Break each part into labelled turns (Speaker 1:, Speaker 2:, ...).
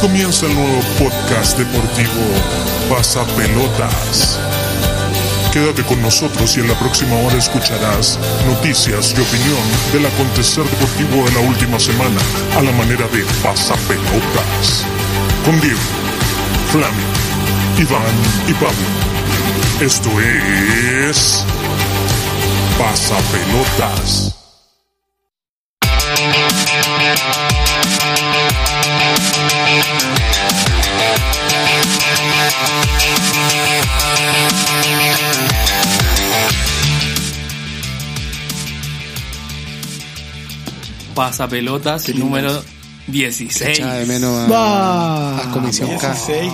Speaker 1: Bienvenidos al nuevo podcast deportivo Pasa Pelotas. Quédate con nosotros y en la próxima hora escucharás noticias y opinión del acontecer deportivo de la última semana a la manera de Pasa Pelotas. Con Diego, Flammy, Iván y Pablo. Esto es Pasa Pelotas.
Speaker 2: Pasapelotas
Speaker 3: Qué lindo.
Speaker 2: número 16.
Speaker 3: Echaba de menos a,
Speaker 4: Va.
Speaker 3: a Comisión K.
Speaker 4: 16.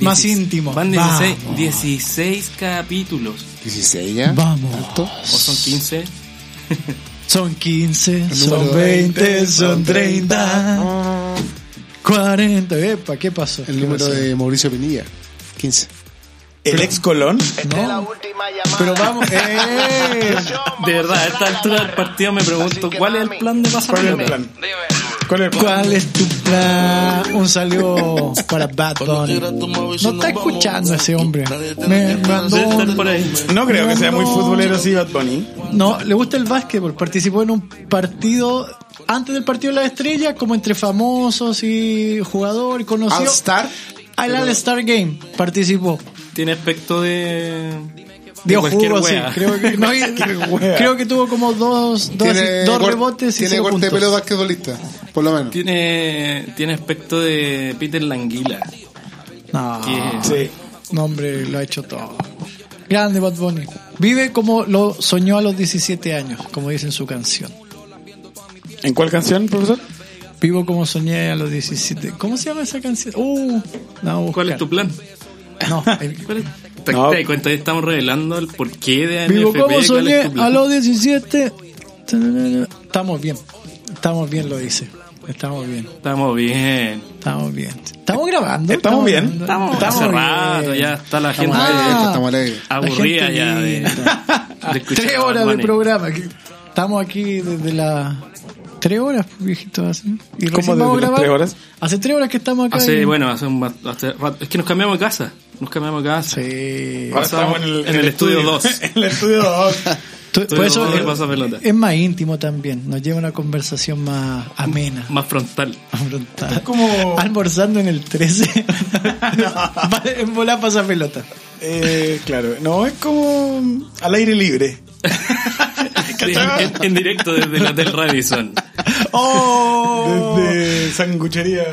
Speaker 4: Más
Speaker 2: Diecis-
Speaker 4: íntimo.
Speaker 2: Van
Speaker 4: Vamos.
Speaker 2: 16, 16 capítulos.
Speaker 3: 16 ya.
Speaker 4: Vamos.
Speaker 3: ¿Tanto?
Speaker 2: ¿O son 15?
Speaker 4: Son 15, son
Speaker 3: número
Speaker 4: 20,
Speaker 3: veinte,
Speaker 4: son
Speaker 3: son
Speaker 4: 30, 40. Epa, ¿qué pasó?
Speaker 3: El número de Mauricio Pinilla. 15.
Speaker 5: El ex Colón.
Speaker 4: No, pero vamos. ¡Eh!
Speaker 2: De verdad, a esta altura del partido me pregunto cuál es el plan de
Speaker 5: ¿Cuál es el
Speaker 2: Pasapelotas.
Speaker 5: plan? ¿Cuál es el plan?
Speaker 4: ¿Cuál es tu plan? Un saludo para Bad Bunny. No está escuchando ese hombre. Me
Speaker 2: Debe
Speaker 4: mandó.
Speaker 2: estar por ahí.
Speaker 5: No creo que sea muy
Speaker 4: No.
Speaker 5: futbolero así Bad Bunny.
Speaker 4: No, le gusta el básquetbol. Participó en un partido antes del partido de la estrella, como entre famosos y jugador conocido.
Speaker 3: All Star.
Speaker 4: Al All-Star Game participó.
Speaker 2: Tiene aspecto de.
Speaker 4: Dio
Speaker 2: cualquier
Speaker 4: jugo, sí.
Speaker 2: wea.
Speaker 4: Creo que, no, y-
Speaker 5: wea.
Speaker 4: creo que tuvo como dos, dos, dos
Speaker 3: cor-
Speaker 4: rebotes y
Speaker 3: Tiene
Speaker 4: cero
Speaker 3: corte de
Speaker 4: puntos.
Speaker 3: pelo basquetbolista. Por lo menos.
Speaker 2: Tiene, tiene aspecto de Peter Languila.
Speaker 4: No,
Speaker 2: que-
Speaker 5: Sí.
Speaker 4: no, hombre, lo ha hecho todo. Grande Bad Bunny. Vive como lo soñó a los 17 años, como dice en su canción.
Speaker 5: ¿En cuál canción, profesor?
Speaker 4: Vivo como soñé a los 17. ¿Cómo se llama esa canción? Uh, la voy a
Speaker 2: ¿Cuál es
Speaker 4: buscar.
Speaker 2: tu plan?
Speaker 4: No, el-
Speaker 2: ¿Cuál es? ¿Te,
Speaker 5: No.
Speaker 2: te das cuenta? Ahí Estamos revelando el porqué de ANFP.
Speaker 4: Vivo como
Speaker 2: ¿Cuál
Speaker 4: soñé
Speaker 2: es tu plan?
Speaker 4: a los 17. Estamos bien. Estamos bien, lo dice. Estamos bien.
Speaker 2: Estamos bien.
Speaker 4: Estamos bien. Estamos grabando.
Speaker 5: Estamos bien.
Speaker 4: grabando. Ah,
Speaker 2: Estamos Hace rato ya está la gente
Speaker 4: Estamos bien.
Speaker 3: Estamos alegres.
Speaker 4: La
Speaker 2: aburrida
Speaker 4: gente
Speaker 2: ya de,
Speaker 4: linda.
Speaker 2: de escuchar
Speaker 4: Tres
Speaker 2: a
Speaker 4: horas
Speaker 2: Bad
Speaker 4: de
Speaker 2: Bunny.
Speaker 4: programa. que Estamos aquí desde las tres horas, viejito. Así. Y recién
Speaker 5: ¿Cómo desde
Speaker 4: vamos a
Speaker 5: las
Speaker 4: grabar.
Speaker 5: tres horas?
Speaker 4: Hace tres horas que estamos acá.
Speaker 2: Hace,
Speaker 4: y-
Speaker 2: bueno, hace un rat- hace rato. Es que nos cambiamos de casa. Nos cambiamos de casa.
Speaker 4: Sí.
Speaker 5: Ahora
Speaker 2: Pasamos
Speaker 5: estamos
Speaker 2: en el estudio dos.
Speaker 5: en el estudio 2.
Speaker 4: Tú-
Speaker 2: Estoy
Speaker 4: por eso
Speaker 2: loco de
Speaker 4: es-
Speaker 2: pasar pelota.
Speaker 4: es más íntimo también. Nos lleva a una conversación más amena.
Speaker 2: Más frontal.
Speaker 4: Afrontar.
Speaker 5: como-
Speaker 4: Almorzando en el 13. Va- en volar pasa pelota.
Speaker 5: Eh, claro. No, es como mm, al aire libre.
Speaker 2: Sí, en, en directo desde la Hotel Radisson.
Speaker 4: ¡Oh!
Speaker 5: Desde sanguchería.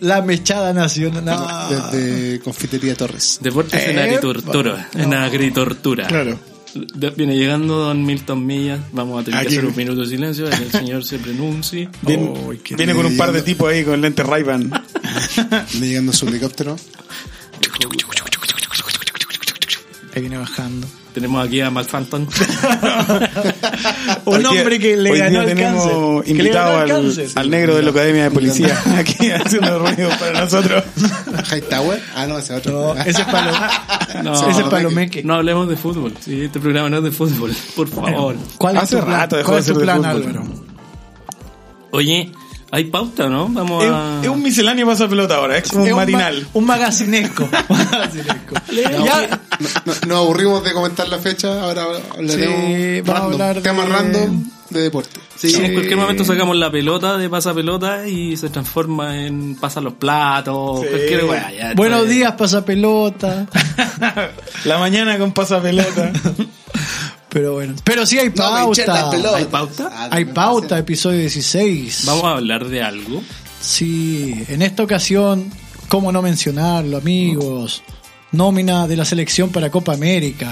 Speaker 4: La mechada nacional. No.
Speaker 3: Desde Confitería Torres.
Speaker 2: Deportes en
Speaker 4: Epa.
Speaker 2: agritortura. En agritortura.
Speaker 5: Claro.
Speaker 2: De- Viene llegando Don Milton Millas. Vamos a tener
Speaker 5: Aquí.
Speaker 2: que hacer un minuto de silencio. para que El señor se pronuncie. Oh,
Speaker 5: Viene,
Speaker 4: Ay, qué
Speaker 5: viene con un par de tipos ahí con lentes Ray-Ban.
Speaker 3: Viene Llegando su helicóptero.
Speaker 4: Ahí viene bajando.
Speaker 2: Tenemos aquí a Mark Phantom.
Speaker 4: Un
Speaker 5: Hoy día-
Speaker 4: hombre que le
Speaker 5: hoy
Speaker 4: ganó
Speaker 5: día
Speaker 4: el
Speaker 5: tenemos
Speaker 4: cáncer. Que le
Speaker 5: invitado
Speaker 4: ganó el
Speaker 5: al,
Speaker 4: cáncer.
Speaker 5: al negro de la Academia de Policía aquí haciendo ruido para nosotros.
Speaker 3: Hightower. Ah, no, ese otro.
Speaker 4: No, ese es palo.
Speaker 2: No.
Speaker 4: ese es Palomeque.
Speaker 2: No hablemos de fútbol. Sí, este programa no es de fútbol. Por favor.
Speaker 4: ¿Cuál es
Speaker 5: Hace
Speaker 4: tu plan,
Speaker 5: rato dejó
Speaker 4: ¿Cuál
Speaker 5: de
Speaker 4: es tu
Speaker 5: ser de
Speaker 4: plan
Speaker 5: fútbol.
Speaker 4: Álvaro?
Speaker 2: Oye, hay pauta, ¿no? Vamos a.
Speaker 5: Es, es un misceláneo pasa pelota ahora, Ah. es como
Speaker 4: Es
Speaker 5: un
Speaker 4: ma-
Speaker 5: matinal.
Speaker 4: un magazinesco. Un magazinesco.
Speaker 3: No,
Speaker 4: Ya-
Speaker 3: no- no- nos aburrimos de comentar la fecha. Ahora
Speaker 4: Sí,
Speaker 3: hablaremos.
Speaker 4: vamos a
Speaker 3: random,
Speaker 4: hablar de-
Speaker 3: Tema random de deporte.
Speaker 2: Sí, en cualquier momento sacamos la pelota de pasa pelota y se transforma en pasa los platos,
Speaker 5: Sí.
Speaker 2: cualquier weá, ya,
Speaker 4: Buenos
Speaker 2: esto es-
Speaker 4: días, pasapelota.
Speaker 5: La mañana con pasa pelota.
Speaker 4: Pero bueno. Pero sí hay
Speaker 3: No, me eché
Speaker 4: pauta.
Speaker 3: las pelotas.
Speaker 2: ¿Hay pauta?
Speaker 3: Ah,
Speaker 4: hay
Speaker 3: me
Speaker 4: pauta, episodio 16.
Speaker 2: Vamos a hablar de algo.
Speaker 4: Sí, en esta ocasión, ¿cómo no mencionarlo, amigos? Nómina de la selección para Copa América.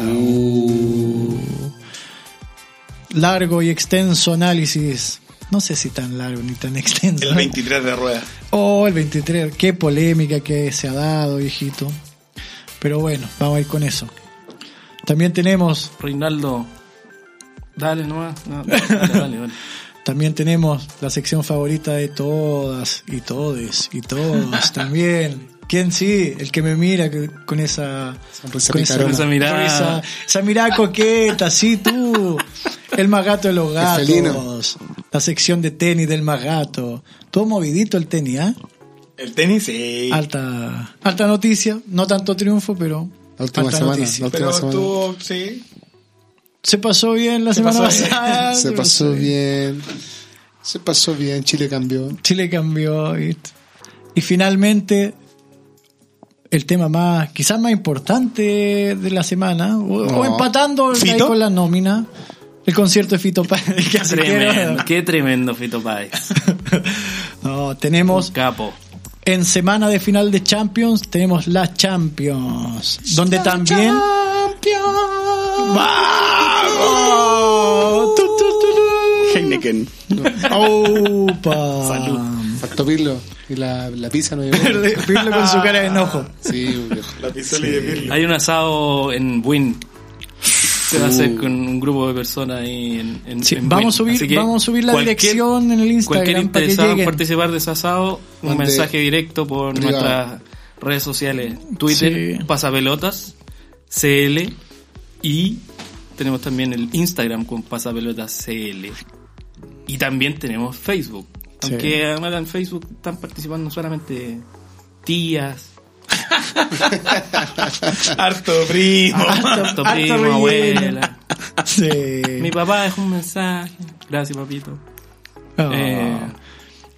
Speaker 4: Largo y extenso análisis. No sé si tan largo ni tan extenso.
Speaker 5: El 23 de rueda.
Speaker 4: Oh, el 23. Qué polémica que se ha dado, viejito. Pero bueno, vamos a ir con eso. También tenemos,
Speaker 2: Reinaldo, dale nomás. No, dale, dale, dale.
Speaker 4: también tenemos la sección favorita de todas y todes y todos también. ¿Quién sí? El que me mira que- con esa
Speaker 3: Sonrisa
Speaker 4: con esa,
Speaker 3: picarona.
Speaker 2: Esa mirada.
Speaker 4: esa, esa mirada coqueta, sí tú. El más gato de los
Speaker 3: El felino.
Speaker 4: gatos. La sección de tenis del más gato. Todo movidito el tenis, ¿ah?
Speaker 5: Ah, El tenis, sí.
Speaker 4: Alta, alta noticia, no tanto triunfo, pero
Speaker 3: La última
Speaker 4: alta
Speaker 3: semana,
Speaker 4: noticia.
Speaker 3: la última
Speaker 5: Pero
Speaker 3: semana.
Speaker 5: estuvo, sí.
Speaker 4: Se pasó bien la semana
Speaker 5: pasó bien.
Speaker 4: pasada.
Speaker 3: Se
Speaker 4: pero
Speaker 3: pasó bien. Se pasó bien, Chile cambió.
Speaker 4: Chile cambió. ¿viste? Y finalmente, el tema más, quizás más importante de la semana, o,
Speaker 3: No.
Speaker 4: o empatando ahí
Speaker 5: ¿Fito?
Speaker 4: con la nómina, el concierto de Fito Páez. que hace que
Speaker 2: Tremendo,
Speaker 4: no-
Speaker 2: qué tremendo Fito Páez.
Speaker 4: No,
Speaker 2: Un
Speaker 4: tenemos
Speaker 2: capo.
Speaker 4: en semana de final de Champions, tenemos la Champions, donde también... ¡Vamos! Tu, tu, tu, tu.
Speaker 5: Heineken.
Speaker 4: ¡Opa!
Speaker 2: Salud.
Speaker 3: Faltó Pirlo y la, la pizza no llegó.
Speaker 4: Pirlo con su cara de enojo.
Speaker 3: Sí, viejo.
Speaker 5: La pistola y de Pirlo.
Speaker 2: Hay un asado en Win. Se va a hacer con un grupo de personas ahí en, en-
Speaker 4: Uh. Sí,
Speaker 2: en
Speaker 4: vamos, a
Speaker 2: Wynn. Así
Speaker 4: subir,
Speaker 2: que
Speaker 4: vamos a subir la
Speaker 2: cualquier-
Speaker 4: dirección en el
Speaker 2: Cualquier
Speaker 4: Instagram para que
Speaker 2: interesado en
Speaker 4: lleguen.
Speaker 2: participar de ese asado, un
Speaker 3: Mande
Speaker 2: mensaje directo por
Speaker 3: privado.
Speaker 2: nuestras redes sociales: Twitter,
Speaker 4: Sí.
Speaker 2: Pasapelotas, CL y tenemos también el Instagram con Pasapelotas CL. Y también tenemos Facebook.
Speaker 4: Sí.
Speaker 2: Aunque ahora en Facebook están participando solamente tías,
Speaker 5: Harto primo.
Speaker 2: harto
Speaker 4: harto
Speaker 2: primo,
Speaker 4: relleno. ah,
Speaker 2: abuela. Mi
Speaker 4: Sí.
Speaker 2: papá dejó un mensaje. Gracias, papito.
Speaker 4: Ah.
Speaker 2: Eh,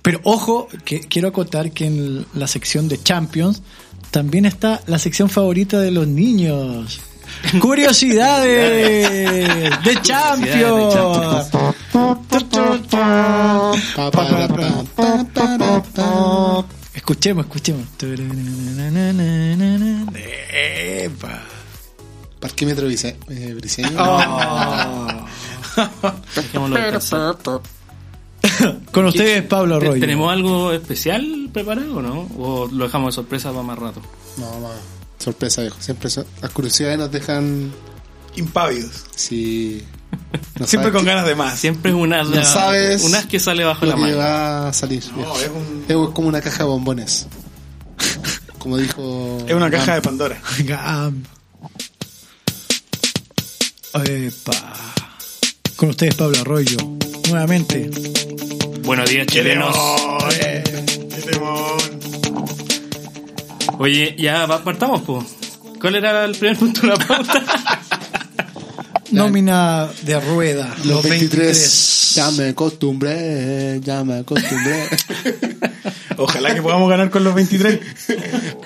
Speaker 4: Pero ojo, que quiero acotar que en la sección de Champions también está la sección favorita de los niños. Curiosidades de Champions.
Speaker 3: Pa, pa, la, pa, pa, pa, la, pa.
Speaker 4: Escuchemos, escuchemos. Epa.
Speaker 3: Parquímetro bise- eh, briseño.
Speaker 2: dejémoslo descansar.
Speaker 4: Con ustedes, Pablo
Speaker 2: ¿Te-
Speaker 4: Roy.
Speaker 2: ¿Tenemos algo especial preparado o no? ¿O lo dejamos de sorpresa para más rato?
Speaker 3: No, no, sorpresa, viejo. Siempre so- las curiosidades nos dejan
Speaker 5: Impávidos.
Speaker 3: si. No
Speaker 5: Siempre
Speaker 3: sabes
Speaker 5: con ganas de más.
Speaker 2: Siempre es un as,
Speaker 3: No sabes
Speaker 2: un as que sale bajo
Speaker 3: lo
Speaker 2: la
Speaker 3: que
Speaker 2: mano.
Speaker 3: va a salir. viejo.
Speaker 5: No, es, un-
Speaker 3: Es como una caja de bombones. Como dijo.
Speaker 5: es una caja de Pandora.
Speaker 4: Gam. Epa. Con ustedes Pablo Arroyo. Nuevamente.
Speaker 2: Buenos días, chilenos.
Speaker 5: eh. Qué temón.
Speaker 2: Oye, ya va- partamos, po. ¿Cuál era el primer punto de la pauta?
Speaker 4: Nómina de rueda.
Speaker 3: Los 23. Ya me acostumbré, ya me acostumbré
Speaker 5: Ojalá que podamos ganar con los 23.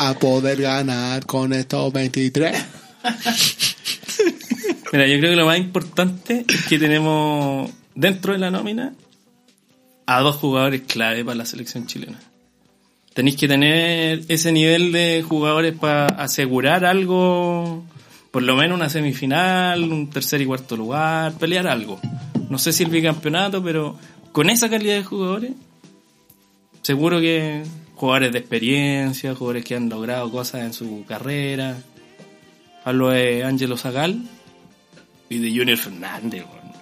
Speaker 3: a poder ganar con estos 23.
Speaker 2: Mira, yo creo que lo más importante es que tenemos dentro de la nómina a dos jugadores clave para la selección chilena. Tenéis que tener ese nivel de jugadores para asegurar algo, por lo menos una semifinal, un tercer y cuarto lugar, pelear algo. No sé si el bicampeonato, pero con esa calidad de jugadores, seguro que jugadores de experiencia, jugadores que han logrado cosas en su carrera. Hablo de Ángelo Zagal, y de Junior Fernández, weón.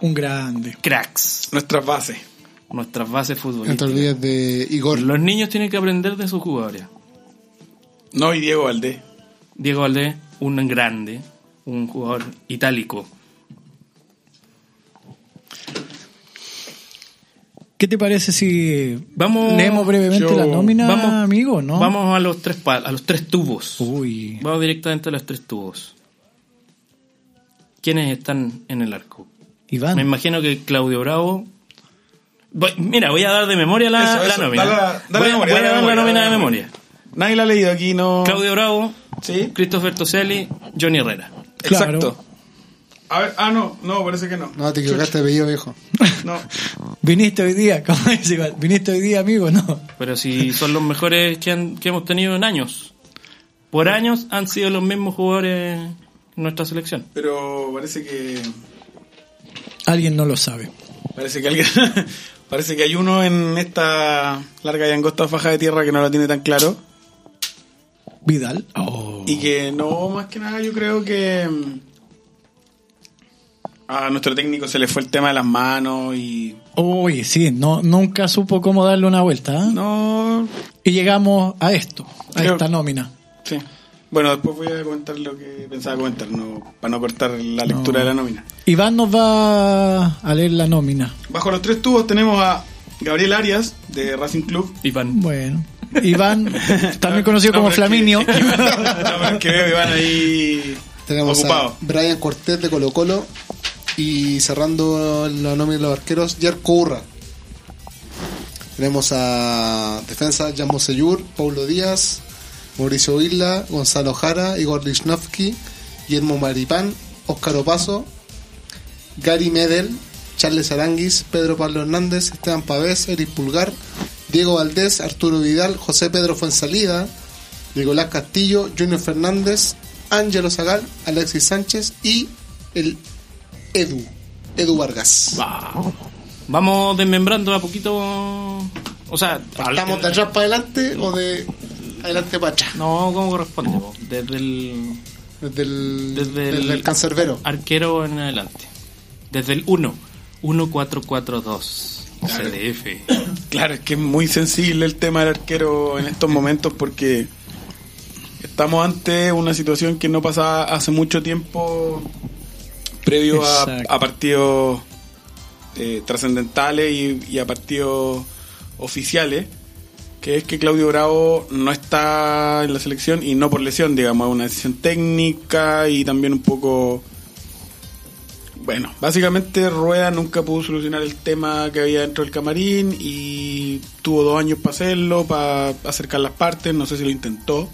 Speaker 4: Un grande.
Speaker 2: cracks,
Speaker 5: Nuestras bases.
Speaker 2: nuestras bases
Speaker 3: No te
Speaker 2: futbolísticas.
Speaker 3: olvides de Igor.
Speaker 2: Los niños tienen que aprender de sus jugadores.
Speaker 5: No, y Diego Valdés.
Speaker 2: Diego Valdés, un grande, un jugador itálico.
Speaker 4: ¿Qué te parece si
Speaker 2: Vamos,
Speaker 4: leemos brevemente
Speaker 5: yo-
Speaker 4: la nómina,
Speaker 2: vamos-
Speaker 4: amigo? ¿no?
Speaker 2: Vamos a los tres pa- a los tres tubos.
Speaker 4: Uy.
Speaker 2: Vamos directamente a los tres tubos. ¿Quiénes están en el arco? Me
Speaker 4: Iván.
Speaker 2: imagino que Claudio Bravo. Voy- mira, voy a dar de memoria la,
Speaker 5: Eso,
Speaker 2: la
Speaker 5: eso,
Speaker 2: nómina.
Speaker 5: dale la- dale
Speaker 2: voy,
Speaker 5: la memoria,
Speaker 2: voy a
Speaker 5: dale
Speaker 2: dar
Speaker 5: la
Speaker 2: la
Speaker 5: memoria,
Speaker 2: nómina de
Speaker 5: dale la
Speaker 2: memoria.
Speaker 5: Nadie la ha leído aquí, no.
Speaker 2: Claudio Bravo,
Speaker 5: Sí.
Speaker 2: Christopher Toselli, Johnny Herrera.
Speaker 4: Claro.
Speaker 5: Exacto. A ver, ah, no, no, parece que no.
Speaker 3: No, te equivocaste de apellido, viejo.
Speaker 5: No.
Speaker 4: Viniste hoy día, como dice Iván. Viniste hoy día, amigo, ¿no?
Speaker 2: Pero si son los mejores que, han- que hemos tenido en años. Por años han sido los mismos jugadores en nuestra selección.
Speaker 5: Pero parece que.
Speaker 4: Alguien no lo sabe.
Speaker 5: Parece que alguien. parece que hay uno en esta larga y angosta faja de tierra que no la tiene tan claro.
Speaker 4: Vidal. Oh.
Speaker 5: Y que no, más que nada, yo creo que. mm, A nuestro técnico se le fue el tema de las manos y.
Speaker 4: Uy, sí, no, nunca supo cómo darle una vuelta. ¿ah?
Speaker 5: No.
Speaker 4: Y llegamos a esto, a
Speaker 5: Creo-
Speaker 4: esta nómina.
Speaker 5: Sí. Bueno, después voy a comentar lo que pensaba comentar, no, para no cortar la lectura de la nómina.
Speaker 4: Iván nos va a leer la nómina.
Speaker 5: Bajo los tres tubos tenemos a Gabriel Arias, de Racing Club,
Speaker 2: Iván.
Speaker 4: Bueno, Iván, también conocido
Speaker 5: No,
Speaker 4: como
Speaker 5: pero es que-
Speaker 4: Flaminio.
Speaker 5: es que Iván- no, pero es que veo que Iván ahí
Speaker 3: Tenemos
Speaker 5: ocupado.
Speaker 3: a Brian Cortés de Colo Colo y cerrando la nómina de los arqueros, Jerko Urra. Tenemos a defensa, Jan Moseyur, Paulo Díaz, Mauricio Isla, Gonzalo Jara, Igor Lichnowsky, Guillermo Maripán, Óscar Opaso, Gary Medel, Charles Aranguis, Pedro Pablo Hernández, Esteban Pavés, Eric Pulgar, Diego Valdés, Arturo Vidal, José Pedro Fuensalida, Nicolás Castillo, Junior Fernández, Ángelo Zagal, Alexis Sánchez y el Edu, Edu Vargas.
Speaker 2: Vamos desmembrando a poquito. O sea, eh,
Speaker 3: ¿Estamos de atrás para adelante o de adelante para atrás?
Speaker 2: No, ¿cómo corresponde? po? Desde el
Speaker 3: Desde el,
Speaker 2: Desde
Speaker 3: desde
Speaker 2: el-
Speaker 3: el cancerbero.
Speaker 2: arquero en adelante. Desde el 1. 1442. CDF.
Speaker 5: Claro, es que es muy sensible el tema del arquero en estos momentos porque estamos ante una situación que no pasaba hace mucho tiempo previo a,
Speaker 4: Exacto.
Speaker 5: a partidos eh, trascendentales y, y a partidos oficiales, que es que Claudio Bravo no está en la selección y no por lesión, digamos, es una decisión técnica y también un poco... Bueno, básicamente Rueda nunca pudo solucionar el tema que había dentro del camarín y tuvo dos años para hacerlo, para acercar las partes, no sé si lo intentó,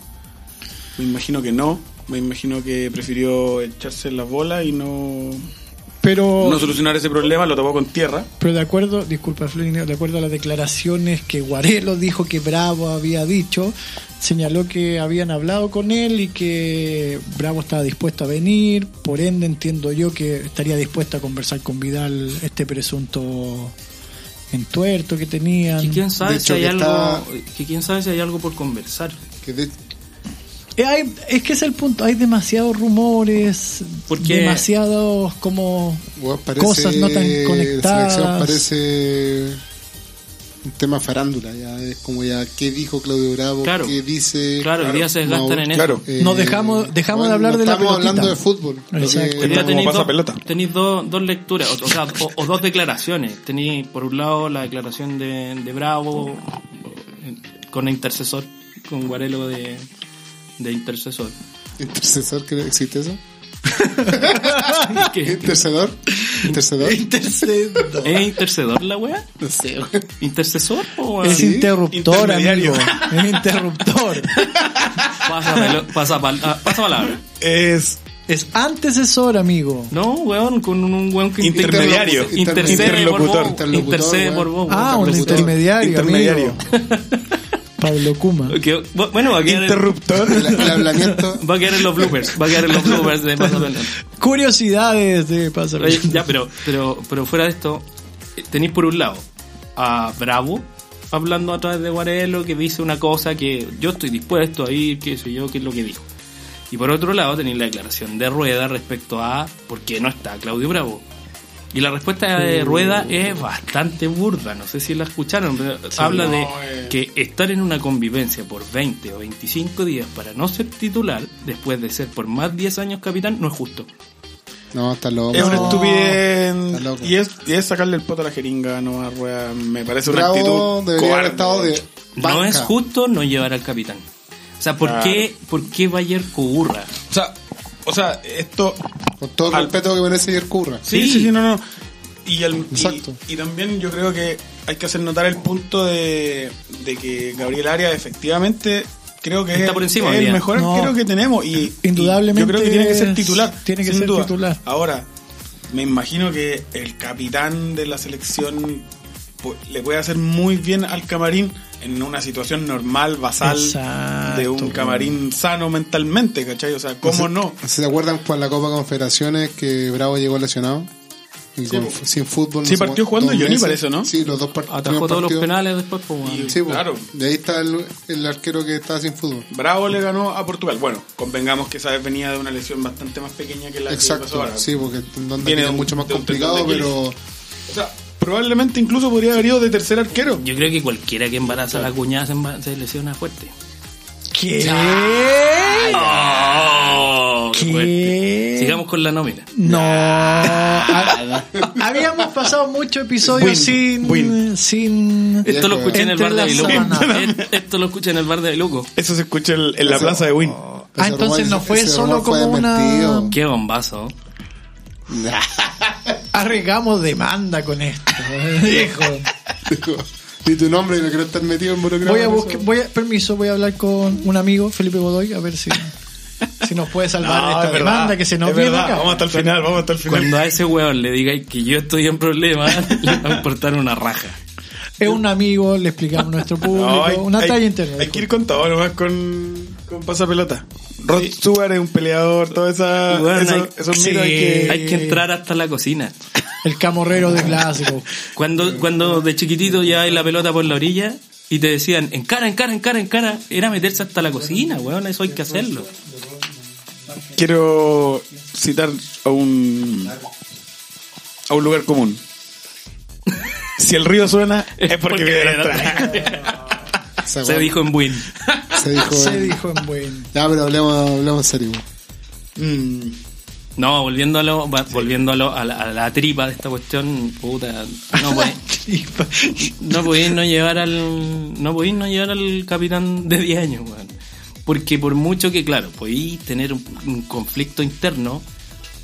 Speaker 5: me imagino que no, me imagino que prefirió echarse las bolas y no,
Speaker 4: Pero,
Speaker 5: no solucionar ese problema, lo tapó con tierra.
Speaker 4: pero de acuerdo, disculpa Flaminio, de acuerdo a las declaraciones que Guarelo dijo que Bravo había dicho, señaló que habían hablado con él y que Bravo estaba dispuesto a venir, por ende entiendo yo que estaría dispuesto a conversar con Vidal este presunto entuerto que tenían.
Speaker 2: Que quién sabe
Speaker 3: De
Speaker 2: si
Speaker 3: hecho,
Speaker 2: hay
Speaker 3: que
Speaker 2: algo.
Speaker 3: está-
Speaker 2: Que quién sabe si hay algo por conversar.
Speaker 3: Que de-
Speaker 4: Eh, hay- es que es el punto, hay demasiados rumores,
Speaker 2: Porque-
Speaker 4: demasiados como
Speaker 3: weón, parece-
Speaker 4: cosas no tan conectadas.
Speaker 3: selección parece un tema farándula. Ya es como ya, ¿qué dijo Claudio Bravo?
Speaker 2: Claro.
Speaker 3: ¿Qué dice?
Speaker 2: Claro, hoy día se desgastan
Speaker 3: no,
Speaker 2: en
Speaker 5: claro.
Speaker 2: eso.
Speaker 3: Eh,
Speaker 4: Nos dejamos- dejamos de hablar
Speaker 3: no
Speaker 4: de la
Speaker 3: Estamos
Speaker 4: pelotita.
Speaker 3: hablando de fútbol. Lo que-
Speaker 4: Exacto.
Speaker 2: Hoy día
Speaker 5: Está como
Speaker 2: tenéis
Speaker 5: pasa
Speaker 2: dos,
Speaker 5: pelota.
Speaker 2: tenéis dos- dos lecturas, o, o sea, o, o dos declaraciones. Tenéis, por un lado, la declaración de, de Bravo eh, con intercesor, con Guarelo de, de intercesor.
Speaker 3: Intercesor, ¿qué- ¿existe eso?
Speaker 2: ¿Qué?
Speaker 3: Intercedor. Intercedor.
Speaker 2: ¿Es intercedor la weá?
Speaker 3: No sé, weón.
Speaker 2: ¿Intercesor o weá?
Speaker 4: Es
Speaker 3: Sí,
Speaker 4: interruptor,
Speaker 5: intermediario.
Speaker 4: amigo. Es interruptor.
Speaker 2: Pasa, pelo- pasa, pal- ah, pasa palabra.
Speaker 5: Es
Speaker 4: Es antecesor, amigo.
Speaker 2: No, weón, con un, un weón que
Speaker 5: Intermediario.
Speaker 2: intercede por
Speaker 5: Interlocutor.
Speaker 2: vos,
Speaker 3: Interlocutor,
Speaker 2: Intercede por
Speaker 3: weón.
Speaker 2: vos.
Speaker 4: Ah, un
Speaker 2: weón.
Speaker 3: interlocutor.
Speaker 4: intermediario.
Speaker 5: Intermediario.
Speaker 4: amigo. Pablo Kuma.
Speaker 2: Ok, bu- Bueno, va a quedar en-
Speaker 5: interruptor.
Speaker 3: El, el hablamiento.
Speaker 2: va a quedar en los bloopers. Va a quedar en los bloopers de Pasa Pelota.
Speaker 4: Curiosidades de pasa.
Speaker 2: Oye, ya, pero, pero, pero fuera de esto, eh, tenéis por un lado a Bravo hablando a través de Guarelo que dice una cosa que yo estoy dispuesto a ir, que soy yo, que es lo que dijo. Y por otro lado tenéis la declaración de Rueda respecto a por qué no está Claudio Bravo. Y la respuesta de Rueda es bastante burda, no sé si la escucharon, pero habla de que estar en una convivencia por 20 o 25 días para no ser titular, después de ser por más 10 años capitán, no es justo.
Speaker 3: No, está loco.
Speaker 5: Es una
Speaker 3: No. Está
Speaker 5: estupidez.
Speaker 3: loco.
Speaker 5: Y es, y es sacarle el poto a la jeringa, no a rueda. Me parece una
Speaker 3: Bravo
Speaker 5: actitud
Speaker 3: debería haber
Speaker 5: cobarde.
Speaker 3: estado de banca.
Speaker 2: No es justo no llevar al capitán. O sea, ¿por
Speaker 5: Claro.
Speaker 2: qué, por qué Bayer Curra?
Speaker 5: O sea, o sea, esto.
Speaker 3: Con todo el
Speaker 5: Al-
Speaker 3: respeto que merece Jerko Urra.
Speaker 5: Sí, sí, sí, no, no. Y, al- y-
Speaker 3: Exacto.
Speaker 5: y también yo creo que hay que hacer notar el punto de, de que Gabriel Arias efectivamente creo que
Speaker 2: Está
Speaker 5: es,
Speaker 2: por encima
Speaker 5: es
Speaker 2: hoy
Speaker 5: el
Speaker 2: día.
Speaker 5: mejor
Speaker 4: No.
Speaker 5: arquero que tenemos. Y,
Speaker 4: Indudablemente
Speaker 5: y Yo creo que tiene que ser
Speaker 4: es-
Speaker 5: titular.
Speaker 4: tiene que
Speaker 5: sin
Speaker 4: ser
Speaker 5: duda.
Speaker 4: titular.
Speaker 5: Ahora, me imagino que el capitán de la selección pu- le puede hacer muy bien al camarín en una situación normal, basal,
Speaker 4: Exacto. Pues
Speaker 5: de un camarín sano mentalmente, ¿cachai? O sea, ¿cómo
Speaker 3: sé-
Speaker 5: no?
Speaker 3: ¿Se acuerdan con la Copa Confederaciones que Bravo llegó lesionado? Y con-
Speaker 5: po.
Speaker 3: sin fútbol.
Speaker 5: Sí,
Speaker 3: sé
Speaker 5: partió
Speaker 3: cuántos
Speaker 5: jugando Johnny,
Speaker 3: meses.
Speaker 5: parece, ¿no?
Speaker 3: Sí, los dos part-
Speaker 2: Atajó
Speaker 3: primeros partidos.
Speaker 2: todos los penales después, pues, bueno.
Speaker 5: Y-
Speaker 3: Sí, po.
Speaker 5: Claro.
Speaker 3: Y ahí está el, el arquero que está sin fútbol.
Speaker 5: Bravo le ganó a Portugal. Bueno, convengamos que esa vez venía de una lesión bastante más pequeña que la que pasó
Speaker 3: Exacto,
Speaker 5: ahora.
Speaker 3: sí, porque el tendón de Aquiles
Speaker 5: Viene de
Speaker 3: es
Speaker 5: un-
Speaker 3: mucho más
Speaker 5: de un tendón
Speaker 3: complicado,
Speaker 5: de
Speaker 3: pero
Speaker 5: O sea, probablemente incluso podría haber ido de tercer arquero.
Speaker 2: Yo creo que cualquiera que embaraza a la cuñada se, emba- se lesiona fuerte.
Speaker 4: ¿Qué?
Speaker 2: ¡Oh!
Speaker 4: ¿Qué?
Speaker 2: fuerte. Sí, Sigamos con la nómina.
Speaker 4: No. Ha- habíamos pasado muchos episodios
Speaker 5: Win,
Speaker 4: sin.
Speaker 5: win.
Speaker 4: sin
Speaker 2: Esto lo escuché en el bar de Biluco.
Speaker 4: Entrelazada.
Speaker 2: Eh, Esto lo escuché en el bar de Biluco.
Speaker 5: Eso se escucha el- en la
Speaker 3: Ese-
Speaker 5: plaza de Win.
Speaker 4: Ah,
Speaker 3: Ese
Speaker 4: entonces
Speaker 3: rumor-
Speaker 4: no fue
Speaker 3: ese
Speaker 4: solo
Speaker 3: rumor fue
Speaker 4: como una.
Speaker 3: desmentido.
Speaker 2: Qué bombazo.
Speaker 4: Arriesgamos demanda con esto, eh, viejo.
Speaker 3: Ni tu nombre, no quiero estar metido en burocracia.
Speaker 4: Voy a buscar, voy a, permiso, voy a hablar con un amigo, Felipe Godoy, a ver si, si nos puede salvar de
Speaker 5: No,
Speaker 4: esta
Speaker 5: Ah, es verdad,
Speaker 4: demanda que se nos
Speaker 5: es
Speaker 4: viene
Speaker 5: verdad.
Speaker 4: acá.
Speaker 5: Vamos hasta el final, vamos hasta el final.
Speaker 2: Cuando a ese weón le digáis que yo estoy en problemas, le va a importar una raja.
Speaker 4: Es un amigo, le explicamos a nuestro público,
Speaker 5: No, hay-
Speaker 4: una
Speaker 5: hay-
Speaker 4: talla interna.
Speaker 5: Hay que ir con todo, nomás con, con pasapelota. Rod Stewart es un peleador, todo esa,
Speaker 2: Weón,
Speaker 5: Ah, eso-
Speaker 2: hay-
Speaker 5: esos
Speaker 4: sí.
Speaker 5: mitos hay que...
Speaker 2: Hay que entrar hasta la cocina.
Speaker 4: El camorrero de clásico.
Speaker 2: Cuando, cuando de chiquitito llevabas la pelota por la orilla y te decían, en cara, en cara, en cara, en cara, era meterse hasta la cocina, weón, eso hay que hacerlo.
Speaker 5: Quiero citar a un a un lugar común. Si el río suena es porque viene atrás.
Speaker 3: Esa
Speaker 2: Se
Speaker 3: weá.
Speaker 2: dijo en Win.
Speaker 3: Se dijo. eh.
Speaker 4: Se dijo en buen.
Speaker 3: Ya, pero hablemos, hablemos en serio.
Speaker 5: Mm,
Speaker 2: No, volviendo a lo, va- volviendo a, lo- a la, a la tripa de esta cuestión, puta, no podéis no, podéis no llevar al no podéis no llevar al capitán de 10 años, weón. Porque por mucho que claro, podéis tener un, un conflicto interno,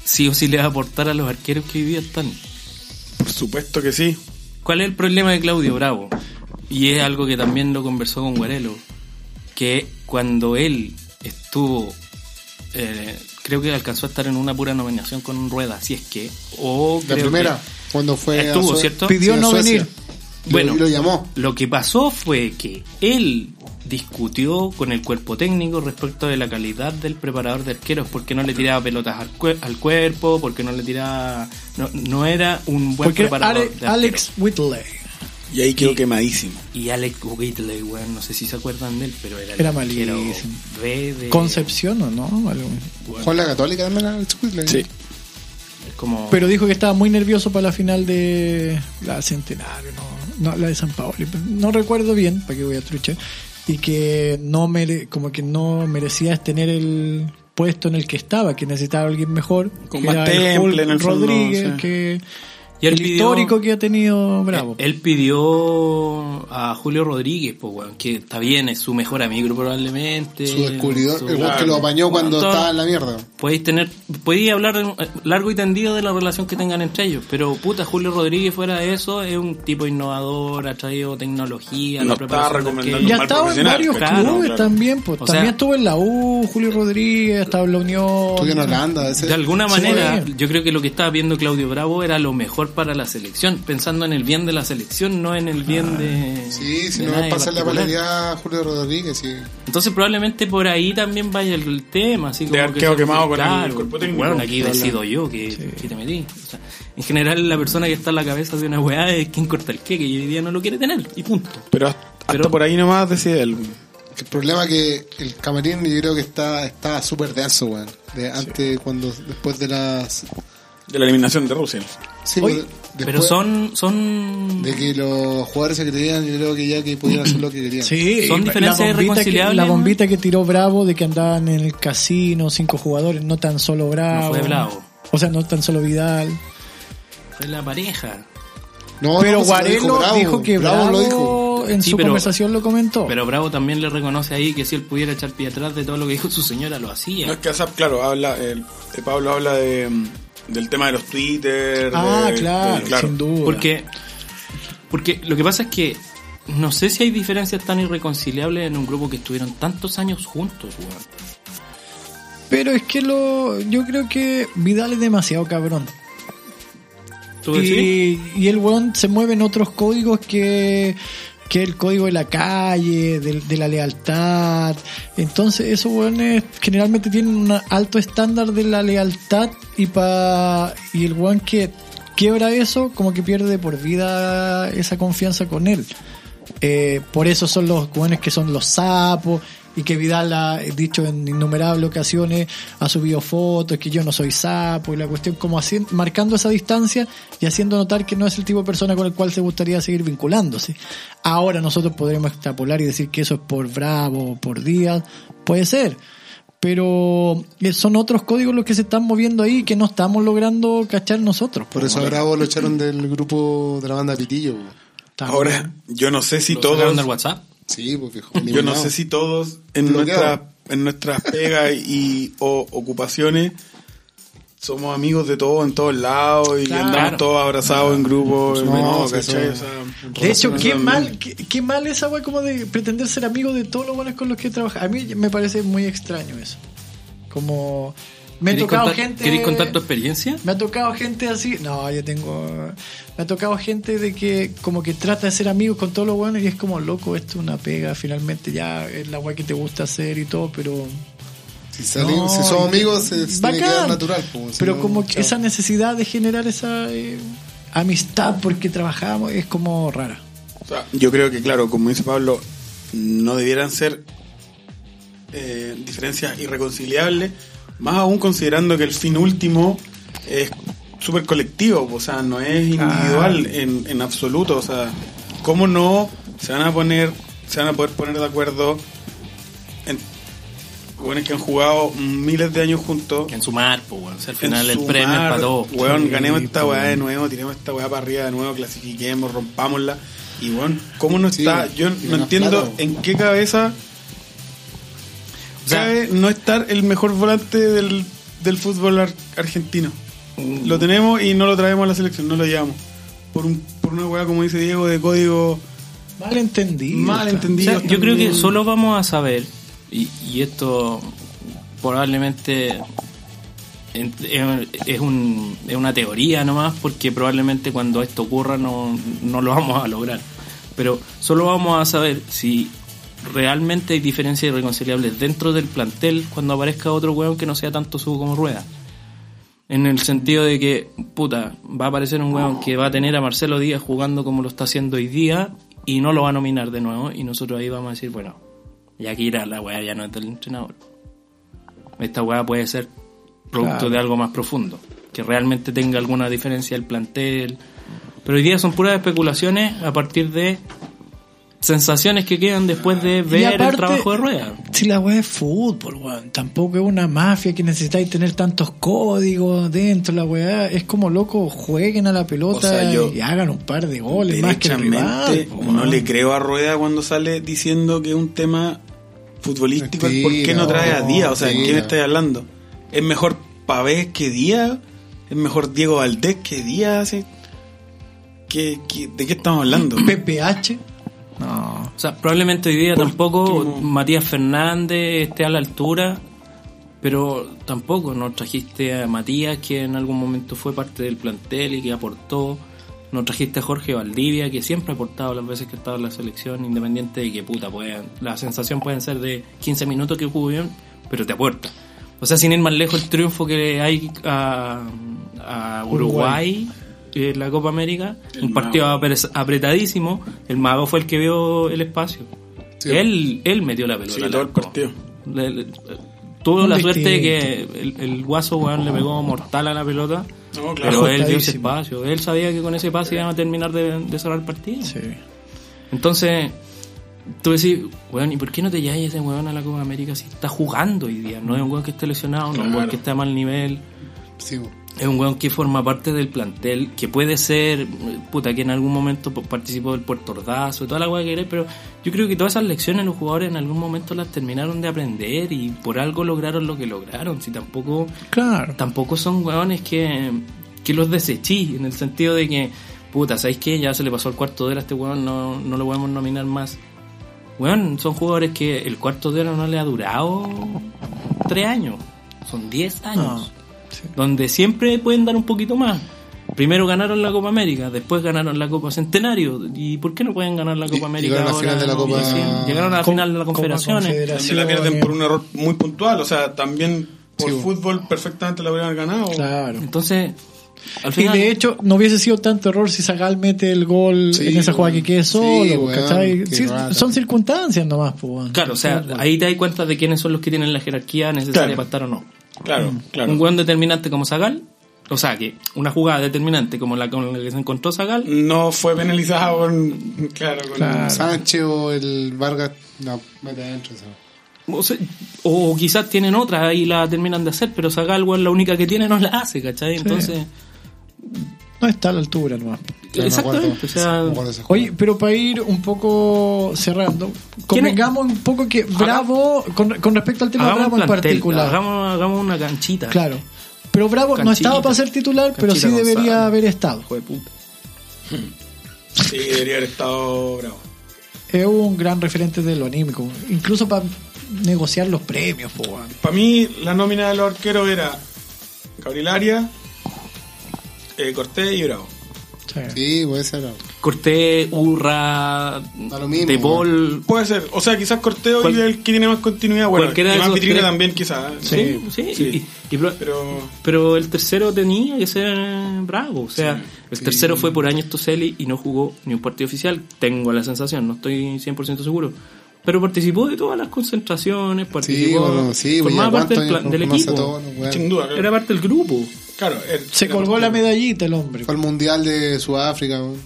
Speaker 2: sí o sí le va a aportar a los arqueros que hoy día están.
Speaker 5: por supuesto que sí.
Speaker 2: ¿Cuál es el problema de Claudio Bravo? Y es algo que también lo conversó con Guarelo, que cuando él estuvo, eh, creo que alcanzó a estar en una pura nominación con Rueda, si es que, o
Speaker 3: La
Speaker 2: creo que-
Speaker 3: primera, cuando fue. a
Speaker 2: Estuvo,
Speaker 3: Sue-
Speaker 2: ¿cierto?
Speaker 4: Pidió
Speaker 3: sí, a
Speaker 4: no
Speaker 3: Suecia.
Speaker 4: venir.
Speaker 3: Lo-
Speaker 2: Bueno.
Speaker 3: y lo llamó.
Speaker 2: Lo que pasó fue que él discutió con el cuerpo técnico respecto de la calidad del preparador de arqueros, porque no le tiraba pelotas al, cuer- al cuerpo, porque no le tiraba... No, no era un buen
Speaker 4: Porque
Speaker 2: preparador
Speaker 4: Ale-
Speaker 2: de arqueros.
Speaker 4: Alex Whitley
Speaker 5: Y ahí quedó quemadísimo.
Speaker 2: Y Alex Whitley, weón, no sé si se acuerdan de él, pero era, el
Speaker 4: Era
Speaker 2: arquero
Speaker 4: malísimo.
Speaker 2: B de-
Speaker 4: Concepción o no, Algo.
Speaker 3: Juan la Católica también era el Squidley.
Speaker 5: Sí.
Speaker 2: como-
Speaker 4: pero dijo que estaba muy nervioso para la final de la Centenario, no, no, la de San Paoli, no recuerdo bien, para que voy a truchar, y que no mere- como que no merecías tener el puesto en el que estaba, que necesitaba alguien mejor,
Speaker 5: Con
Speaker 4: que
Speaker 5: más
Speaker 4: era el
Speaker 5: temple
Speaker 4: Hulk
Speaker 5: en el fondo,
Speaker 4: Rodríguez,
Speaker 5: sí.
Speaker 4: que
Speaker 2: Y Eh, él
Speaker 4: el
Speaker 2: pidió-
Speaker 4: histórico que ha tenido Bravo.
Speaker 2: Él, él pidió a Julio Rodríguez, pues, weón, que está bien, es su mejor amigo probablemente.
Speaker 3: Su descubridor,
Speaker 2: Su-
Speaker 3: el weón que lo apañó cuando
Speaker 2: Todo-
Speaker 3: estaba en la mierda.
Speaker 2: Podéis tener, podéis hablar eh, largo y tendido de la relación que tengan entre ellos, pero puta, Julio Rodríguez fuera de eso es un tipo innovador, ha traído tecnología,
Speaker 5: No
Speaker 2: la
Speaker 5: está
Speaker 2: preparación de
Speaker 5: recomendando
Speaker 2: arquero.
Speaker 4: ya
Speaker 5: mal
Speaker 4: estaba en
Speaker 5: profesional,
Speaker 4: varios
Speaker 5: pero-
Speaker 2: eh, Claro,
Speaker 4: clubes
Speaker 5: claro.
Speaker 4: también, pues,
Speaker 2: O sea-
Speaker 4: también estuvo en la U, Julio Rodríguez, estaba en la Unión.
Speaker 3: Estuvo en Holanda. Ese,
Speaker 2: De alguna
Speaker 4: Sí.
Speaker 2: manera, yo creo que lo que estaba viendo Claudio Bravo era lo mejor para la selección, pensando en el bien de la selección, no en el bien de.
Speaker 3: Ah, Sí, si
Speaker 2: de
Speaker 3: no
Speaker 2: nadie
Speaker 3: me pasa la
Speaker 2: particular.
Speaker 3: palería a Julio Rodríguez, sí.
Speaker 2: Entonces, probablemente por ahí también vaya el, el tema. Así como
Speaker 5: haber quedado
Speaker 2: sea-
Speaker 5: quemado con el
Speaker 2: claro,
Speaker 5: cuerpo técnico.
Speaker 2: Bueno, aquí
Speaker 5: Habla.
Speaker 2: decido yo que, que te metí. O sea, en general, la persona que está en la cabeza de una weá es quien corta el queque y hoy día no lo quiere tener. Y punto.
Speaker 5: Pero hasta, hasta
Speaker 2: Pero-
Speaker 5: por ahí nomás decide él.
Speaker 3: El problema es que el camarín yo creo que está está súper denso, weón. De antes, cuando, después de las...
Speaker 5: De la eliminación de Rusia.
Speaker 3: Sí,
Speaker 4: Oye,
Speaker 3: pues, después
Speaker 2: Pero son. son
Speaker 3: De que los jugadores se creían, yo creo que ya que podían hacer lo que querían.
Speaker 4: Sí,
Speaker 2: Son
Speaker 4: y
Speaker 2: diferencias
Speaker 4: la bombita
Speaker 2: irreconciliables,
Speaker 4: que- La
Speaker 2: ¿no?
Speaker 4: bombita que tiró Bravo de que andaban en el casino cinco jugadores, no tan solo Bravo.
Speaker 2: No fue Bravo.
Speaker 4: O sea, no tan solo Vidal.
Speaker 2: Fue la pareja.
Speaker 3: No,
Speaker 4: pero
Speaker 3: no, se lo
Speaker 4: Guarelo dijo,
Speaker 3: Bravo,
Speaker 4: que Bravo,
Speaker 3: lo dijo.
Speaker 4: en
Speaker 2: Sí,
Speaker 4: su
Speaker 2: pero-
Speaker 4: conversación lo
Speaker 3: Oh.
Speaker 4: comentó.
Speaker 2: Pero Bravo también le reconoce ahí que si él pudiera echar pie atrás de todo lo que dijo su señora, lo
Speaker 5: No es
Speaker 2: hacía.
Speaker 5: que ASAP, claro, habla, el, el Pablo habla de, mm, del tema de los Twitter.
Speaker 4: ah,
Speaker 5: de-
Speaker 4: claro,
Speaker 5: de-
Speaker 4: sin duda.
Speaker 2: Porque, porque lo que pasa es que no sé si hay diferencias tan irreconciliables en un grupo que estuvieron tantos años juntos, weón.
Speaker 4: Pero es que lo, yo creo que Vidal es demasiado cabrón.
Speaker 2: ¿Tú decís?
Speaker 4: Y, y el weón se mueve en otros códigos que, que el código de la calle, del- de, la lealtad. Entonces esos weones generalmente tienen un alto estándar de la lealtad y, pa, y el weón que quiebra eso como que pierde por vida esa confianza con él. Eh, por eso son los weones que son los sapos y que Vidal ha dicho en innumerables ocasiones, ha subido fotos, que yo no soy sapo y la cuestión como haci- marcando esa distancia y haciendo notar que no es el tipo de persona con el cual se gustaría seguir vinculándose. Ahora nosotros podremos extrapolar y decir que eso es por Bravo, por Díaz, puede ser, Pero eh, son otros códigos los que se están moviendo ahí que no estamos logrando cachar nosotros.
Speaker 3: Por eso a Bravo lo echaron del grupo de la banda Pitillo. po.
Speaker 4: También.
Speaker 5: Ahora, yo no sé si
Speaker 2: ¿Lo sacaron del
Speaker 5: todos.
Speaker 2: WhatsApp?
Speaker 3: Sí, pues viejo.
Speaker 5: Yo no
Speaker 3: eliminado.
Speaker 5: sé si todos en
Speaker 3: Bloqueado.
Speaker 5: nuestras en nuestras pegas y o ocupaciones somos amigos de todos en todos lados y
Speaker 4: Claro.
Speaker 5: andamos todos abrazados en grupo.
Speaker 3: No,
Speaker 5: hermano,
Speaker 3: sí,
Speaker 5: ¿cachai?
Speaker 3: eso-
Speaker 5: O sea,
Speaker 4: De hecho, qué
Speaker 5: relación-
Speaker 4: mal, qué, qué mal esa wea como de pretender ser amigo de todos los buenos con los que trabaja. A mí me parece muy extraño eso. Como me ha
Speaker 2: ¿Queréis
Speaker 4: tocado
Speaker 2: contar,
Speaker 4: gente.
Speaker 2: queréis contar tu experiencia?
Speaker 4: Me ha tocado gente así. No, yo tengo. Me ha tocado gente de que como que trata de ser amigos con todos los buenos y es como loco, esto es una pega, finalmente ya es la weá que te gusta hacer y todo, pero.
Speaker 3: Si, salimos-
Speaker 4: No,
Speaker 3: si somos amigos, se, se tiene que
Speaker 4: bacán.
Speaker 3: dar natural. po, si
Speaker 4: pero
Speaker 3: no,
Speaker 4: como que
Speaker 3: chao.
Speaker 4: esa necesidad de generar esa eh, amistad porque trabajamos es como rara.
Speaker 5: O sea, yo creo que, claro, como dice Pablo, no debieran ser eh, diferencias irreconciliables, más aún considerando que el fin último es súper colectivo, o sea, no es individual en, en absoluto, o sea, ¿cómo no se van a poner, se van a poder poner de acuerdo en jóvenes que han jugado miles de años juntos?
Speaker 2: En sumar, pues, weón. Si al final
Speaker 5: en
Speaker 2: el premio es
Speaker 5: sumar,
Speaker 2: para todos.
Speaker 5: Weón, ganemos
Speaker 4: Sí,
Speaker 5: esta weá de nuevo, tiremos esta weá para arriba de nuevo, clasifiquemos, rompámosla. Y weón, ¿cómo no
Speaker 3: Sí,
Speaker 5: está?
Speaker 3: weón,
Speaker 5: Yo
Speaker 3: y
Speaker 5: no
Speaker 3: ganas
Speaker 5: entiendo
Speaker 3: plata, weón.
Speaker 5: en qué cabeza
Speaker 2: O sea,
Speaker 5: cabe no estar el mejor volante del, del fútbol ar- argentino. Lo tenemos y no lo traemos a la selección, no lo llevamos. Por, un, por una weá, como dice Diego, de código Mm.
Speaker 4: Mal entendido.
Speaker 5: mal entendido.
Speaker 2: O sea, yo creo que solo vamos a saber, y, y esto probablemente en- en- es, un- es una teoría nomás, porque probablemente cuando esto ocurra no, no lo vamos a lograr. Pero solo vamos a saber si realmente hay diferencias irreconciliables dentro del plantel cuando aparezca otro hueón que no sea tanto subo como rueda. En el sentido de que, puta, va a aparecer un weón que va a tener a Marcelo Díaz jugando como lo está haciendo hoy día y no lo va a nominar de nuevo. Y nosotros ahí vamos a decir, bueno, ya que irá, la weá ya no es del entrenador. Esta weá puede ser producto
Speaker 4: Claro.
Speaker 2: de algo más profundo, que realmente tenga alguna diferencia el plantel. Pero hoy día son puras especulaciones a partir de sensaciones que quedan después de ver el
Speaker 4: aparte-
Speaker 2: trabajo de rueda.
Speaker 4: Si la weá es fútbol, weón. Tampoco es una mafia que necesitáis tener tantos códigos dentro. La weá es como loco, jueguen a la pelota
Speaker 5: O sea, yo-
Speaker 4: y hagan un par de goles más que el rival,
Speaker 5: Derechamente,
Speaker 4: po,
Speaker 5: no
Speaker 4: weón.
Speaker 5: le creo a Rueda cuando sale diciendo que es un tema futbolístico.
Speaker 3: Mentira,
Speaker 5: ¿Por qué no trae a Díaz? O sea, ¿de
Speaker 3: mentira.
Speaker 5: quién estáis hablando? ¿Es mejor Pavés que Díaz? ¿Es mejor Diego Valdés que Díaz? ¿Sí? ¿Qué- qué- de qué estamos hablando?
Speaker 4: PPH. No.
Speaker 2: O sea, probablemente hoy día
Speaker 5: Por
Speaker 2: tampoco
Speaker 5: último.
Speaker 2: Matías Fernández esté a la altura, pero tampoco no trajiste a Matías, que en algún momento fue parte del plantel y que aportó. No trajiste a Jorge Valdivia, que siempre ha aportado las veces que ha estado en la selección, independiente de que puta, puedan, la sensación pueden ser de 15 minutos que jugó bien, pero te aporta. O sea, sin ir más lejos, el triunfo que hay a, a Uruguay en la Copa América, un partido apres- apretadísimo, el mago fue el que vio el espacio.
Speaker 3: Sí.
Speaker 2: Él, él metió la pelota.
Speaker 5: Sí,
Speaker 2: al
Speaker 5: todo el
Speaker 2: arco.
Speaker 5: partido.
Speaker 2: Le- le- tuvo
Speaker 4: Un
Speaker 2: la suerte de que
Speaker 4: distinto.
Speaker 2: el, el guaso weón, le pegó mortal a la pelota,
Speaker 5: No, claro.
Speaker 2: pero él vio ese
Speaker 4: Ajustadísimo.
Speaker 2: espacio. Él sabía que con ese pase iban a terminar de, de cerrar el partido.
Speaker 4: Sí.
Speaker 2: Entonces, tú decís, weón, ¿y por qué no te lleváis ese weón a la Copa América si está jugando hoy día? No es un weón que esté lesionado, no es un weón
Speaker 5: Claro.
Speaker 2: que está a mal nivel.
Speaker 3: Sí, po.
Speaker 2: Es un weón que forma parte del plantel, que puede ser, puta, que en algún momento po- participó del Puerto Ordazo, toda la weá que queréis, pero yo creo que todas esas lecciones los jugadores en algún momento las terminaron de aprender y por algo lograron lo que lograron. Si tampoco
Speaker 4: Claro.
Speaker 2: tampoco son hueones que, que los desechí, en el sentido de que, puta, ¿sabéis qué? Ya se le pasó el cuarto de hora a este hueón, no, no lo podemos nominar más. Hueón, son jugadores que el cuarto de hora no le ha durado tres años, son diez
Speaker 3: Ah,
Speaker 2: años, donde siempre pueden dar un poquito más. Primero ganaron la Copa América, después ganaron la Copa Centenario. ¿Y por qué no pueden ganar la
Speaker 3: Y-
Speaker 2: Copa América?
Speaker 3: llegaron a la
Speaker 2: ahora,
Speaker 3: final de la
Speaker 2: ¿no?
Speaker 3: Copa-
Speaker 2: Y así, Llegaron a la
Speaker 4: Com-
Speaker 2: final de la
Speaker 4: Copa
Speaker 2: Confederaciones.
Speaker 5: También la pierden por un error muy puntual. O sea, también por
Speaker 3: Sí, bueno.
Speaker 5: fútbol perfectamente la habrían ganado.
Speaker 4: Claro.
Speaker 2: Entonces, al
Speaker 4: Y
Speaker 2: final.
Speaker 4: de hecho, no hubiese sido tanto error si Zagal mete el gol
Speaker 3: Sí,
Speaker 4: en esa jugada que
Speaker 3: weón.
Speaker 4: quede
Speaker 3: Sí,
Speaker 4: solo,
Speaker 3: weón,
Speaker 4: ¿cachai?
Speaker 3: qué
Speaker 4: Sí,
Speaker 3: rata.
Speaker 4: son circunstancias nomás, po, weón.
Speaker 2: Claro, o sea, ahí te das cuenta de quiénes son los que tienen la jerarquía necesaria
Speaker 5: Claro.
Speaker 2: para estar o no.
Speaker 5: Claro, claro.
Speaker 2: Mm. Un buen determinante como Zagal, o sea, que una jugada determinante como la con la que se encontró Zagal,
Speaker 5: No fue penalizado con. Claro, con.
Speaker 4: Claro.
Speaker 3: Sánchez o el Vargas. No, mete adentro. esa.
Speaker 2: O, sea, o quizás tienen otra y la terminan de hacer, pero Zagalwa es la única que tiene, no la hace, ¿cachai? Entonces,
Speaker 4: No está a la altura nomás.
Speaker 3: Claro, me acuerdo.
Speaker 2: exactamente. O sea,
Speaker 3: Me acuerdo de ese juego.
Speaker 4: Oye, pero para ir un poco cerrando, convengamos un poco que Bravo, con, con respecto al tema
Speaker 2: hagamos,
Speaker 4: Bravo
Speaker 2: un
Speaker 4: en
Speaker 2: plantel,
Speaker 4: particular.
Speaker 2: hagamos, hagamos una canchita.
Speaker 4: Claro. Pero Bravo no
Speaker 2: Canchita.
Speaker 4: estaba para ser titular, pero sí
Speaker 2: Canchita
Speaker 4: debería
Speaker 2: González.
Speaker 4: haber estado.
Speaker 2: Hijo de puta.
Speaker 5: Sí, debería haber estado bravo.
Speaker 4: Es un gran referente de lo anímico, incluso para negociar los premios. po, weón.
Speaker 5: Para mí, la nómina de los arqueros era Gabriel Arias, eh, Cortés y Bravo.
Speaker 4: Sí.
Speaker 3: Sí, puede ser. algo.
Speaker 2: Corté, Urra,
Speaker 3: lo mismo,
Speaker 2: De Paul.
Speaker 5: Puede ser, o sea, quizás Cortés hoy
Speaker 2: Cual-
Speaker 5: es el que tiene más continuidad. Bueno,
Speaker 2: Cualquiera
Speaker 5: y
Speaker 2: de
Speaker 5: más
Speaker 2: esos
Speaker 5: vitrina
Speaker 2: tres.
Speaker 5: también, quizás. ¿eh?
Speaker 2: Sí, sí.
Speaker 5: sí.
Speaker 2: y- y pro- pero,
Speaker 5: Pero
Speaker 2: el tercero tenía que ser bravo. O sea, el tercero fue por años Toselli y no jugó ni un partido oficial. Tengo la sensación, no estoy 100% seguro. Pero participó de todas las concentraciones,
Speaker 3: Sí,
Speaker 2: participó.
Speaker 3: bueno, sí, güey,
Speaker 2: formaba parte
Speaker 3: ¿cuántos
Speaker 2: del,
Speaker 3: años
Speaker 2: plan- del
Speaker 3: conoce a
Speaker 2: equipo.
Speaker 3: todos los weones?
Speaker 5: sin duda, claro.
Speaker 2: Era parte del grupo.
Speaker 5: claro, el-
Speaker 4: Se
Speaker 5: era-
Speaker 4: colgó la medallita el hombre.
Speaker 3: Fue al Mundial de Sudáfrica, güey,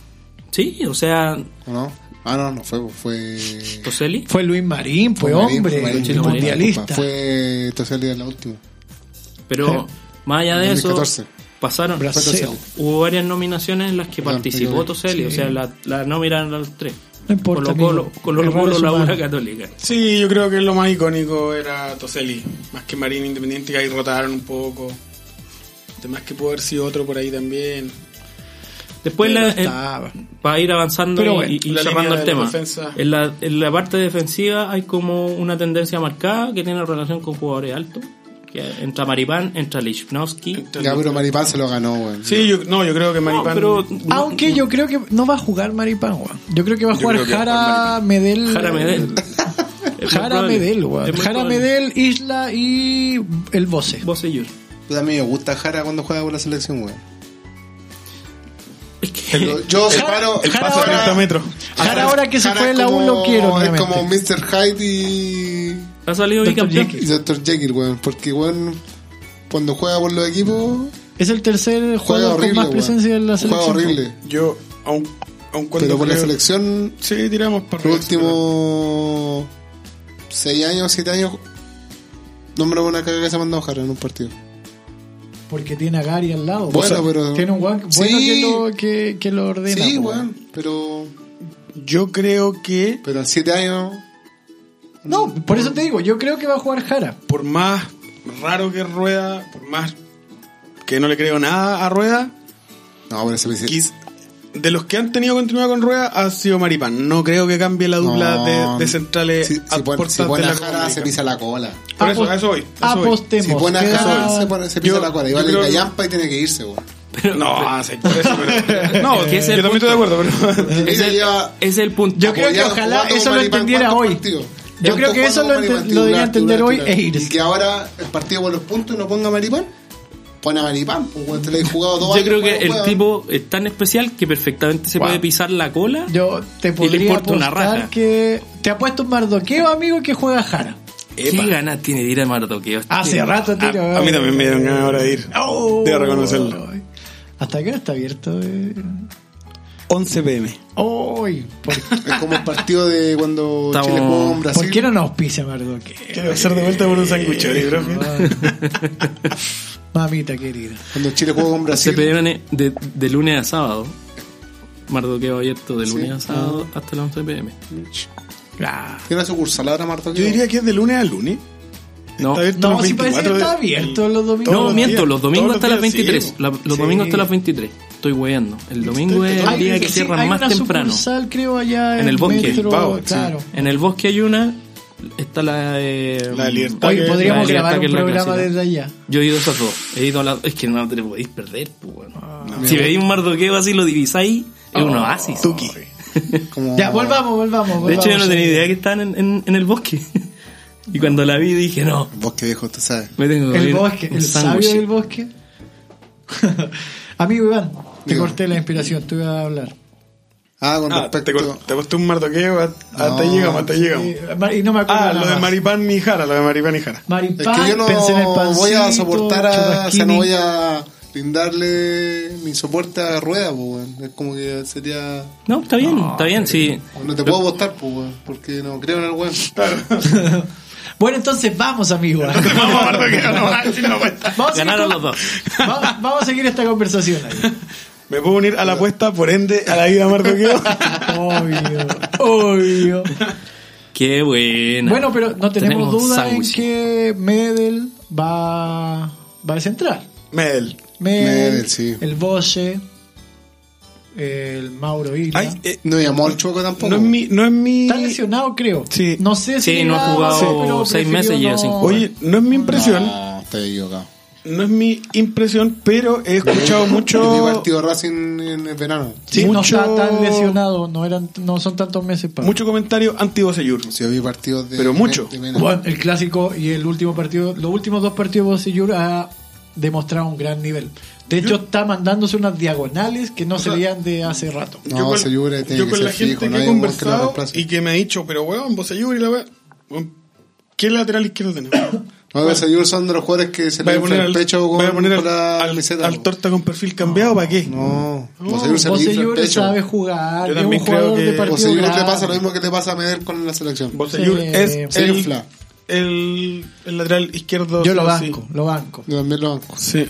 Speaker 2: Sí, o sea,
Speaker 3: ¿o no? Ah, no, no fue, fue...
Speaker 2: Toselli.
Speaker 4: Fue Luis Marín, fue,
Speaker 3: Marín,
Speaker 4: hombre,
Speaker 3: Marín,
Speaker 2: Chile
Speaker 3: disculpa,
Speaker 4: mundialista.
Speaker 3: disculpa, Fue tercer día de la última.
Speaker 2: Pero más allá de eso,
Speaker 3: 2014.
Speaker 2: pasaron.
Speaker 4: Braseo.
Speaker 2: Hubo varias nominaciones en las que
Speaker 3: Perdón, me
Speaker 2: participó
Speaker 3: equivoqué.
Speaker 2: Toselli. O sea, la, la nominaron a los tres.
Speaker 4: No importa,
Speaker 2: Colocó,
Speaker 4: amigo.
Speaker 2: Colo,
Speaker 4: Errores
Speaker 2: Colo, la
Speaker 4: humanos.
Speaker 2: una católica.
Speaker 5: Sí, yo creo que lo más icónico era Toselli, más que Marín Independiente, que ahí rotaron un poco. Además que pudo haber sido otro por ahí también.
Speaker 2: Después,
Speaker 4: Pero
Speaker 2: la, eh,
Speaker 4: estaba.
Speaker 2: para ir avanzando
Speaker 4: Pero
Speaker 2: y-
Speaker 4: bueno,
Speaker 2: y, y
Speaker 5: la
Speaker 2: cerrando
Speaker 5: línea
Speaker 2: el
Speaker 5: de la
Speaker 2: tema,
Speaker 5: defensa.
Speaker 2: en la, en la parte defensiva hay como una tendencia marcada que tiene relación con jugadores altos. Que entra Maripán, entra Lichnowsky.
Speaker 5: Entonces,
Speaker 3: Ya, pero Maripán se lo ganó, güey.
Speaker 5: sí, yo, no, yo creo que
Speaker 2: No,
Speaker 5: Maripán...
Speaker 2: pero
Speaker 4: Aunque yo creo que no va a jugar Maripán, weón. Yo creo que va a
Speaker 5: Yo
Speaker 4: jugar
Speaker 5: creo que va a
Speaker 4: Jara,
Speaker 5: jugar
Speaker 4: Medel. eh,
Speaker 2: Jara Medel. Es muy
Speaker 4: Jara
Speaker 2: probable.
Speaker 4: Medel,
Speaker 2: Es
Speaker 4: weón.
Speaker 2: muy
Speaker 4: Jara
Speaker 2: probable.
Speaker 4: Medel, Isla y el Boce.
Speaker 2: Vos y yo.
Speaker 3: Pues a mí me gusta Jara cuando juega por la selección, güey.
Speaker 2: Es que-
Speaker 3: Yo separo...
Speaker 5: el
Speaker 4: Jara
Speaker 5: paso a
Speaker 4: ahora-
Speaker 5: 30 metros.
Speaker 4: Jara ahora que se
Speaker 3: Jara
Speaker 4: fue de
Speaker 3: es
Speaker 4: la U
Speaker 3: como-
Speaker 4: lo quiero.
Speaker 3: Es
Speaker 4: nuevamente.
Speaker 3: como Mr. Hyde y...
Speaker 2: ha salido
Speaker 4: Dr.
Speaker 2: bicampeón.
Speaker 4: Jekyll.
Speaker 3: y Dr. Jekyll, güey. Porque, güey, cuando juega por los equipos,
Speaker 4: Es el tercer
Speaker 3: juega
Speaker 4: jugador
Speaker 3: horrible,
Speaker 4: con más
Speaker 3: güey.
Speaker 4: presencia en la selección.
Speaker 3: Juega horrible.
Speaker 5: Yo, aun, aun cuando...
Speaker 3: Pero por la
Speaker 5: creo-
Speaker 3: selección,
Speaker 5: Sí, tiramos para
Speaker 3: los
Speaker 5: arriba, sí,
Speaker 3: últimos 6 años, 7 años, nombra una caga que se ha mandado Jara en un partido.
Speaker 4: Porque tiene a Gary al lado.
Speaker 3: Bueno, pero-
Speaker 4: Tiene un guan
Speaker 3: Sí.
Speaker 4: bueno que, lo, que, que lo ordena.
Speaker 3: sí,
Speaker 4: weón.
Speaker 3: weón, pero,
Speaker 5: pero- Yo creo que
Speaker 3: pero en 7 años.
Speaker 4: No, por eso te digo, yo creo que va a jugar Jara.
Speaker 5: por más raro que Rueda, por más que no le creo nada a Rueda,
Speaker 3: No, pero se me dice.
Speaker 5: quiz- de los que han tenido continuidad con Rueda ha sido Maripán. No creo que cambie la dupla
Speaker 3: No,
Speaker 5: de, de centrales
Speaker 3: Si, si
Speaker 5: a
Speaker 3: pone,
Speaker 5: puertas
Speaker 3: si pone
Speaker 5: de
Speaker 3: a
Speaker 5: la
Speaker 3: Jara, se
Speaker 5: Copa
Speaker 3: pisa la cola.
Speaker 5: América. Por eso, a eso voy. a eso voy.
Speaker 4: Apostemos.
Speaker 3: Si pone a
Speaker 4: queda-
Speaker 3: Jara, se, pone- se pisa
Speaker 5: Yo-
Speaker 3: la cola. Y
Speaker 5: yo
Speaker 3: vale
Speaker 5: creo-
Speaker 3: la yampa y tiene que irse, weón.
Speaker 5: No, sí, por eso, pero- No,
Speaker 2: Es que ese
Speaker 5: yo
Speaker 2: es el
Speaker 5: también estoy de acuerdo, pero.
Speaker 3: Ella lleva.
Speaker 2: Ese es el punto.
Speaker 4: Yo creo que
Speaker 3: apoyado
Speaker 4: ojalá
Speaker 3: jugando
Speaker 4: eso
Speaker 3: con
Speaker 4: lo
Speaker 3: Maripán,
Speaker 4: entendiera
Speaker 3: ¿cuántos
Speaker 4: hoy.
Speaker 3: partidos?
Speaker 4: Yo creo que
Speaker 3: ¿Cuántos
Speaker 4: eso
Speaker 3: jugando
Speaker 4: lo
Speaker 3: con
Speaker 4: ente-
Speaker 3: Maripán?
Speaker 4: lo
Speaker 3: Titular,
Speaker 4: debería entender
Speaker 3: titular,
Speaker 4: hoy
Speaker 3: titular.
Speaker 4: e irse.
Speaker 3: Y que ahora el partido por los puntos y no ponga Maripán. Pone a Maripán, pues weón, te lo he jugado dos
Speaker 2: Yo
Speaker 3: años,
Speaker 2: creo que
Speaker 3: weón,
Speaker 2: el
Speaker 3: weón.
Speaker 2: tipo es tan especial que perfectamente se
Speaker 4: Wow.
Speaker 2: puede pisar la cola.
Speaker 4: Yo te podría
Speaker 2: importa una
Speaker 4: apostar
Speaker 2: raja.
Speaker 4: que te apuesto un mardoqueo, amigo, que juega Jara.
Speaker 2: ¿Qué ganas tiene de ir a Mardoqueo? este
Speaker 4: Hace rato tiro.
Speaker 5: Ah,
Speaker 4: eh.
Speaker 5: A, a mí también me dieron ganas ahora de ir.
Speaker 4: Oh.
Speaker 5: Debo reconocerlo.
Speaker 4: ¿Hasta qué hora está abierto? eh?
Speaker 5: 11 pm.
Speaker 4: Hoy. ¿por,
Speaker 3: Es como el partido de cuando
Speaker 2: Estamos-
Speaker 3: Chile jugó con Brasil.
Speaker 4: por qué no nos pisa mardoqueo?
Speaker 5: Quiero hacer de vuelta por un sándwich, bro.
Speaker 4: Mamita querida.
Speaker 3: Cuando Chile jugó con
Speaker 2: Se
Speaker 3: Brasil.
Speaker 2: piden de, de lunes a sábado. Mardoqueo abierto de lunes
Speaker 3: Sí.
Speaker 2: a sábado hasta las 11 pm.
Speaker 4: Ah.
Speaker 3: Tiene una sucursal ahora, Marta.
Speaker 5: Yo diría que es de lunes a lunes.
Speaker 2: No,
Speaker 5: Está abierto
Speaker 4: No,
Speaker 5: los
Speaker 4: si parece que
Speaker 5: 24 de-
Speaker 4: está abierto los domingos.
Speaker 5: todos
Speaker 2: no
Speaker 5: los
Speaker 2: miento,
Speaker 5: días,
Speaker 2: los
Speaker 5: todos
Speaker 2: domingos
Speaker 5: los
Speaker 2: hasta las
Speaker 5: días,
Speaker 2: 23.
Speaker 5: sí,
Speaker 2: La- los
Speaker 4: Sí.
Speaker 2: domingos hasta las 23. Estoy hueveando. El domingo es el
Speaker 4: Hay-
Speaker 2: día que
Speaker 4: sí,
Speaker 2: cierran
Speaker 4: hay
Speaker 2: más
Speaker 4: una
Speaker 2: temprano.
Speaker 4: sucursal, creo, allá
Speaker 2: En
Speaker 4: en,
Speaker 2: el bosque.
Speaker 4: metro,
Speaker 5: Pavo, sí.
Speaker 4: claro.
Speaker 2: En el bosque hay una. Está la de.
Speaker 5: La de Libertad.
Speaker 4: Oye,
Speaker 5: que-
Speaker 4: podríamos
Speaker 2: la libertad
Speaker 4: grabar
Speaker 2: que
Speaker 4: un
Speaker 2: es la
Speaker 4: programa
Speaker 2: clásica.
Speaker 4: desde allá.
Speaker 2: Yo he ido a esas dos. He ido a las. Es que no te lo podéis perder, pues, bueno.
Speaker 5: Ah,
Speaker 2: Si veis un mardoqueo así, lo divisáis.
Speaker 5: Oh,
Speaker 2: Es un oasis. Oh,
Speaker 3: Como...
Speaker 4: Ya, volvamos, volvamos.
Speaker 2: De
Speaker 4: volvamos.
Speaker 2: hecho, yo no tenía idea que estaban en, en- en el bosque. Y cuando la vi dije, no,
Speaker 3: El bosque viejo, tú sabes.
Speaker 2: me tengo que
Speaker 4: El
Speaker 2: ir
Speaker 4: bosque,
Speaker 2: un
Speaker 4: el
Speaker 2: sándwich.
Speaker 4: sabio del bosque. Amigo Iván, te
Speaker 3: Digo.
Speaker 4: corté la inspiración, tú ibas a hablar.
Speaker 3: Ah, con
Speaker 5: Ah, te,
Speaker 3: respecto.
Speaker 5: cor- te costó un martoqueo, hasta
Speaker 3: No,
Speaker 5: llegamos, hasta llegamos.
Speaker 4: Eh, Mar- Y no me acuerdo.
Speaker 5: Ah,
Speaker 4: nada
Speaker 5: lo de
Speaker 4: más.
Speaker 5: Maripán y Jara, lo de Maripán y Jara.
Speaker 3: Es
Speaker 4: Maripán,
Speaker 3: que yo no
Speaker 4: pensé en el pancito,
Speaker 3: voy a soportar a. O sea, no
Speaker 4: churrasquini.
Speaker 3: voy a brindarle mi soporte a Rueda, pues, weón. Es como que sería.
Speaker 2: No, está
Speaker 4: eh.
Speaker 2: bien, está bien, sí.
Speaker 3: No te puedo votar, pues, weón. Porque no creo en el weón.
Speaker 4: Bueno, entonces vamos, amigos.
Speaker 5: Vamos, Bardo, que no nos va a decir la apuesta.
Speaker 4: Vamos a seguir
Speaker 2: Ganaron los
Speaker 4: con-
Speaker 2: dos.
Speaker 4: Va- vamos a seguir esta conversación. ahí.
Speaker 5: Me puedo unir a la apuesta, por ende, a la vida Mardoqueo.
Speaker 4: Obvio, obvio.
Speaker 2: Qué buena.
Speaker 4: Bueno, pero no tenemos,
Speaker 2: Tenemos
Speaker 4: duda en
Speaker 2: sándwich.
Speaker 4: que Medel va, va a centrar.
Speaker 5: Medel.
Speaker 4: Medel,
Speaker 3: Medel, sí.
Speaker 4: el Boche, el Mauro Isla.
Speaker 5: Ay, eh,
Speaker 3: No llamó al Chueco tampoco.
Speaker 5: no es mi. No es mi...
Speaker 4: Está lesionado, creo.
Speaker 5: Sí.
Speaker 4: No sé si.
Speaker 2: Sí, no ha
Speaker 4: llegaba,
Speaker 2: jugado
Speaker 4: sí, pero
Speaker 2: seis
Speaker 4: prefirió
Speaker 2: meses y lleva
Speaker 4: no-
Speaker 2: sin jugar.
Speaker 5: Oye, no es mi impresión.
Speaker 3: No, está equivocado.
Speaker 5: No es mi impresión, pero he escuchado
Speaker 3: Mi
Speaker 5: mucho,
Speaker 3: partido Racing en el verano.
Speaker 5: Sí,
Speaker 4: no
Speaker 5: mucho-
Speaker 4: está tan lesionado, no eran, no son tantos meses para.
Speaker 5: mucho comentario anti-Bocellur.
Speaker 3: Si yo vi partidos de.
Speaker 5: Pero mucho.
Speaker 3: de menos.
Speaker 4: Bueno, el clásico y el último partido, los últimos dos partidos de Bocellur ha demostrado un gran nivel. De hecho, está mandándose unas diagonales que no se veían de hace rato.
Speaker 3: No, Bocellur tiene que
Speaker 5: con
Speaker 3: ser
Speaker 5: la gente
Speaker 3: fijo, no
Speaker 5: que
Speaker 3: hay
Speaker 5: he
Speaker 3: un buen que lo
Speaker 5: conversado
Speaker 3: reemplace.
Speaker 5: y que me ha dicho, pero weón, Bocellur y la weón. ¿Qué lateral izquierdo tenemos?
Speaker 3: No, bueno. son de los jugadores que se
Speaker 5: Voy
Speaker 3: le
Speaker 5: a poner,
Speaker 3: infla el
Speaker 5: al-
Speaker 3: pecho con,
Speaker 5: voy a poner
Speaker 3: con
Speaker 5: al,
Speaker 3: la
Speaker 5: al-
Speaker 3: camiseta.
Speaker 5: al torta con perfil cambiado, ¿para qué?
Speaker 3: no, Bocellur se le infla el
Speaker 4: Bocellur
Speaker 3: pecho.
Speaker 4: sabe jugar,
Speaker 5: Yo
Speaker 4: es un
Speaker 5: también creo
Speaker 4: jugador
Speaker 5: que
Speaker 4: de partido
Speaker 3: Bocellur le
Speaker 4: grande.
Speaker 3: pasa lo mismo que le pasa a Medel con la selección.
Speaker 5: Bocellur
Speaker 4: Sí.
Speaker 5: es
Speaker 4: Se
Speaker 5: el,
Speaker 3: infla.
Speaker 5: el, el lateral izquierdo.
Speaker 4: Yo lo
Speaker 5: sí.
Speaker 4: banco, lo banco.
Speaker 3: Yo también lo banco.
Speaker 5: Sí.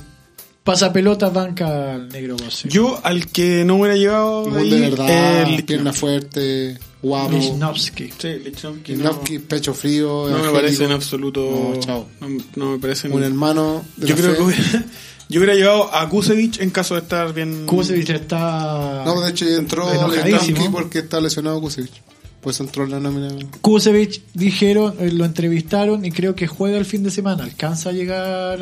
Speaker 4: Pasa pelota, banca al negro Bocellur.
Speaker 5: Yo al que no hubiera llegado
Speaker 3: Gol de
Speaker 5: ahí,
Speaker 3: verdad,
Speaker 5: el-
Speaker 3: pierna fuerte, guapo.
Speaker 4: Lichnowsky.
Speaker 5: Sí, Lichnowsky no-
Speaker 3: Lichnowsky, pecho frío.
Speaker 5: No me
Speaker 3: evangélico.
Speaker 5: parece en absoluto.
Speaker 3: No, chao.
Speaker 5: No, no me parece.
Speaker 3: Un
Speaker 5: ni-
Speaker 3: hermano. de
Speaker 5: Yo
Speaker 3: la
Speaker 5: creo
Speaker 3: fe.
Speaker 5: que hubiera, yo hubiera llegado a Kusevich en caso de estar bien.
Speaker 4: Kusevich está.
Speaker 3: No, de hecho ya entró
Speaker 4: Enojadísimo.
Speaker 3: Lichnowsky porque está lesionado Kusevich. Pues entró en la nómina.
Speaker 4: Kusevich dijeron, eh, lo entrevistaron y creo que juega el fin de semana. Alcanza a llegar.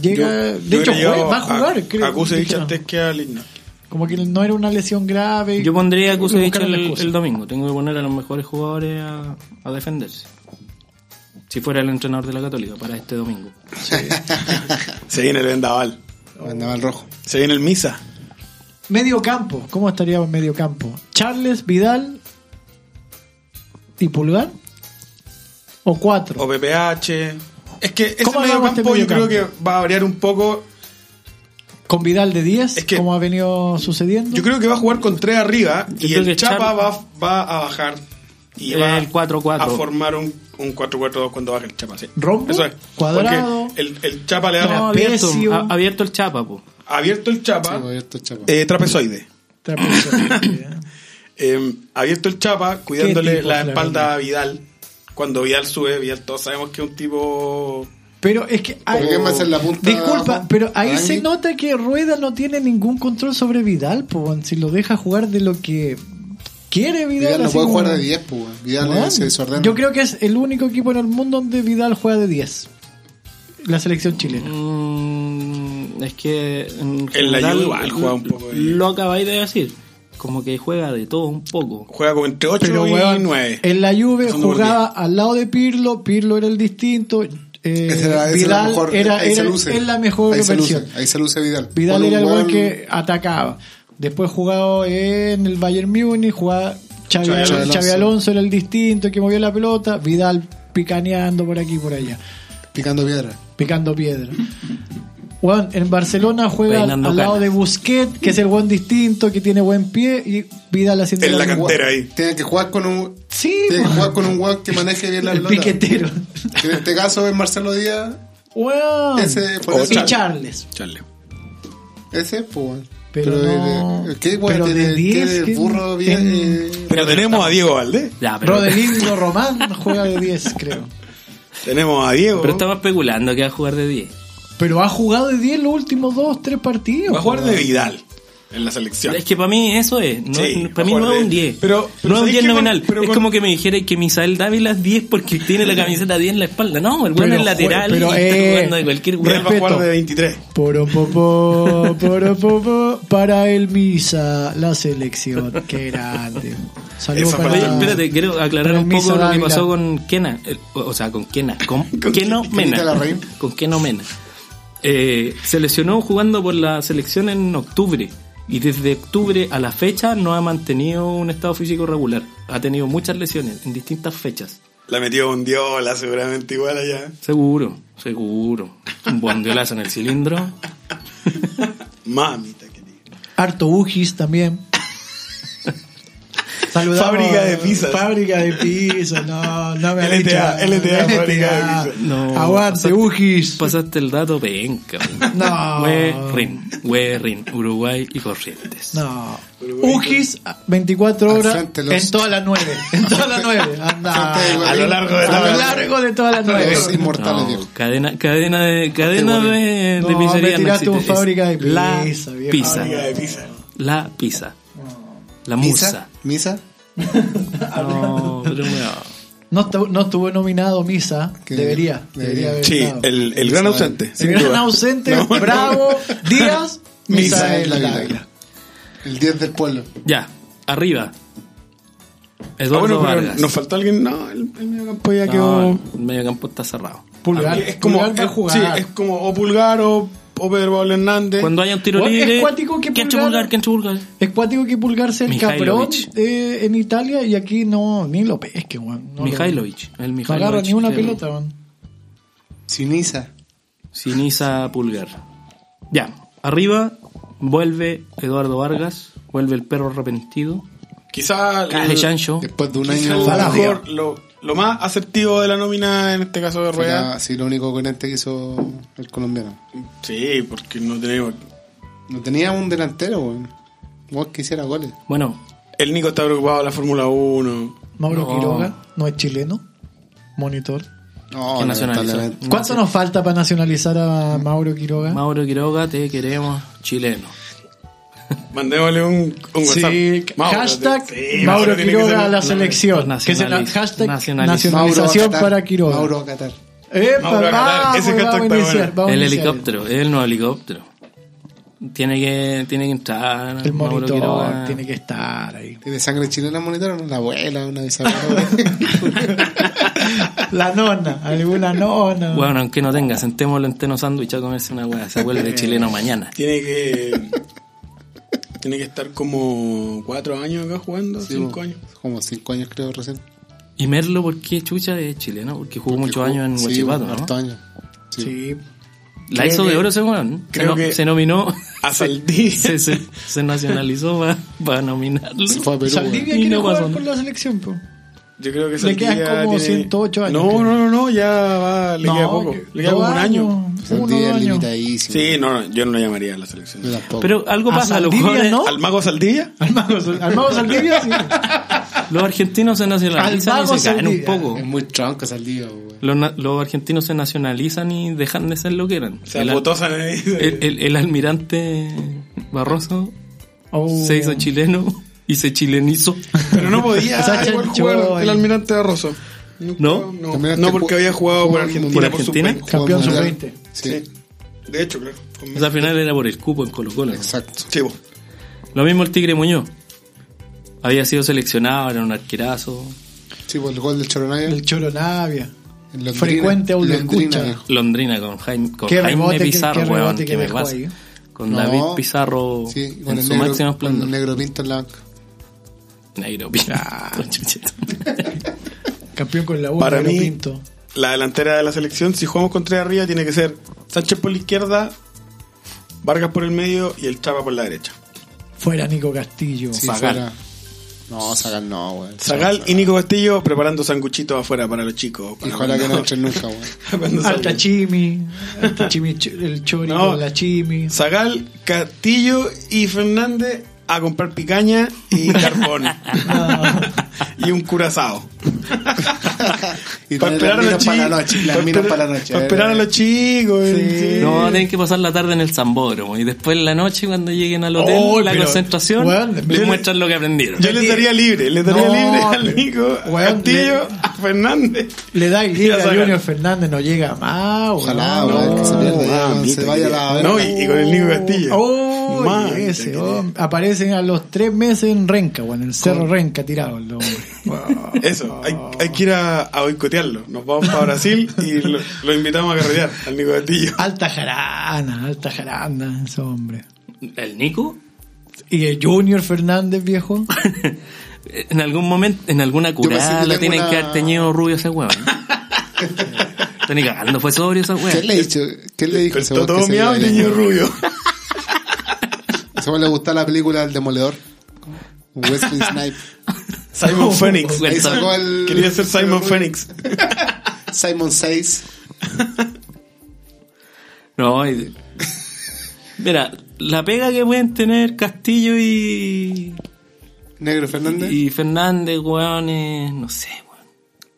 Speaker 5: Yo-
Speaker 4: Llega.
Speaker 5: yo
Speaker 4: de hecho,
Speaker 5: hubiera llegado
Speaker 4: juega- va a jugar,
Speaker 5: a,
Speaker 4: creo.
Speaker 5: A Kusevich
Speaker 4: dijeron.
Speaker 5: antes que a Lichnowsky.
Speaker 4: Como que no era una lesión grave.
Speaker 2: Yo pondría a Kusevich
Speaker 4: Buscaron la
Speaker 2: el,
Speaker 4: excusa.
Speaker 2: el domingo. Tengo que poner a los mejores jugadores a, a defenderse. Si fuera el entrenador de la Católica para este domingo.
Speaker 5: Se viene el vendaval.
Speaker 4: Oh.
Speaker 3: Andaba el rojo.
Speaker 5: Se viene el misa.
Speaker 4: Medio campo. ¿Cómo estaría en medio campo? ¿Charles, Vidal y Pulgar? ¿O cuatro?
Speaker 5: O PPH. Es que ese
Speaker 4: ¿Cómo
Speaker 5: medio
Speaker 4: hagamos este
Speaker 5: campo yo
Speaker 4: mediocampo?
Speaker 5: creo que va a variar un poco.
Speaker 4: ¿Con Vidal de 10?
Speaker 5: Es que-
Speaker 4: como ha venido sucediendo?
Speaker 5: Yo creo que va a jugar con tres arriba
Speaker 2: Yo
Speaker 5: y
Speaker 2: creo
Speaker 5: el
Speaker 2: que
Speaker 5: Chapa
Speaker 2: Char-
Speaker 5: va, va a bajar. Y
Speaker 2: El
Speaker 5: va
Speaker 2: 4-4.
Speaker 5: a formar un, un 4-4-2 cuando baje el Chapa. Sí.
Speaker 4: ¿Rombo?
Speaker 5: Eso es.
Speaker 4: ¿Cuadrado?
Speaker 5: Porque el, el Chapa le da
Speaker 4: No,
Speaker 2: abierto,
Speaker 4: Apesio.
Speaker 2: a- abierto el chapa, po.
Speaker 5: abierto el
Speaker 3: Sí,
Speaker 5: Chapa,
Speaker 3: abierto, chapa.
Speaker 5: eh, trapezoide.
Speaker 4: Trapezo, ¿eh?
Speaker 5: Eh, abierto el chapa, cuidándole
Speaker 4: tipos,
Speaker 5: la
Speaker 4: la
Speaker 5: espalda
Speaker 4: verdad.
Speaker 5: a Vidal. Cuando Vidal sube, Vidal todos sabemos que es un tipo...
Speaker 4: Pero es que.
Speaker 3: ¿Por qué más en la punta?
Speaker 4: Disculpa,
Speaker 3: abajo?
Speaker 4: pero ahí
Speaker 3: Arangui.
Speaker 4: se nota que Rueda no tiene ningún control sobre Vidal, po, weón. si lo deja jugar de lo que quiere Vidal.
Speaker 3: Vidal no
Speaker 4: así
Speaker 3: puede
Speaker 4: como-
Speaker 3: jugar de 10, pues. weón. Vidal
Speaker 4: Weón,
Speaker 3: eh, se desordena.
Speaker 4: Yo creo que es el único equipo en el mundo donde Vidal juega de 10. La selección chilena.
Speaker 2: Mm, es que. En
Speaker 5: En la
Speaker 2: general,
Speaker 5: Juve igual juega un poco de-
Speaker 2: Lo acabáis de decir. Como que juega de todo un poco.
Speaker 5: Juega como entre 8
Speaker 4: Pero
Speaker 5: y
Speaker 4: weón,
Speaker 5: 9.
Speaker 4: en la Juve
Speaker 5: Son dos
Speaker 4: jugaba al lado de Pirlo, Pirlo era el distinto, eh,
Speaker 3: Esa era- esa era la
Speaker 4: Vidal
Speaker 3: mejor-
Speaker 4: era,
Speaker 3: ahí se
Speaker 4: era-
Speaker 3: luce.
Speaker 4: es la mejor
Speaker 3: ahí se
Speaker 4: versión.
Speaker 3: luce, ahí se luce Vidal.
Speaker 4: Vidal
Speaker 3: Pone
Speaker 4: era el
Speaker 3: un
Speaker 4: weón
Speaker 3: gol-
Speaker 4: que atacaba. Después jugaba en el Bayern Múnich, jugaba Xavi,
Speaker 5: Xavi
Speaker 4: Xavi
Speaker 3: Alonso.
Speaker 4: Alonso. era el distinto que movía la pelota, Vidal picaneando por aquí y por allá,
Speaker 3: Picando piedra.
Speaker 4: picando piedra. Weón, en Barcelona juega al,
Speaker 2: Peinando
Speaker 4: al lado
Speaker 2: canas.
Speaker 4: de Busquets, que es el buen distinto, que tiene buen pie, y Vidal haciendo
Speaker 5: En la
Speaker 4: misma-
Speaker 5: cantera. Era ahí.
Speaker 3: Tiene que jugar con un.
Speaker 4: Sí,
Speaker 3: Tiene que
Speaker 4: weón.
Speaker 3: jugar con un weón que maneje bien la
Speaker 4: el
Speaker 3: pelota. Que
Speaker 4: piquetero.
Speaker 3: en este caso es Marcelo Díaz.
Speaker 4: Weón.
Speaker 3: Ese por
Speaker 5: O
Speaker 3: eso-
Speaker 4: y Charles.
Speaker 5: Chale.
Speaker 3: Ese, pues. weón.
Speaker 4: Pero no-
Speaker 3: eh, ¿Qué weón
Speaker 4: pero de
Speaker 3: tiene?
Speaker 4: 10,
Speaker 3: tiene
Speaker 4: ¿qué-
Speaker 3: el burro bien. eh,
Speaker 4: en-
Speaker 5: Pero tenemos a Diego Valdés.
Speaker 2: Ya, Ah, pero.
Speaker 4: Rodelindo Román juega de 10, creo.
Speaker 5: Tenemos a Diego.
Speaker 2: Pero estamos especulando que va a jugar de 10.
Speaker 4: Pero ha jugado de 10 los últimos 2, 3 partidos.
Speaker 5: Va a jugar
Speaker 4: weón.
Speaker 5: de Vidal en la selección.
Speaker 2: Es que para mí eso es. No,
Speaker 5: Sí,
Speaker 2: para mí
Speaker 5: mejor
Speaker 2: no es
Speaker 5: de-
Speaker 2: un 10.
Speaker 5: pero-
Speaker 2: no
Speaker 5: pero
Speaker 2: es un
Speaker 5: ¿sabéis
Speaker 2: 10
Speaker 5: que con-
Speaker 2: nominal.
Speaker 5: pero
Speaker 2: es
Speaker 5: con-
Speaker 2: como que me dijera que Misael Dávila es 10 porque tiene la camiseta 10 en la espalda. No, el bueno
Speaker 4: Pero
Speaker 2: es lateral
Speaker 4: jue- pero,
Speaker 2: y está
Speaker 4: eh,
Speaker 2: jugando de cualquier
Speaker 5: Vidal
Speaker 2: hueá.
Speaker 5: va a jugar
Speaker 4: respeto.
Speaker 5: de 23.
Speaker 4: Poro, popo, poro, popo, para el Misa, la selección. Qué grande. Saludos
Speaker 5: Esa
Speaker 4: para
Speaker 2: Oye, espérate, quiero aclarar
Speaker 4: para
Speaker 2: un
Speaker 4: el
Speaker 2: poco
Speaker 4: Misa
Speaker 2: lo que
Speaker 4: Dávila.
Speaker 2: pasó con Kena. eh, o o sea, con Kena. Con, Keno Mena.
Speaker 3: Kenita Larraín.
Speaker 2: Con Keno Mena. Eh, se lesionó jugando por la selección en octubre. Y desde octubre a la fecha no ha mantenido un estado físico regular. Ha tenido muchas lesiones en distintas fechas.
Speaker 5: La metió un Diola seguramente igual allá.
Speaker 2: Seguro, seguro. Un bondiolazo en el cilindro.
Speaker 5: Mamita que diga.
Speaker 4: Harto Ujis también. Saludamos-
Speaker 5: Fábrica de pizzas.
Speaker 4: Fábrica de pizzas. No, no me han dicho
Speaker 5: LTA,
Speaker 4: nada.
Speaker 5: LTA, fábrica de pizzas.
Speaker 2: No,
Speaker 4: Aguante,
Speaker 2: pasaste-
Speaker 4: Ujis.
Speaker 2: Pasaste el dato, venga.
Speaker 4: No.
Speaker 2: Guerrín, Guerrín, Uruguay y Corrientes.
Speaker 4: No. Ujis, 24
Speaker 3: Al
Speaker 4: horas
Speaker 3: frente los-
Speaker 4: en todas las 9. En todas las 9. Anda.
Speaker 3: Frente de Guerrín.
Speaker 5: A lo largo de
Speaker 4: A
Speaker 5: todas
Speaker 4: lo
Speaker 5: las-
Speaker 4: largo de todas las 9.
Speaker 3: Los inmortales,
Speaker 2: No,
Speaker 3: viejo.
Speaker 2: cadena, cadena de, cadena de, de
Speaker 4: No,
Speaker 2: pizzería
Speaker 4: me tiraste
Speaker 2: existe,
Speaker 4: un
Speaker 2: es
Speaker 4: fábrica de
Speaker 2: la
Speaker 4: pizza, viejo.
Speaker 2: pizza,
Speaker 5: Fábrica de pizza.
Speaker 4: Eh,
Speaker 2: la pizza, la
Speaker 3: ¿Misa?
Speaker 2: musa.
Speaker 3: ¿Misa?
Speaker 4: Ah,
Speaker 2: No, pero bueno.
Speaker 4: No, estu- no estuvo nominado Misa.
Speaker 3: Que
Speaker 4: Debería.
Speaker 3: debería.
Speaker 4: Debería haber
Speaker 5: Sí,
Speaker 4: estado.
Speaker 5: el, el gran ausente.
Speaker 4: El
Speaker 5: sin
Speaker 4: gran
Speaker 5: duda.
Speaker 4: ausente,
Speaker 5: No, no.
Speaker 4: Bravo, Díaz,
Speaker 3: Misa es
Speaker 4: Misael
Speaker 3: la
Speaker 4: Dávila.
Speaker 3: vida. El 10 del pueblo.
Speaker 2: Ya, arriba.
Speaker 5: Ah,
Speaker 2: Eduardo
Speaker 5: bueno, pero
Speaker 2: Vargas.
Speaker 5: nos faltó alguien. No, el, el mediocampo ya
Speaker 2: No,
Speaker 5: quedó.
Speaker 2: el medio campo está cerrado.
Speaker 4: Pulgar.
Speaker 5: Es como,
Speaker 4: Pulgar va a
Speaker 5: es-
Speaker 4: jugar.
Speaker 5: sí, es como o Pulgar o, o Pedro Pablo Hernández.
Speaker 2: Cuando haya un tiro
Speaker 4: Bueno, es
Speaker 2: libre,
Speaker 4: cuático que
Speaker 2: ¿quién
Speaker 4: Pulgar-
Speaker 2: chupulgar? ¿Quién chupulgar?
Speaker 4: Es cuático que pulgarse el cabrón
Speaker 2: Mihailovic.
Speaker 4: eh, en Italia y aquí no, ni lo pesque, weón. No lo-
Speaker 2: Mihailovic. El
Speaker 4: No
Speaker 2: Mihailovic.
Speaker 4: agarra ni una
Speaker 2: del-
Speaker 4: pelota, weón.
Speaker 3: Sin Misa.
Speaker 2: Sinisa Pulgar. Ya, arriba vuelve Eduardo Vargas, vuelve el perro arrepentido.
Speaker 5: Quizá.
Speaker 2: Caje Chancho.
Speaker 3: Después de un
Speaker 5: quizá
Speaker 3: año.
Speaker 5: lo
Speaker 4: Falacia.
Speaker 5: mejor, lo, lo más aceptivo de la nómina en este caso de Rueda.
Speaker 3: Sí, lo único coherente que hizo el colombiano.
Speaker 5: Sí, porque no tenemos.
Speaker 3: No tenía un delantero, weón. Igual que hiciera goles.
Speaker 2: Bueno,
Speaker 5: El Nico está preocupado de la Fórmula 1.
Speaker 4: Mauro
Speaker 2: No.
Speaker 4: Quiroga, no es chileno. Monitor.
Speaker 3: No,
Speaker 2: ¿Qué nacionalizó?
Speaker 3: lamentablemente.
Speaker 4: ¿Cuánto nos falta para nacionalizar a Mauro Quiroga?
Speaker 2: Mauro Quiroga, te queremos chileno.
Speaker 5: Mandémosle un, un WhatsApp.
Speaker 4: Sí,
Speaker 5: Mauro,
Speaker 4: hashtag
Speaker 5: te- sí,
Speaker 4: Mauro
Speaker 5: tiene que
Speaker 4: Quiroga a
Speaker 5: ser-
Speaker 4: la selección.
Speaker 2: Nacionaliz-
Speaker 4: que se la- hashtag
Speaker 2: nacionaliz-
Speaker 4: nacionalización
Speaker 3: Mauro a Qatar.
Speaker 4: para Quiroga.
Speaker 3: Mauro a Qatar.
Speaker 4: Epa,
Speaker 5: Mauro a Qatar.
Speaker 4: vamos,
Speaker 5: Ese hashtag
Speaker 4: vamos a
Speaker 5: está
Speaker 4: iniciar,
Speaker 5: bueno.
Speaker 4: vamos a
Speaker 2: el
Speaker 4: iniciar.
Speaker 2: helicóptero, es el nuevo helicóptero. Tiene que, tiene que entrar
Speaker 4: El
Speaker 2: Mauro Quiroga.
Speaker 4: monitor tiene que estar ahí.
Speaker 3: ¿Tiene sangre chilena monitor? Una abuela, una bisabuela.
Speaker 4: La nona, alguna nona.
Speaker 2: Bueno, aunque no tenga, sentémoslo en Teno Sándwich a comerse una hueá. Se vuelve chileno mañana.
Speaker 5: Tiene que. tiene que estar como cuatro años acá jugando, cinco años.
Speaker 3: Como cinco años creo recién.
Speaker 2: Y Merlo, ¿por qué chucha es chileno? Porque jugó muchos
Speaker 3: Porque
Speaker 2: años en
Speaker 3: jugó-
Speaker 2: Huachipato,
Speaker 3: sí,
Speaker 2: ¿no?
Speaker 3: harto años. Sí.
Speaker 4: sí.
Speaker 2: La
Speaker 5: Creo
Speaker 2: hizo de
Speaker 5: que-
Speaker 2: oro ese weón. Se,
Speaker 5: creo
Speaker 2: no-
Speaker 5: que-
Speaker 2: se nominó.
Speaker 5: A Saldí.
Speaker 2: se, se, se nacionalizó para nominarlo.
Speaker 3: Se fue a Perú.
Speaker 4: Saldivia
Speaker 2: Y
Speaker 4: quiere
Speaker 2: no
Speaker 4: jugar
Speaker 2: pasó, ¿no?
Speaker 4: con la selección, po.
Speaker 5: Yo creo que
Speaker 4: Le quedan
Speaker 5: Saldivia
Speaker 4: como 108 años,
Speaker 5: No,
Speaker 4: creo.
Speaker 5: no, no, no, ya va, le queda poco.
Speaker 4: que-
Speaker 5: Le queda
Speaker 4: dos
Speaker 5: como un año.
Speaker 4: años,
Speaker 3: weón.
Speaker 4: uno,
Speaker 3: Saldivia
Speaker 4: dos
Speaker 3: es
Speaker 4: años.
Speaker 3: limitadísimo.
Speaker 5: Sí, no, no, yo no lo llamaría a la selección.
Speaker 3: Yo tampoco.
Speaker 2: Pero algo
Speaker 4: A
Speaker 2: pasa, los,
Speaker 4: Saldivia,
Speaker 2: jugadores-
Speaker 4: ¿no?
Speaker 5: ¿Al mago Saldivia?
Speaker 4: Al mago Sol- al mago Saldivia, sí.
Speaker 2: los argentinos se nacionalizan
Speaker 4: Al vago
Speaker 2: y se caen un
Speaker 4: Saldivia.
Speaker 2: poco.
Speaker 3: es muy tronco Saldivia, weón.
Speaker 2: Los, na- los argentinos se nacionalizan y dejan de ser lo que eran.
Speaker 5: Se
Speaker 2: el, al- Eh,
Speaker 5: apotó San Benito.
Speaker 2: el- el- el almirante Barroso
Speaker 4: Oh.
Speaker 2: se hizo chileno y se chilenizó.
Speaker 5: Pero no podía
Speaker 4: Sacha
Speaker 5: igual
Speaker 4: Choi.
Speaker 5: jugar el almirante Barroso.
Speaker 2: ¿No?
Speaker 5: No,
Speaker 3: También
Speaker 5: no,
Speaker 3: este
Speaker 5: porque
Speaker 3: ju-
Speaker 5: había jugado por
Speaker 3: jugó
Speaker 5: Argentina.
Speaker 2: ¿Por
Speaker 5: su
Speaker 2: Argentina?
Speaker 5: país.
Speaker 4: Campeón
Speaker 3: Jugó
Speaker 4: sub-20.
Speaker 3: mundial. Sí,
Speaker 5: Sí. De hecho, claro. Con-
Speaker 2: Esa final era por el cupo en Colo Colo.
Speaker 3: exacto.
Speaker 5: Sí, vos.
Speaker 2: Lo mismo el Tigre Muñoz. Había sido seleccionado, era un arquerazo.
Speaker 3: Sí, por el gol del Choronavia.
Speaker 4: El Choro Navia.
Speaker 3: Londrina,
Speaker 4: Frecuente audio
Speaker 3: Londrina,
Speaker 4: escucha.
Speaker 3: viejo.
Speaker 2: Londrina con Jaime, con
Speaker 4: Qué
Speaker 2: Jaime
Speaker 4: rebote, qué-
Speaker 2: Pizarro,
Speaker 4: qué rebote
Speaker 2: weón,
Speaker 4: que
Speaker 2: que me
Speaker 4: dejó
Speaker 2: pasa.
Speaker 4: ahí.
Speaker 2: Con
Speaker 3: No.
Speaker 2: David Pizarro
Speaker 3: Sí, con
Speaker 2: en
Speaker 3: el,
Speaker 2: su
Speaker 3: negro,
Speaker 2: máximo
Speaker 3: con
Speaker 2: esplendor.
Speaker 3: el negro pinto en la banca.
Speaker 2: Negro, pira.
Speaker 4: Campeón con la U,
Speaker 5: Para
Speaker 4: Pedro
Speaker 5: mí,
Speaker 4: Pinto.
Speaker 5: la delantera de la selección, si jugamos con tres arriba, tiene que ser Sánchez por la izquierda, Vargas por el medio y el Chapa por la derecha.
Speaker 4: Fuera Nico Castillo.
Speaker 3: Sí,
Speaker 2: Zagal.
Speaker 3: fuera. No, Zagal no, weón.
Speaker 5: Zagal y Nico Castillo preparando sanguchitos afuera para los chicos.
Speaker 3: Y
Speaker 5: para
Speaker 3: ojalá que no
Speaker 5: cuando-
Speaker 3: entren nunca, weón.
Speaker 5: cuando
Speaker 4: Alta
Speaker 5: salgan.
Speaker 4: Chimi. Alta Chimi, ch- el Chori
Speaker 5: No.
Speaker 4: con la Chimi.
Speaker 5: Zagal, Castillo y Fernández a comprar picaña y carbón. y un curazao.
Speaker 3: Y
Speaker 5: Para
Speaker 3: tener
Speaker 5: esperar a
Speaker 3: las minas
Speaker 5: los
Speaker 3: para la noche.
Speaker 5: chicos.
Speaker 3: Las minas para la noche. eh,
Speaker 5: Para esperar a los chicos. eh, sí.
Speaker 2: No, tienen que pasar la tarde en el Zambódromo y después en la noche cuando lleguen al hotel,
Speaker 5: Oh,
Speaker 2: la
Speaker 5: pero-
Speaker 2: concentración,
Speaker 4: weón,
Speaker 2: les
Speaker 5: yo-
Speaker 2: muestran lo que aprendieron.
Speaker 5: Yo les daría libre, les daría
Speaker 4: No,
Speaker 5: libre al Nico, a
Speaker 4: weón,
Speaker 5: Castillo,
Speaker 4: le-
Speaker 5: a Fernández.
Speaker 4: Le da el libre
Speaker 5: Ya
Speaker 4: a
Speaker 5: sacan.
Speaker 4: Junior Fernández, no llega más.
Speaker 3: Ojalá,
Speaker 4: weón.
Speaker 3: weón, que se pierda
Speaker 5: Ah,
Speaker 3: ya, weón,
Speaker 5: mita,
Speaker 3: se vaya a la
Speaker 5: No, y, y con el Nico Castillo.
Speaker 4: Oh,
Speaker 5: Man,
Speaker 4: ese,
Speaker 5: te-
Speaker 4: oh. aparecen a los tres meses en Renca, bueno, en el cerro Renca tirado. el hombre.
Speaker 5: Eso, hay, hay que ir a, a boicotearlo. Nos vamos para Brasil y lo, lo invitamos a carretear al Nico Castillo.
Speaker 4: alta jarana, alta jarana, ese hombre.
Speaker 2: El Nico,
Speaker 4: Y el Junior Fernández, viejo.
Speaker 2: en algún momento, en alguna
Speaker 3: pensé
Speaker 2: curada
Speaker 3: que
Speaker 2: la
Speaker 3: tengo
Speaker 2: tienen
Speaker 3: una-
Speaker 2: que haber teñido rubio ese weón. Están ni cagando, fue sobrio esa
Speaker 3: ¿Qué
Speaker 2: weón.
Speaker 3: le, dicho? ¿Qué le dijo
Speaker 5: Pero
Speaker 3: ese
Speaker 5: está
Speaker 3: weón que
Speaker 5: todo
Speaker 3: se
Speaker 5: miado y
Speaker 3: veía
Speaker 5: niño
Speaker 3: bien?
Speaker 5: rubio.
Speaker 3: Ese weón le gusta la película El Demoledor. Wesley Snipes.
Speaker 5: Simon Phoenix.
Speaker 3: Ahí sacó el-
Speaker 5: Quería ser Simon Phoenix.
Speaker 3: Simon 6.
Speaker 2: No, y- Mira, la pega que pueden tener Castillo y.
Speaker 3: Negro Fernández.
Speaker 2: Y Fernández, weón, es- no sé, weón.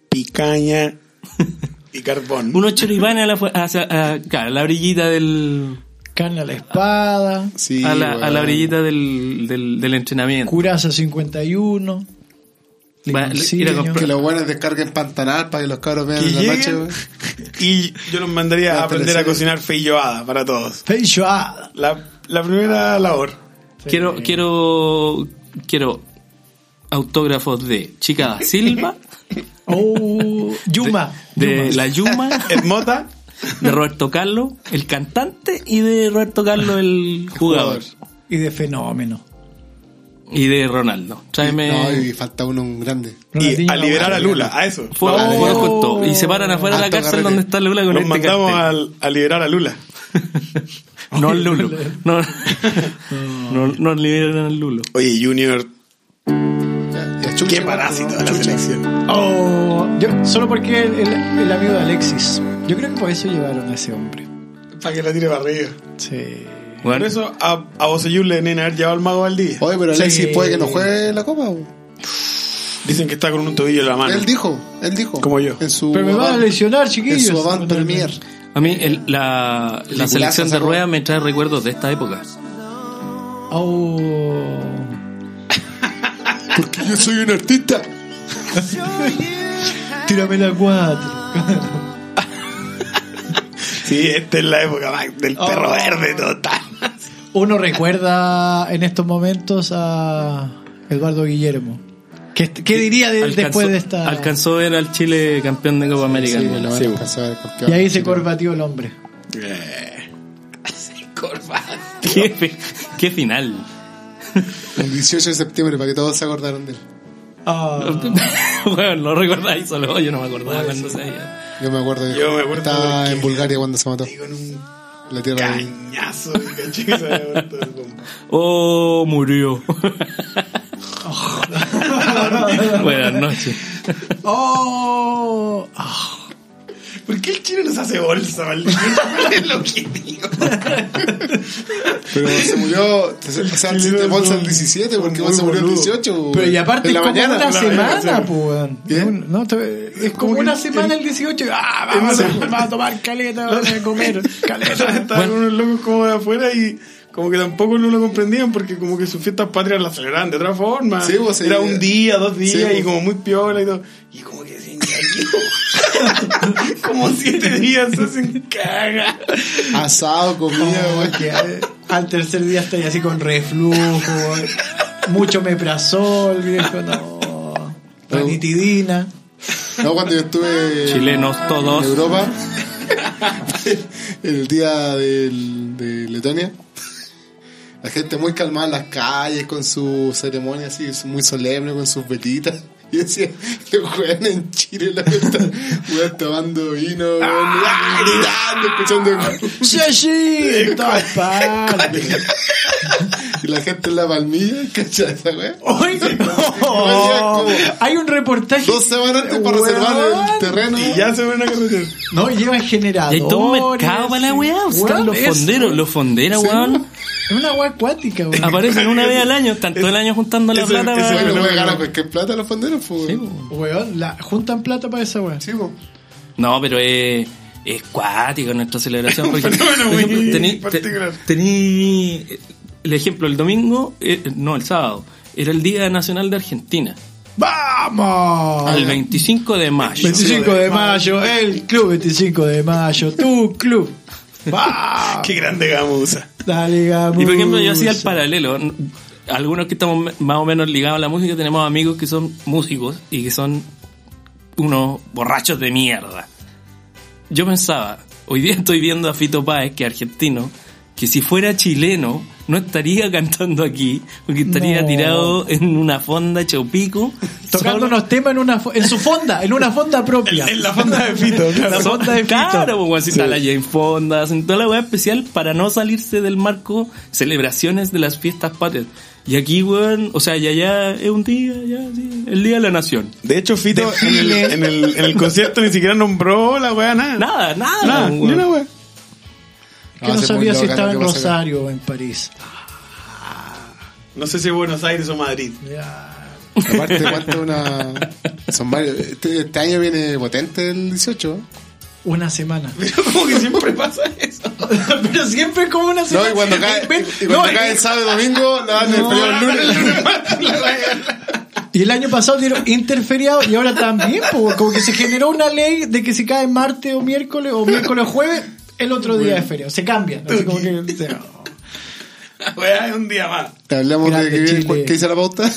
Speaker 5: Picaña y carbón.
Speaker 2: Unos choripanes a la, fu- hacia- a- claro, a la orillita del.
Speaker 4: Carne a la espada.
Speaker 3: Sí,
Speaker 2: a, la, a
Speaker 3: weón.
Speaker 2: la orillita del, del, del entrenamiento.
Speaker 4: Curaza 51.
Speaker 2: Va,
Speaker 4: limoncillo.
Speaker 2: ir a comprar-
Speaker 3: Que los buenos descarguen Pantanal para que los cabros vean
Speaker 5: Que
Speaker 3: en la noche.
Speaker 5: lleguen
Speaker 3: weón.
Speaker 5: y yo los mandaría a
Speaker 3: La
Speaker 5: aprender a
Speaker 3: teleserie.
Speaker 5: cocinar feijoada para todos.
Speaker 4: Feijoada.
Speaker 5: La, la primera labor.
Speaker 2: Quiero, quiero, quiero autógrafos de Chica da Silva,
Speaker 4: Oh, Yuma.
Speaker 2: de La Yuma,
Speaker 5: El mota,
Speaker 2: de Roberto Carlos, el cantante, y de Roberto Carlos, el jugador.
Speaker 4: Y de fenómeno.
Speaker 2: Y de Ronaldo. Tráeme.
Speaker 3: No, y falta uno un grande.
Speaker 5: y
Speaker 4: Ronaldinho
Speaker 5: a liberar a
Speaker 4: Navarro.
Speaker 5: Lula, a eso.
Speaker 2: Fuego,
Speaker 3: No,
Speaker 2: fuego
Speaker 4: no.
Speaker 2: con todo. Y se paran afuera de la
Speaker 3: Alto
Speaker 2: cárcel
Speaker 3: carrete.
Speaker 2: donde está Lula con
Speaker 5: Los
Speaker 2: este
Speaker 5: mandamos
Speaker 2: cartel.
Speaker 5: al- a liberar a Lula.
Speaker 2: No al Lulo. No, no, no liberan al Lulo.
Speaker 5: Oye, Junior, qué parásito de la selección.
Speaker 4: Oh, yo- solo porque el, el- el amigo de Alexis. Yo creo que por eso llevaron a ese hombre.
Speaker 5: Para que la tire para arriba.
Speaker 4: Sí.
Speaker 5: Por
Speaker 2: Bueno,
Speaker 5: eso a, a Bocellur le deben haber llevado al mago al día.
Speaker 3: Oye, pero
Speaker 4: Sí.
Speaker 3: Alexis puede que no juegue la copa. weón.
Speaker 5: Dicen que está con un tobillo en la mano.
Speaker 3: Él dijo, él dijo.
Speaker 5: Ah, Como yo.
Speaker 3: En su
Speaker 4: Pero me van a
Speaker 3: avant-
Speaker 4: lesionar,
Speaker 3: en
Speaker 4: chiquillos.
Speaker 3: su avant premier.
Speaker 2: a mí el- la, la
Speaker 3: Peliculazo
Speaker 2: selección de
Speaker 3: sacó.
Speaker 2: ruedas me trae recuerdos de esta época.
Speaker 4: Oh.
Speaker 3: Porque yo soy un artista.
Speaker 4: Tírame la cuatro.
Speaker 5: Sí, esta es la época más del perro verde total.
Speaker 4: Uno recuerda en estos momentos a Eduardo Guillermo. ¿Qué, qué diría de-
Speaker 2: Alcanzó-
Speaker 4: después de esta?
Speaker 2: Alcanzó a ver al Chile campeón de Copa América.
Speaker 3: Sí, la van a
Speaker 5: Sí.
Speaker 3: alcanzar al campeón.
Speaker 4: Y ahí se corbatió el hombre.
Speaker 2: qué, fe- qué final.
Speaker 3: El 18 de septiembre, para que todos se acordaran de él.
Speaker 4: Ah,
Speaker 2: bueno, no recordáis solo, yo no me acordaba cuando se veía.
Speaker 3: Yo me acuerdo que
Speaker 5: Yo me acuerdo
Speaker 3: estaba
Speaker 5: porque-
Speaker 3: en Bulgaria cuando se mató.
Speaker 5: Con un
Speaker 3: La tierra de-
Speaker 5: cañazo. ¿cachai? Se había vuelto como-
Speaker 2: Oh, murió. Buenas noches.
Speaker 4: oh, ah,
Speaker 5: ¿Por qué el chino nos hace bolsa, maldito? ¿Cuál es lo que digo?
Speaker 3: Pero se murió, o sea, se te bolsa el 17, porque igual se murió el 18.
Speaker 4: pero y aparte
Speaker 3: en la
Speaker 4: es como
Speaker 3: mañana.
Speaker 4: una
Speaker 3: en la mañana,
Speaker 4: semana,
Speaker 3: sí.
Speaker 4: po, weón.
Speaker 3: ¿Qué?
Speaker 4: Un- no, te- es como una semana el 18. Ah, vamos a, vamos a tomar caleta, vamos a comer caleta.
Speaker 5: Estaban unos locos como de afuera y como que tampoco no lo comprendían porque como que sus fiestas patrias las celebraban de otra forma.
Speaker 3: Sí, pues, sí.
Speaker 5: Era un día, dos días
Speaker 3: Sí,
Speaker 5: y
Speaker 3: pues.
Speaker 5: como muy piola y todo. Y como que se aquí como siete días se hacen caga.
Speaker 3: Asado, comida,
Speaker 4: Oh,
Speaker 3: güey.
Speaker 4: que al- al tercer día estoy así con reflujo, weón. mucho meprazol, viejo, no. Ranitidina.
Speaker 3: No, cuando yo estuve
Speaker 2: Chilenos
Speaker 3: en
Speaker 2: todos.
Speaker 3: Europa, el día del- de Letonia, la gente muy calmada en las calles con su ceremonia así, muy solemne, con sus velitas. Y decía, los juegan en Chile, la fiesta, weón, tomando vino, weón, gritando, escuchando.
Speaker 4: ¡Shashi! en todas partes.
Speaker 3: Y la gente en la palmilla, ¿cachai esa weá?
Speaker 4: Oye,
Speaker 3: como-
Speaker 4: Hay un reportaje.
Speaker 3: Dos semanas antes para
Speaker 4: Weón.
Speaker 3: reservar el terreno.
Speaker 5: Y ya se ven a carretera.
Speaker 4: No, lleva
Speaker 2: Y
Speaker 4: generador.
Speaker 2: hay todo un mercado para la weá. Están los fonderos, los Ah, fonderos, weón.
Speaker 4: Es una weá acuática, weón.
Speaker 2: Aparecen una vez al año, están todo el año juntando la
Speaker 5: Ese-
Speaker 2: plata.
Speaker 5: ese
Speaker 2: para-
Speaker 3: Bueno,
Speaker 5: fenómeno.
Speaker 3: weón, ganan cualquier plata los panderos, pues.
Speaker 2: Sí,
Speaker 3: weón.
Speaker 2: po.
Speaker 4: Weón, la, juntan plata para esa weá.
Speaker 3: Sí, po.
Speaker 2: No, pero es, es cuático nuestra celebración. Porque,
Speaker 5: fenómeno
Speaker 2: por ejemplo,
Speaker 5: muy
Speaker 2: tení,
Speaker 5: particular.
Speaker 2: te- tení, eh, el ejemplo, el domingo, eh, no, el sábado, era el Día Nacional de Argentina,
Speaker 5: Ah,
Speaker 4: ¡Vamos!
Speaker 2: el 25 de mayo.
Speaker 4: 25 de mayo, el club 25 de mayo, tu club. ¡Vamos!
Speaker 5: Qué grande gamusa.
Speaker 4: Dale, Gamusa.
Speaker 2: Y por ejemplo, yo hacía el paralelo. N- Algunos que estamos me- más o menos ligados a la música, tenemos amigos que son músicos y que son unos borrachos de mierda. Yo pensaba, hoy día estoy viendo a Fito Páez, que es argentino, que si fuera chileno no estaría cantando aquí, porque estaría
Speaker 4: No.
Speaker 2: tirado en una fonda chopico.
Speaker 4: Tocando unos temas en, una, fo- en su fonda, en una fonda propia.
Speaker 5: En la fonda de Fito, claro.
Speaker 4: la fonda de Fito.
Speaker 2: Claro, pues, weón, si está la Jane Fonda, hacen toda la weá especial para no salirse del marco celebraciones de las fiestas patrias. Y aquí, weón, o sea, ya, ya es un día, ya, sí, el día de la nación.
Speaker 5: De hecho, Fito
Speaker 2: De
Speaker 5: en el,
Speaker 2: Chile.
Speaker 5: en, el, en el concierto ni siquiera nombró la weá, nada.
Speaker 2: Nada, nada, pues,
Speaker 5: Nada,
Speaker 2: weón.
Speaker 5: ni una weá.
Speaker 4: Que no,
Speaker 3: Ah, se
Speaker 4: sabía
Speaker 3: pone
Speaker 4: si
Speaker 3: loca
Speaker 4: estaba
Speaker 3: lo
Speaker 4: en
Speaker 3: que pasa acá.
Speaker 4: Rosario o en París.
Speaker 5: No sé si Buenos Aires o Madrid.
Speaker 4: Ya.
Speaker 3: Aparte, cuánto una. Son varios. Este, este año viene potente el 18.
Speaker 4: Una semana.
Speaker 5: Pero como que siempre pasa eso.
Speaker 4: Pero siempre es como una
Speaker 3: No,
Speaker 4: semana.
Speaker 3: y cuando cae,
Speaker 4: Ven,
Speaker 3: y cuando
Speaker 4: no,
Speaker 5: eh,
Speaker 3: cae el sábado y domingo, la dan el periodo el lunes.
Speaker 4: Y el año pasado dieron interferiado y ahora también, pues, como que se generó una ley de que si cae martes o miércoles o miércoles o jueves, el otro día es feriado. Se cambia. Así como que, o sea,
Speaker 5: La weá es un día más.
Speaker 3: Te hablamos
Speaker 4: Grande
Speaker 3: de que viene,
Speaker 4: Chile.
Speaker 3: ¿qué dice la pauta?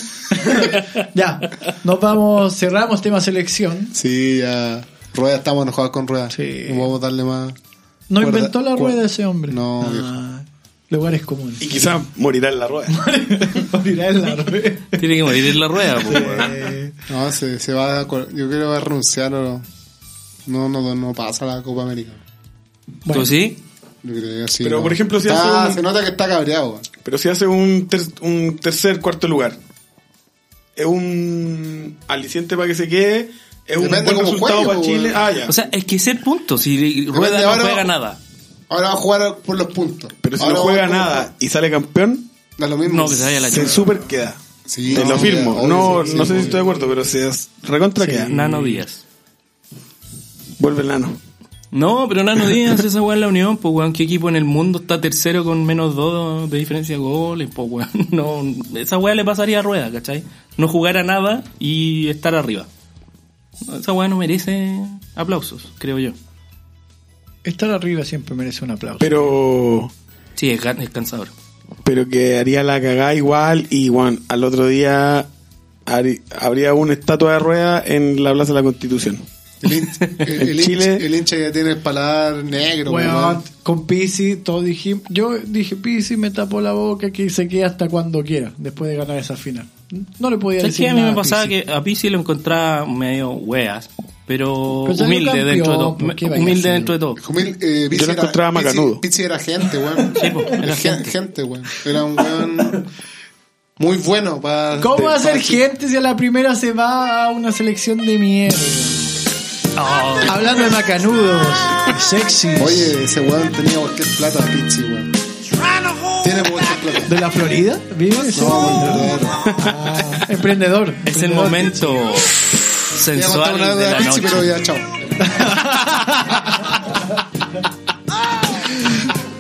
Speaker 4: ya, nos vamos, cerramos tema selección.
Speaker 3: Sí, ya. Rueda, estamos enojados con rueda.
Speaker 4: Sí.
Speaker 3: No podemos darle más.
Speaker 4: No
Speaker 3: Cuerda-
Speaker 4: inventó la
Speaker 3: cuer-
Speaker 4: rueda ese hombre.
Speaker 3: No,
Speaker 4: Ah,
Speaker 3: viejo.
Speaker 4: lugares comunes.
Speaker 5: Y quizás morirá en la rueda.
Speaker 4: Morirá en la rueda.
Speaker 2: Tiene que morir en la rueda, po, weón.
Speaker 4: Eh,
Speaker 3: No, se, se va a. Yo creo que va a renunciar o. No, no, no pasa la Copa América.
Speaker 4: bueno,
Speaker 2: ¿Tú sí?
Speaker 3: Yo creo que sí,
Speaker 5: Pero,
Speaker 3: no.
Speaker 5: por ejemplo, si
Speaker 3: Está-
Speaker 5: hace un-
Speaker 3: se nota que está cabreado. weón.
Speaker 5: Pero si hace un, ter- un tercer, cuarto lugar, es un aliciente para que se quede, es un
Speaker 3: Depende
Speaker 5: buen
Speaker 3: cómo
Speaker 5: resultado
Speaker 3: juegue,
Speaker 5: para
Speaker 3: po,
Speaker 5: Chile.
Speaker 3: weón.
Speaker 5: Ah, ya.
Speaker 2: O sea, es que ese es el punto. Si Rueda
Speaker 3: ahora-
Speaker 2: no juega nada.
Speaker 3: Ahora va a jugar por los puntos.
Speaker 5: pero si
Speaker 3: Ahora
Speaker 5: no
Speaker 3: va
Speaker 5: juega
Speaker 3: por-
Speaker 5: nada y sale campeón,
Speaker 3: Da lo mismo.
Speaker 2: No, que se vaya la
Speaker 5: se
Speaker 2: chucha.
Speaker 5: super queda.
Speaker 3: Sí,
Speaker 5: Te
Speaker 3: no,
Speaker 5: lo firmo.
Speaker 3: obvio,
Speaker 5: no
Speaker 3: sí, sí,
Speaker 5: no sé
Speaker 3: obvio.
Speaker 5: si estoy de acuerdo, pero se as- recontra queda.
Speaker 2: Nano Díaz.
Speaker 5: Vuelve el nano.
Speaker 2: No, pero Nano Díaz, esa weá es la unión, pues weón. ¿Qué equipo en el mundo está tercero con menos dos de diferencia de goles, pues weón? No, esa weá le pasaría a rueda, ¿cachai? No jugar a nada y estar arriba. Esa weá no merece aplausos, creo yo.
Speaker 4: estar arriba siempre merece un aplauso.
Speaker 5: Pero
Speaker 2: Sí, es, gan- es cansador.
Speaker 5: pero que haría la cagada igual y bueno, al otro día hari- habría una estatua de rueda en la Plaza de la Constitución.
Speaker 3: El, hin- el- el
Speaker 5: En
Speaker 3: hincha-
Speaker 5: Chile-
Speaker 3: el hincha ya tiene el paladar negro.
Speaker 4: Bueno,
Speaker 3: weón.
Speaker 4: con Pisi, todos dijimos. Yo dije, Pisi me tapó la boca que se quede hasta cuando quiera, después de ganar esa final. No le podía
Speaker 2: ¿Sabes
Speaker 4: decir
Speaker 2: qué? A mí
Speaker 4: nada
Speaker 2: me pasaba
Speaker 4: Pizzi.
Speaker 2: que a Pizzi lo encontraba medio weas, pero
Speaker 4: Pero salió
Speaker 2: humilde
Speaker 4: campeón,
Speaker 2: dentro de todo.
Speaker 4: ¿por qué vaya a
Speaker 2: Humilde
Speaker 4: ser?
Speaker 2: dentro de todo.
Speaker 3: Jumil, eh, Pizzi
Speaker 5: lo
Speaker 3: era-
Speaker 5: encontraba
Speaker 3: Pizzi-
Speaker 5: macanudo.
Speaker 3: Pizzi era gente, weón.
Speaker 2: Sí, po, era
Speaker 3: Gen- gente.
Speaker 2: gente.
Speaker 3: weón. Era un weón muy bueno para.
Speaker 4: ¿Cómo va a ser
Speaker 3: para-
Speaker 4: gente si a la primera se va a una selección de mierda?
Speaker 2: Oh,
Speaker 4: Hablando de macanudos, sexy,
Speaker 3: Oye, ese weón tenía cualquier plata, Pizzi, weón. Tiene mucha plata.
Speaker 4: de la Florida, ¿vive?
Speaker 3: No, weón, no, no.
Speaker 4: Ah, emprendedor.
Speaker 2: es el
Speaker 4: emprendedor.
Speaker 2: momento
Speaker 3: Te iba a contar
Speaker 2: sensual
Speaker 3: una
Speaker 2: de
Speaker 3: de
Speaker 2: la
Speaker 3: Pizzi, pero
Speaker 2: noche.
Speaker 3: ya, chao.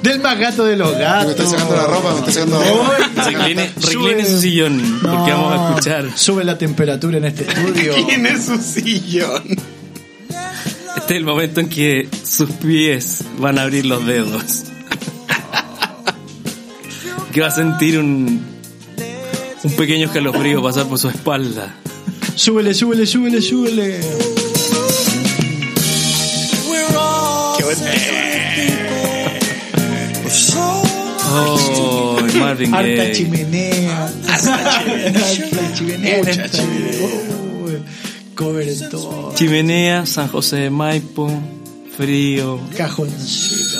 Speaker 4: Del más gato de los gatos.
Speaker 3: Me estoy sacando la ropa, me estoy sacando la ropa.
Speaker 2: Recline,
Speaker 4: Sube.
Speaker 2: recline su sillón,
Speaker 4: No,
Speaker 2: porque vamos a escuchar.
Speaker 4: Sube la temperatura en este estudio.
Speaker 5: Tiene su sillón.
Speaker 2: Este es el momento en que sus pies van a abrir los dedos. que va a sentir un, un pequeño escalofrío pasar por su espalda.
Speaker 4: Súbele, súbele, súbele, súbele.
Speaker 2: Oh, Marvin
Speaker 4: Harta
Speaker 2: Gaye.
Speaker 4: chimenea. Harta chimenea. Harta chimenea. Cover en todo.
Speaker 2: Chimenea, San José de Maipo, frío.
Speaker 4: Cajoncito.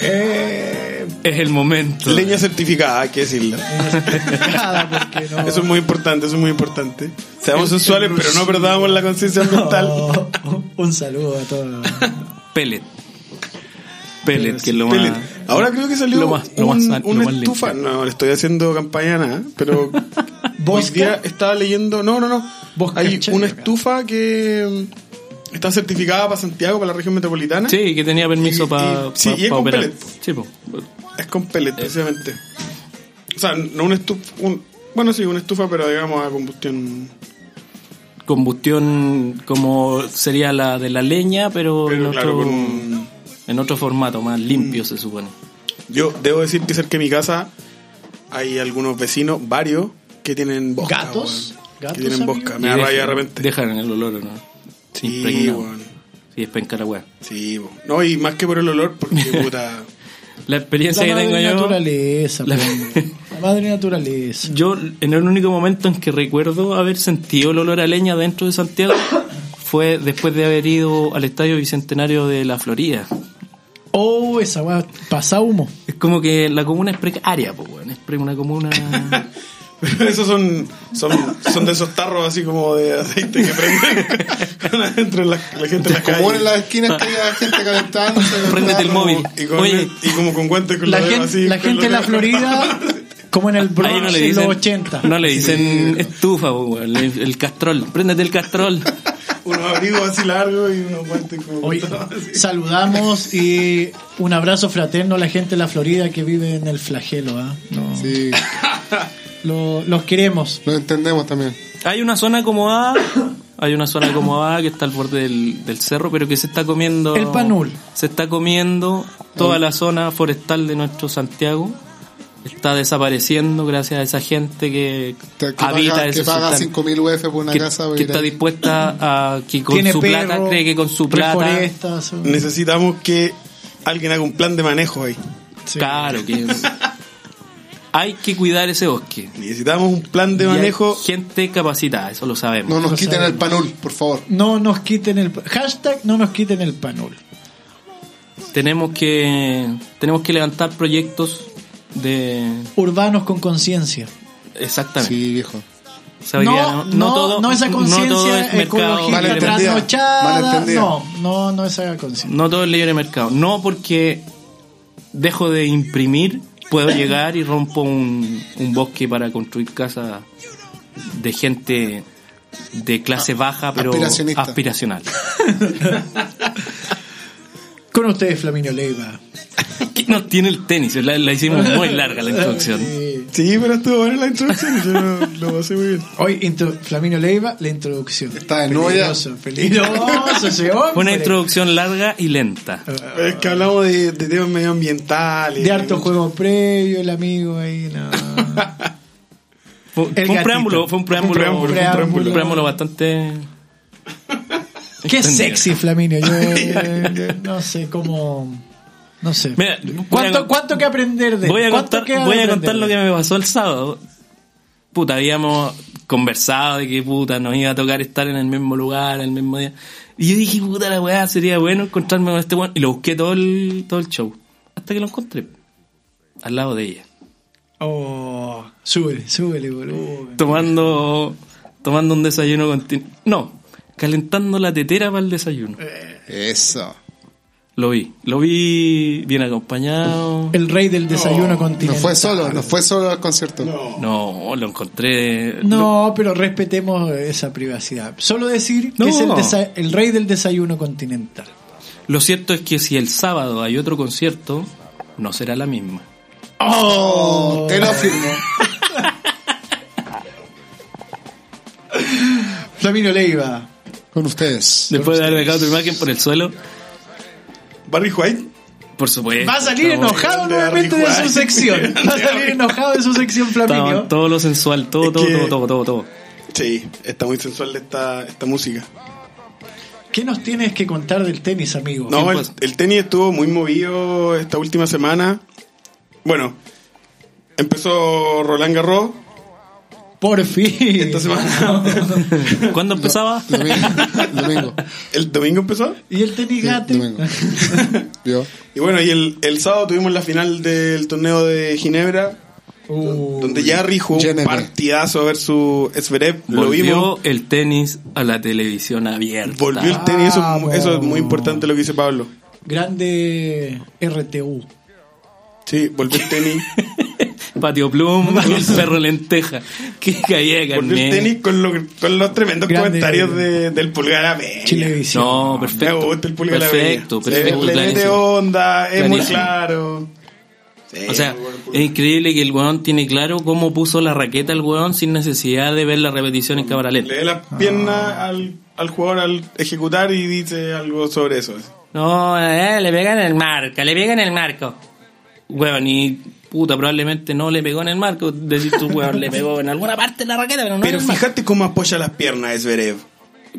Speaker 4: Eh,
Speaker 2: Es el momento.
Speaker 5: Leña certificada, hay que decirlo.
Speaker 4: nada, porque no.
Speaker 5: Eso es muy importante, eso es muy importante. Seamos sensuales, pero no perdamos la conciencia ambiental.
Speaker 4: Oh, un saludo a todos.
Speaker 2: Pellet. Pellet, que es lo
Speaker 5: Pellet.
Speaker 2: más.
Speaker 5: Ahora creo que salió
Speaker 2: Lo más- lo
Speaker 5: un-
Speaker 2: más san- lo
Speaker 5: una
Speaker 2: más limpio.
Speaker 5: estufa. No, le estoy haciendo campaña a nada, pero hoy
Speaker 4: Bosca.
Speaker 5: día estaba leyendo. No, no, no.
Speaker 4: Bosca
Speaker 5: Hay
Speaker 4: Checa.
Speaker 5: una estufa que mm, está certificada para Santiago, para la región metropolitana.
Speaker 2: Sí, que tenía permiso
Speaker 5: Y-
Speaker 2: para
Speaker 5: y- sí, y es con
Speaker 2: operar.
Speaker 5: pellet.
Speaker 2: Sí, po.
Speaker 5: Es con pellet, precisamente. O sea, no una estufa. Un, bueno, sí, una estufa, pero digamos a combustión.
Speaker 2: Combustión como sería la de la leña, pero, en,
Speaker 5: Pero
Speaker 2: otro,
Speaker 5: claro, con.
Speaker 2: en otro formato, más limpio se supone.
Speaker 5: Yo debo decir que cerca de mi casa hay algunos vecinos, varios, que tienen bosca.
Speaker 4: ¿Gatos?
Speaker 5: weón.
Speaker 4: ¿Gatos,
Speaker 5: que tienen
Speaker 4: amigo?
Speaker 5: bosca. Me
Speaker 2: Y
Speaker 5: da
Speaker 2: dejan-
Speaker 5: rabia de repente.
Speaker 2: Dejan el olor, ¿o ¿no? Sí,
Speaker 5: sí,
Speaker 2: impregnado.
Speaker 5: weón.
Speaker 2: Sí, es penca la weá.
Speaker 5: Sí, weón. No, y más que por el olor, porque puta.
Speaker 2: La experiencia
Speaker 4: La
Speaker 2: que tengo
Speaker 4: madre
Speaker 2: yo...
Speaker 4: naturaleza.
Speaker 2: La-
Speaker 4: pues. La madre naturaleza.
Speaker 2: Yo, en el único momento en que recuerdo haber sentido el olor a leña dentro de Santiago fue después de haber ido al estadio bicentenario de la Florida.
Speaker 4: Oh, esa weá pasa humo.
Speaker 2: Es como que la comuna es precaria, pues, weón. Es pre- una comuna.
Speaker 5: Pero esos son, son, son de esos tarros así como de aceite que prenden adentro la, la gente en la calle.
Speaker 3: Como en las esquinas que había gente calentándose.
Speaker 2: Préndete el
Speaker 3: claro.
Speaker 2: móvil.
Speaker 5: y, con-
Speaker 2: Oye.
Speaker 5: y como con guantes con
Speaker 4: La,
Speaker 5: los dedos
Speaker 4: gente,
Speaker 5: así,
Speaker 4: la
Speaker 5: con
Speaker 4: gente
Speaker 5: los
Speaker 4: en la
Speaker 5: dedos.
Speaker 4: Florida, como en el Bronx
Speaker 2: Ahí no le
Speaker 4: en
Speaker 2: dicen.
Speaker 4: los 80.
Speaker 2: No le dicen estufa, pues, weón. El, el castrol. Préndete el castrol.
Speaker 5: unos abrigos así largos y unos guantes como
Speaker 4: Hoy
Speaker 5: así.
Speaker 4: saludamos y un abrazo fraterno a la gente de la Florida que vive en el flagelo. ¿ah? No,
Speaker 3: Sí,
Speaker 4: lo- los queremos.
Speaker 3: lo entendemos también.
Speaker 2: Hay una zona acomodada. Hay una zona acomodada que está al borde del, del cerro, pero que se está comiendo.
Speaker 4: El Panul.
Speaker 2: Se está comiendo toda la zona forestal de nuestro Santiago. Está desapareciendo gracias a esa gente que,
Speaker 3: Que
Speaker 2: habita
Speaker 3: paga, que
Speaker 2: esos
Speaker 3: paga
Speaker 2: sustancias.
Speaker 3: 5.000 UF por una
Speaker 2: que,
Speaker 3: casa.
Speaker 2: que
Speaker 3: ir
Speaker 2: está
Speaker 3: ahí.
Speaker 2: dispuesta a que con
Speaker 4: Tiene
Speaker 2: su
Speaker 4: perro,
Speaker 2: plata cree que con su plata
Speaker 4: reforestas, o-
Speaker 5: Necesitamos que alguien haga un plan de manejo ahí.
Speaker 4: sí.
Speaker 2: claro que hay que cuidar ese bosque
Speaker 5: Necesitamos un plan de
Speaker 2: Y hay
Speaker 5: manejo.
Speaker 2: gente capacitada eso lo sabemos
Speaker 3: No nos
Speaker 4: Lo
Speaker 3: quiten
Speaker 4: sabemos.
Speaker 3: el panul, por favor.
Speaker 4: No nos quiten el hashtag no nos quiten el panul.
Speaker 2: tenemos que tenemos que levantar proyectos de
Speaker 4: Urbanos con conciencia.
Speaker 2: exactamente
Speaker 3: Sí, viejo.
Speaker 2: O sea, hoy día
Speaker 4: no, no, no esa
Speaker 2: no todo es
Speaker 4: conciencia
Speaker 2: mercado
Speaker 4: ecológica
Speaker 2: libre mercado.
Speaker 3: Malentendida,
Speaker 4: trasnochada.
Speaker 3: malentendida.
Speaker 4: No, no, no esa conciencia.
Speaker 2: no todo es libre mercado no porque dejo de imprimir puedo llegar y rompo un, un bosque para construir casas de gente de clase baja pero
Speaker 3: Ah, aspiracionista.
Speaker 2: aspiracional
Speaker 4: Con ustedes, Flaminio Leiva.
Speaker 2: ¿Qué nos tiene el tenis? La, la hicimos muy larga la introducción.
Speaker 4: Eh,
Speaker 5: Sí, pero estuvo buena la introducción. Yo lo, lo pasé muy bien.
Speaker 4: hoy, intro- Flaminio Leiva, la introducción.
Speaker 3: Está de nuevo ya.
Speaker 4: Peligroso, peligroso ese hombre.
Speaker 2: Fue una introducción larga y lenta.
Speaker 5: Es que hablamos de, de temas medioambientales.
Speaker 4: De harto juego previo, el amigo ahí, no.
Speaker 2: Fue, fue un
Speaker 4: gatito.
Speaker 2: preámbulo, fue un preámbulo,
Speaker 5: Un preámbulo,
Speaker 2: un
Speaker 5: un
Speaker 2: preámbulo,
Speaker 5: preámbulo.
Speaker 2: bastante.
Speaker 4: Qué
Speaker 2: extendido.
Speaker 4: sexy, Flaminio. Yo eh, no sé cómo. No sé.
Speaker 2: Mira, voy
Speaker 4: ¿Cuánto,
Speaker 2: a-
Speaker 4: cuánto que aprender de él?
Speaker 2: Voy a
Speaker 4: ¿Cuánto
Speaker 2: contar,
Speaker 4: queda de
Speaker 2: voy a
Speaker 4: aprender
Speaker 2: contar lo
Speaker 4: de
Speaker 2: que
Speaker 4: él?
Speaker 2: me pasó el sábado. Puta, habíamos conversado de que puta nos iba a tocar estar en el mismo lugar, en el mismo día. Y yo dije, puta la weá, sería bueno encontrarme con este weón. Y lo busqué todo el, todo el show. Hasta que lo encontré. Al lado de ella.
Speaker 4: Oh, súbele, súbele, boludo.
Speaker 2: tomando tomando un desayuno continuo. No, calentando la tetera para el desayuno.
Speaker 3: Eso.
Speaker 2: Lo vi, lo vi bien acompañado.
Speaker 4: El rey del desayuno
Speaker 3: No
Speaker 4: continental.
Speaker 3: fue solo, no fue solo al concierto.
Speaker 2: No, lo encontré.
Speaker 4: No, pero respetemos esa privacidad. Solo decir que
Speaker 2: No.
Speaker 4: es el, desa- el rey del desayuno continental.
Speaker 2: Lo cierto es que si el sábado hay otro concierto, no será la misma.
Speaker 3: Oh, te lo afirmo.
Speaker 4: Flamino Leiva.
Speaker 3: Con ustedes.
Speaker 2: Después de haber dejado tu imagen por el suelo,
Speaker 5: Barry White.
Speaker 2: por supuesto.
Speaker 4: Va a salir
Speaker 2: estaba-
Speaker 4: enojado
Speaker 5: grande,
Speaker 4: nuevamente de
Speaker 5: Barry
Speaker 4: su
Speaker 5: White.
Speaker 4: sección. Va a salir enojado de su sección,
Speaker 2: estaba
Speaker 4: Flaminio.
Speaker 2: todo lo sensual, todo,
Speaker 5: Es
Speaker 2: todo,
Speaker 5: que-
Speaker 2: todo, todo, todo, todo.
Speaker 5: Sí, está muy sensual esta, esta música.
Speaker 4: ¿Qué nos tienes que contar del tenis, amigo?
Speaker 5: No,
Speaker 2: Bien,
Speaker 5: el,
Speaker 2: pues.
Speaker 5: el tenis estuvo muy movido esta última semana. Bueno, empezó Roland Garros
Speaker 4: Por fin.
Speaker 5: esta semana.
Speaker 2: ¿Cuándo empezaba?
Speaker 3: Domingo. domingo.
Speaker 5: ¿El domingo empezó?
Speaker 4: ¿Y el tenis
Speaker 3: Sí,
Speaker 4: gate?
Speaker 3: domingo. Yo.
Speaker 5: Y bueno, y el, el sábado tuvimos la final del torneo de Ginebra,
Speaker 4: Uh,
Speaker 5: donde Jarry jugó un
Speaker 3: Geneve.
Speaker 5: partidazo versus Zverev. Lo vimos.
Speaker 2: Volvió el tenis a la televisión abierta.
Speaker 5: Volvió el tenis, eso,
Speaker 4: Vamos.
Speaker 5: eso es muy importante lo que dice Pablo.
Speaker 4: grande RTU.
Speaker 5: Sí, volvió el tenis.
Speaker 2: Patio Plum, el perro lenteja. Que caía de
Speaker 5: volvió el
Speaker 2: carnet.
Speaker 5: tenis con, lo- con los tremendos
Speaker 4: Grande.
Speaker 5: comentarios de- del pulgar a media.
Speaker 4: Chilevisión.
Speaker 2: No, perfecto.
Speaker 5: Me gusta el pulgar
Speaker 2: perfecto,
Speaker 5: a la media.
Speaker 2: perfecto.
Speaker 5: Se le mete
Speaker 2: clarísimo.
Speaker 5: onda, es muy
Speaker 2: Clarísimo.
Speaker 5: claro. Sí,
Speaker 2: O sea, eh,
Speaker 5: muy bueno el
Speaker 2: es
Speaker 5: pulgar.
Speaker 2: increíble que el weón tiene claro cómo puso la raqueta el weón sin necesidad de ver la repetición en cámara
Speaker 5: le
Speaker 2: lenta.
Speaker 5: da la
Speaker 3: Ah.
Speaker 5: pierna al, al jugador al ejecutar y dice algo sobre eso.
Speaker 2: No, eh, le pega en el marco, le pega en el marco. Weón, y puta, probablemente no le pegó en el marco. Decir tu weón, le pegó en alguna parte de la raqueta, pero no
Speaker 5: Pero
Speaker 2: en el marco.
Speaker 5: fíjate cómo apoya las piernas Zverev.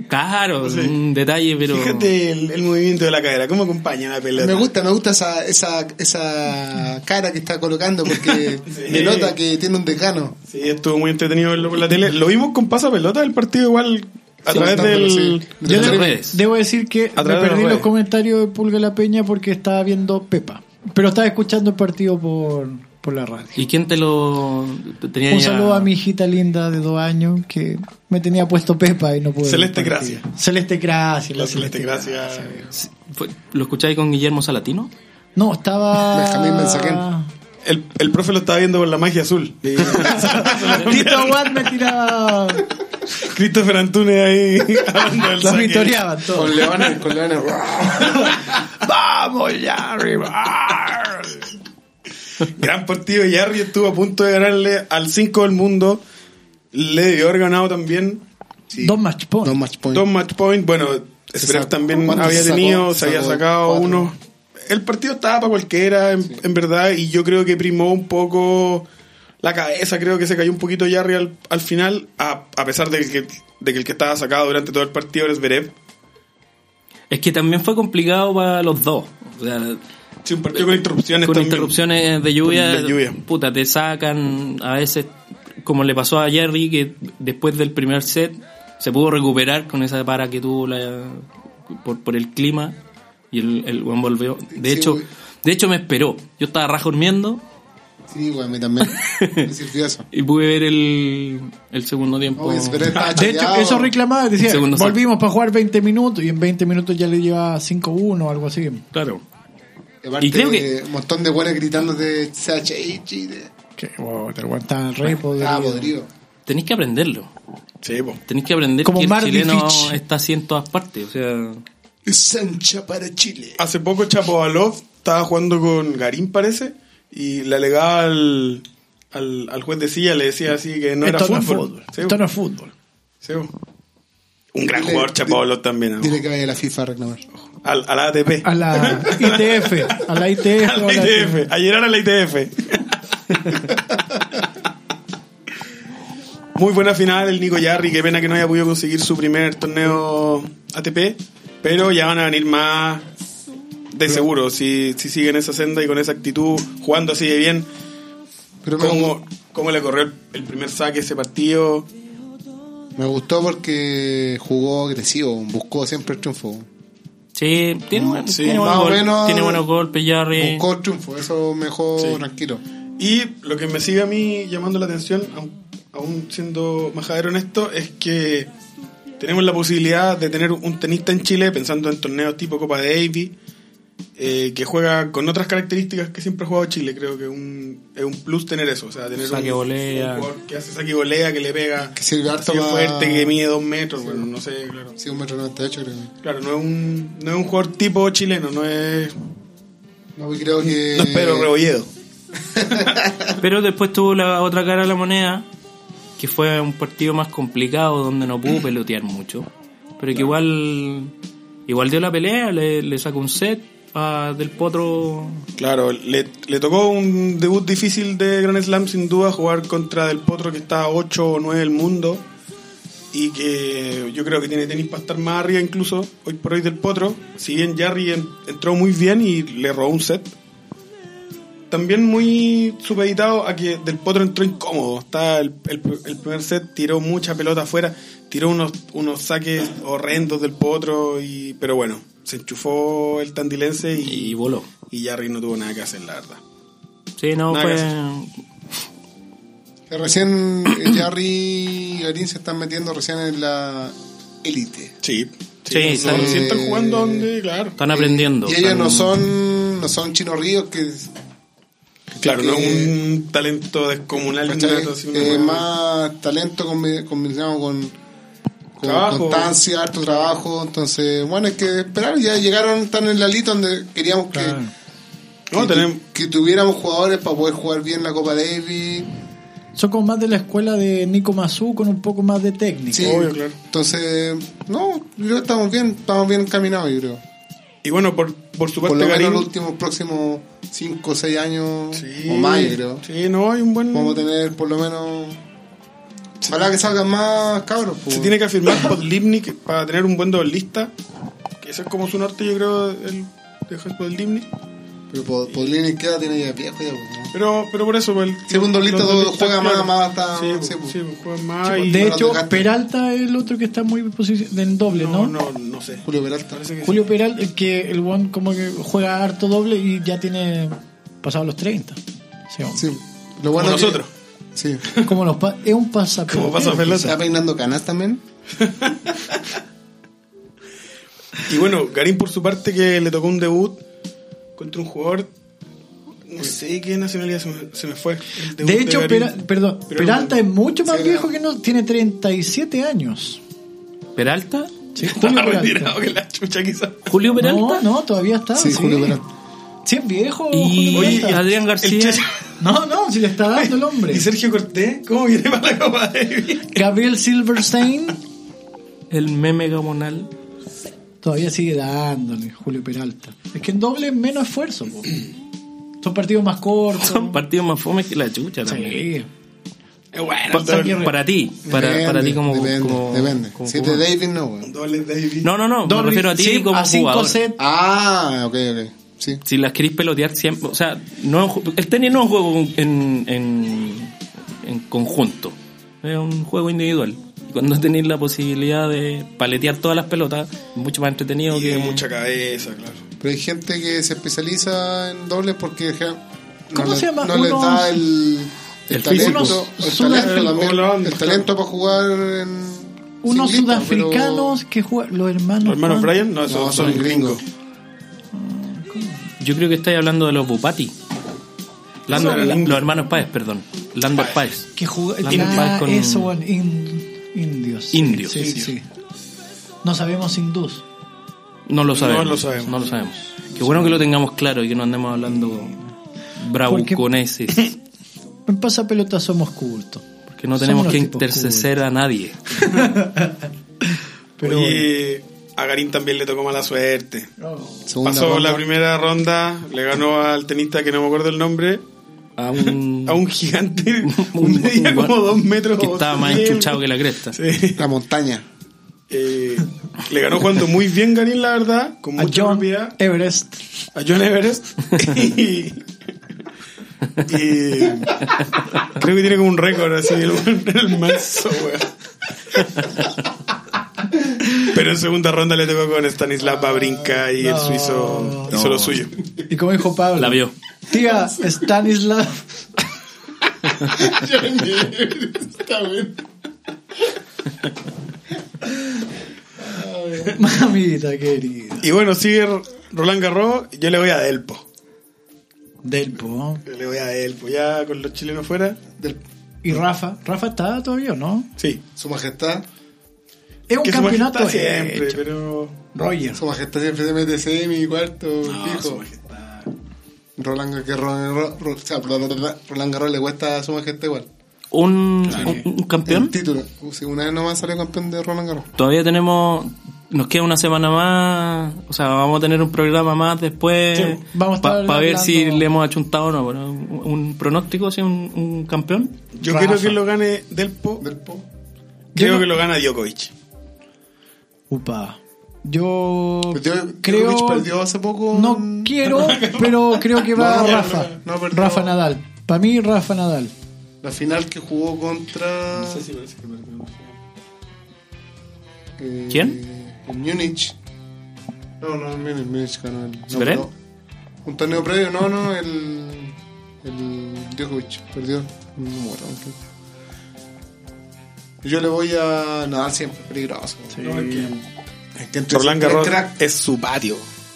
Speaker 2: Claro,
Speaker 5: Sí.
Speaker 2: un detalle, pero...
Speaker 5: Fíjate el, el movimiento de la cadera, cómo acompaña la pelota.
Speaker 3: Me gusta, me gusta esa, esa, esa cara que está colocando porque
Speaker 5: Sí.
Speaker 3: me nota que tiene un decano.
Speaker 5: Sí, estuvo muy entretenido verlo por la tele. Lo vimos con pasapelota del partido igual. A
Speaker 3: Sí,
Speaker 5: través
Speaker 3: no, pero
Speaker 5: del.
Speaker 3: sí.
Speaker 4: Yo
Speaker 2: las
Speaker 4: debo-
Speaker 2: redes.
Speaker 4: debo decir que me
Speaker 5: través de las
Speaker 4: perdí los
Speaker 5: redes.
Speaker 4: comentarios de Pulga La Peña porque estaba viendo Pepa. Pero estaba escuchando el partido por, por la radio.
Speaker 2: ¿Y quién te lo te tenía
Speaker 4: Un
Speaker 2: ya-
Speaker 4: saludo a mi hijita linda de dos años que me tenía puesto Pepa y no pude. ver
Speaker 5: Celeste
Speaker 4: el partido. Celeste Gracia.
Speaker 5: La Celeste Gracia.
Speaker 3: Ah,
Speaker 2: Sí, fue- ¿Lo escucháis con Guillermo Salatino?
Speaker 4: No, estaba.
Speaker 3: Benjamín Benzaquén.
Speaker 5: El, el profe lo estaba viendo con la magia azul. Y-
Speaker 4: Tito Aguad me tiraba.
Speaker 5: Christopher Antunes ahí hablando del
Speaker 4: Los
Speaker 5: saque.
Speaker 4: victoriaban todos.
Speaker 3: Con leones, con leones.
Speaker 5: ¡Vamos, Jarry! Gran partido. Jarry estuvo a punto de ganarle al 5 del mundo. Le debió haber ganado también
Speaker 4: Dos match points.
Speaker 3: No match point.
Speaker 5: dos match points. Bueno, Zverev
Speaker 3: sacó-
Speaker 5: también
Speaker 3: ¿cuántos
Speaker 5: había
Speaker 3: se sacó?
Speaker 5: tenido, se había
Speaker 3: Sacó
Speaker 5: sacado
Speaker 3: cuatro.
Speaker 5: uno. El partido estaba para cualquiera, en, en verdad, y yo creo que primó un poco la cabeza. Creo que se cayó un poquito Jarry al, al final, a, a pesar de que, de que el que estaba sacado durante todo el partido era Zverev.
Speaker 2: Es que también fue complicado para los dos. O sea,
Speaker 5: Sí, un partido con interrupciones
Speaker 2: con
Speaker 5: también.
Speaker 2: interrupciones de lluvia,
Speaker 5: Por la lluvia.
Speaker 2: puta, te sacan a veces, como le pasó a Jerry, que después del primer set se pudo recuperar con esa para que tuvo la- por, por el clima y el, el weón volvió. De
Speaker 3: Sí,
Speaker 2: hecho,
Speaker 3: güey.
Speaker 2: de hecho me esperó. Yo estaba rajo durmiendo
Speaker 3: Sí, güey, a mí también. Me sirvió eso.
Speaker 2: y pude ver el, el segundo tiempo.
Speaker 3: Oye, pero estaba
Speaker 4: De hecho,
Speaker 3: choreado.
Speaker 4: eso reclamaba, decía,
Speaker 2: Segundo set.
Speaker 4: volvimos para jugar 20 minutos y en 20 minutos ya le lleva 5-1 o algo así.
Speaker 2: claro.
Speaker 3: Aparte,
Speaker 2: y creo que-
Speaker 3: Un montón de buenas gritando de CHH. De...
Speaker 4: Que, wow, te aguantan el rey podrido.
Speaker 3: Ah, podrido.
Speaker 2: Tenéis que aprenderlo.
Speaker 5: Sí, po.
Speaker 2: Tenéis que aprender
Speaker 4: Como
Speaker 2: que el
Speaker 4: Mardy
Speaker 2: chileno
Speaker 4: Fitch.
Speaker 2: está así en todas partes. O sea,
Speaker 3: Sancha para Chile.
Speaker 5: Hace poco Chapovalov estaba jugando con Garín, parece, y le alegaba al, al, al juez de silla, le decía así que no
Speaker 4: Esto
Speaker 5: era
Speaker 4: no es
Speaker 5: fútbol.
Speaker 4: fútbol.
Speaker 5: Sí,
Speaker 4: Esto
Speaker 5: po.
Speaker 4: no es fútbol.
Speaker 5: Sí, po. Un gran
Speaker 3: Dile-
Speaker 5: jugador
Speaker 3: di-
Speaker 5: Chapovalov también. ¿no?
Speaker 3: Dile que vaya a la FIFA a reclamar.
Speaker 5: Al, a la ATP.
Speaker 4: A la ITF. A la ITF.
Speaker 5: A la ITF. Ayer era la ITF. Muy buena final el Nico Yarri. Qué pena que no haya podido conseguir su primer torneo ATP. Pero ya van a venir más de seguro. Si, si siguen esa senda y con esa actitud, jugando así de bien.
Speaker 3: Pero me,
Speaker 5: ¿Cómo, cómo le corrió el, el primer saque ese partido?
Speaker 3: me gustó porque jugó agresivo, buscó siempre el triunfo.
Speaker 2: sí, tiene, buen-
Speaker 5: Sí,
Speaker 2: tiene, buen
Speaker 3: más o
Speaker 2: gol-
Speaker 3: menos-
Speaker 2: tiene buenos golpes, Jerry.
Speaker 3: Buscó el triunfo, eso me dejó
Speaker 5: Sí.
Speaker 3: tranquilo.
Speaker 5: Y lo que me sigue a mí llamando la atención, aun- aún siendo majadero honesto, es que tenemos la posibilidad de tener un tenista en Chile, pensando en torneos tipo Copa Davis, eh, que juega con otras características que siempre ha jugado Chile. Creo que un- es un plus tener eso, o sea, tener
Speaker 2: Saque
Speaker 5: un,
Speaker 2: volea.
Speaker 5: un jugador que hace saque y volea, que le pega,
Speaker 3: Que sirve harto
Speaker 5: así de
Speaker 3: pa-
Speaker 5: fuerte, que mide dos metros, bueno, no sé, claro.
Speaker 3: Sí, un metro noventa y ocho creo.
Speaker 5: Claro, no es un, no es un jugador tipo chileno, no
Speaker 3: Eh,
Speaker 5: es,
Speaker 3: No, y creo que...
Speaker 5: no es Pedro Rebolledo.
Speaker 2: Pero después tuvo la otra cara de la moneda, que fue un partido más complicado donde no pudo pelotear mucho. Pero que igual igual dio la pelea, le, le sacó un set a- del potro.
Speaker 5: Claro, le, le tocó un debut difícil de Grand Slam, sin duda, jugar contra Del Potro que está a 8 o 9 del mundo y que yo creo que tiene tenis para estar más arriba incluso, hoy por hoy Del Potro. Si bien Jarry en- entró muy bien y le robó un set, también muy supeditado a que Del Potro entró incómodo. Está el, el- el primer set, tiró mucha pelota afuera, tiró unos, unos saques horrendos del Potro, y, pero bueno, se enchufó el tandilense y
Speaker 2: Y voló.
Speaker 5: y Jarry no tuvo nada que hacer, la verdad.
Speaker 2: Sí, no,
Speaker 5: Nada
Speaker 2: fue.
Speaker 5: que
Speaker 3: Que recién eh, Jarry y Garín se están metiendo recién en la élite. Eh,
Speaker 5: Sí.
Speaker 2: Sí, están-
Speaker 5: están, sí están jugando donde, claro.
Speaker 2: Están aprendiendo.
Speaker 3: Y ellos
Speaker 2: están-
Speaker 3: no son no son chinos ríos que
Speaker 5: Claro, no es
Speaker 3: Eh,
Speaker 5: un talento descomunal.
Speaker 3: ¿cachai?
Speaker 5: innato, así, una
Speaker 3: Eh,
Speaker 5: weá.
Speaker 3: más talento combi- combinado con, con
Speaker 5: Trabajo.
Speaker 3: constancia, harto trabajo. Entonces, bueno, hay que esperar. Ya llegaron, están en la lista donde queríamos que,
Speaker 4: Claro.
Speaker 3: que,
Speaker 5: No, tenemos...
Speaker 3: que tuviéramos jugadores para poder jugar bien la Copa Davis.
Speaker 4: Son como más de la escuela de Nico Mazú con un poco más de técnica.
Speaker 3: Sí,
Speaker 5: Obvio, claro.
Speaker 3: Entonces, no, yo creo que estamos bien, estamos bien encaminados, yo creo.
Speaker 5: Y bueno, por, por su
Speaker 3: Por
Speaker 5: parte,
Speaker 3: lo menos
Speaker 5: Garín...
Speaker 3: los últimos próximos 5 o 6 años
Speaker 5: Sí,
Speaker 3: o más, yo creo.
Speaker 5: sí, no, hay un buen...
Speaker 3: Vamos a tener por lo menos. Ojalá que salgan más cabros. pues.
Speaker 5: Se tiene que afirmar Podlipnik para tener un buen doblista. Que ese es como su norte, yo creo, el de Podlipnik.
Speaker 3: Pero Pod- Podlini queda, tiene ya viejo ya. pues, ¿no?
Speaker 5: Pero, pero por eso, el,
Speaker 3: Segundo
Speaker 5: los-
Speaker 3: Lito
Speaker 5: los dos
Speaker 3: juega
Speaker 5: listas,
Speaker 3: más- más hasta-
Speaker 5: Sí,
Speaker 3: no
Speaker 5: pues,
Speaker 3: sé, pues.
Speaker 5: sí, pues, juegan más y-
Speaker 4: De
Speaker 3: Bueno,
Speaker 4: hecho,
Speaker 3: dejaste.
Speaker 4: Peralta es el otro que está muy en posición- en doble, ¿no?
Speaker 5: no, no, no sé.
Speaker 3: Julio Peralta.
Speaker 5: Parece que
Speaker 4: Julio Peralta, el que el one como que juega harto doble y ya tiene pasado los 30. Sí, hombre.
Speaker 3: Sí. Lo bueno
Speaker 5: Como
Speaker 3: que-
Speaker 5: nosotros.
Speaker 3: Sí.
Speaker 4: Como los pa- es un pasaporte.
Speaker 5: Como pasa pelota.
Speaker 3: ¿Está peinando canas también?
Speaker 5: Y bueno, Garín por su parte que le tocó un debut contra un jugador, no sé qué nacionalidad se me, se me fue. El debut
Speaker 4: De hecho,
Speaker 5: Garín.
Speaker 4: Pera- perdón,
Speaker 5: Pero-
Speaker 4: Peralta es mucho más
Speaker 3: Sí,
Speaker 4: viejo que no, tiene 37 años.
Speaker 2: ¿Peralta?
Speaker 4: Sí, Julio
Speaker 5: Estaba
Speaker 4: Peralta.
Speaker 5: Ah, retirado que la chucha quizás.
Speaker 2: ¿Julio Peralta?
Speaker 4: No, no, todavía está.
Speaker 3: Sí,
Speaker 4: Sí,
Speaker 3: Julio Peralta.
Speaker 4: Sí, es viejo.
Speaker 2: Y
Speaker 4: Julio
Speaker 2: Oye,
Speaker 4: Peralta.
Speaker 2: Adrián
Speaker 5: El
Speaker 2: García.
Speaker 5: Checho.
Speaker 4: No, no, si le está dando el hombre.
Speaker 5: ¿Y Sergio Cortés? ¿Cómo viene para la Copa Davis?
Speaker 4: Gabriel Silverstein
Speaker 2: El meme gamonal.
Speaker 4: todavía sigue dándole, Julio Peralta. Es que en doble es menos esfuerzo. po. Son partidos más cortos.
Speaker 2: Son partidos más fomes que la chucha también.
Speaker 4: Sí.
Speaker 5: Eh, Bueno,
Speaker 2: Pa- Para, ti, para,
Speaker 3: Depende,
Speaker 2: para ti como.
Speaker 3: Depende.
Speaker 2: como-
Speaker 3: depende.
Speaker 2: como
Speaker 3: si es de
Speaker 2: jugador.
Speaker 3: David, no, weón.
Speaker 5: doble Davis.
Speaker 2: No, no, no, me
Speaker 4: Doble,
Speaker 2: refiero a ti
Speaker 4: sí,
Speaker 2: como
Speaker 4: a cinco
Speaker 2: jugador.
Speaker 4: sets.
Speaker 3: Ah, ok, ok. Sí.
Speaker 2: Si las querís pelotear siempre, o sea, no es un ju- el tenis no es un juego en, en, en conjunto, es un juego individual. Y Cuando tenéis la posibilidad de paletear todas las pelotas, es mucho más entretenido
Speaker 5: Y
Speaker 2: que
Speaker 5: de mucha cabeza, claro.
Speaker 3: Pero hay gente que se especializa en dobles porque en general,
Speaker 4: ¿Cómo
Speaker 3: no, le-
Speaker 4: se llama?
Speaker 3: No les
Speaker 4: Unos-
Speaker 3: da el, el,
Speaker 2: El
Speaker 3: talento,
Speaker 4: físico.
Speaker 3: el
Speaker 4: Unos
Speaker 3: talento, también,
Speaker 5: sudafricanos.
Speaker 3: el talento para jugar en
Speaker 4: Unos
Speaker 3: singlito, pero-
Speaker 4: sudafricanos que juegan. Los hermanos.
Speaker 5: ¿Los hermanos
Speaker 4: Juan-
Speaker 5: Bryan? No,
Speaker 3: No,
Speaker 5: son,
Speaker 3: son,
Speaker 5: son gringos.
Speaker 3: gringos.
Speaker 2: Yo creo que estáis hablando de los Bupati. Lando-
Speaker 5: Son
Speaker 2: la-
Speaker 5: indios.
Speaker 2: los hermanos Páez, perdón. Lando Páez.
Speaker 4: Que juegan.
Speaker 2: Lando Páez con-
Speaker 4: eso, bueno, in- indios.
Speaker 2: Indios.
Speaker 4: Sí, sí, sí. No sabemos hindús.
Speaker 2: No lo sabemos.
Speaker 5: No lo sabemos.
Speaker 2: no lo sabemos. Qué bueno que lo tengamos claro y que no andemos hablando bravuconeses.
Speaker 4: En pasapelota somos cultos.
Speaker 2: Porque no
Speaker 4: Somos
Speaker 2: tenemos
Speaker 4: los
Speaker 2: que
Speaker 4: tipos
Speaker 2: interceder a nadie.
Speaker 4: Pero
Speaker 5: Oye, a Garín también le tocó mala suerte.
Speaker 4: bueno.
Speaker 3: Segunda
Speaker 5: Pasó
Speaker 3: ronda.
Speaker 5: la primera ronda, le ganó al tenista que no me acuerdo el nombre,
Speaker 2: A un,
Speaker 5: a un gigante,
Speaker 2: un-
Speaker 5: un medía
Speaker 2: un-
Speaker 5: como dos metros.
Speaker 2: Que estaba más
Speaker 5: diez.
Speaker 2: enchuchado que la cresta.
Speaker 5: Sí.
Speaker 3: La montaña.
Speaker 5: Eh, le ganó jugando muy bien Garín, la verdad, con
Speaker 4: a
Speaker 5: mucha
Speaker 4: John
Speaker 5: propiedad.
Speaker 4: Everest.
Speaker 5: A John Everest. y, y creo que tiene como un récord así, el, el manso, weón. Pero en segunda ronda le tocó con Stanislav Babrinka y el
Speaker 4: No.
Speaker 5: suizo hizo
Speaker 2: No.
Speaker 5: lo suyo.
Speaker 4: Y como dijo Pablo.
Speaker 2: La vio.
Speaker 4: Tía Stanislav. Mamita querida.
Speaker 5: Y bueno, sigue Roland Garros, yo le voy a Delpo.
Speaker 4: Delpo.
Speaker 5: Yo le voy a Delpo, ya con los chilenos fuera.
Speaker 3: Del-
Speaker 4: Y Rafa. Rafa está todavía, ¿o ¿no?
Speaker 5: Sí.
Speaker 3: su majestad.
Speaker 4: Es un
Speaker 5: Que su
Speaker 4: campeonato.
Speaker 5: majestad siempre,
Speaker 4: hecho.
Speaker 5: pero...
Speaker 4: Roger.
Speaker 3: Su majestad siempre se mete semi, cuarto,
Speaker 5: No,
Speaker 3: fijo.
Speaker 5: su majestad.
Speaker 3: Roland, que Ro- Ro- Ro- o sea, bla, bla, bla, Roland Garros le cuesta a su majestad igual.
Speaker 2: Un, un- un campeón.
Speaker 3: El título. Si una vez nomás salió campeón de Roland Garros.
Speaker 2: Todavía tenemos. Nos queda una semana más. O sea, vamos a tener un programa más después.
Speaker 4: Sí, vamos a estar
Speaker 2: Para ver si
Speaker 4: hablando-
Speaker 2: le hemos achuntado o no. pero un, un pronóstico, si un, un campeón.
Speaker 5: Yo
Speaker 4: Rafa.
Speaker 5: quiero que lo gane Delpo.
Speaker 3: Del po.
Speaker 5: Creo
Speaker 4: no-
Speaker 5: que lo gana Djokovic.
Speaker 4: Upa. Yo
Speaker 3: Djo-
Speaker 4: creo.
Speaker 3: Djokovic perdió hace poco
Speaker 4: No
Speaker 3: un-
Speaker 4: quiero, pero creo que va
Speaker 3: No, no,
Speaker 4: Rafa.
Speaker 3: no, no, perdió.
Speaker 4: Rafa Nadal. Para mí, Rafa Nadal.
Speaker 3: La final que jugó contra. eh,
Speaker 2: ¿Quién?
Speaker 3: En Múnich. No, no, en Múnich, Múnich ganó el. No,
Speaker 2: ¿Zverev?
Speaker 3: no. Un torneo previo, no, no, el. El Djokovic perdió. No me acuerdo, ok. Yo le voy a nadar siempre, peligroso. No, es que- es que entre-
Speaker 5: Roland
Speaker 3: es
Speaker 5: Garros
Speaker 3: crack.
Speaker 5: es su patio.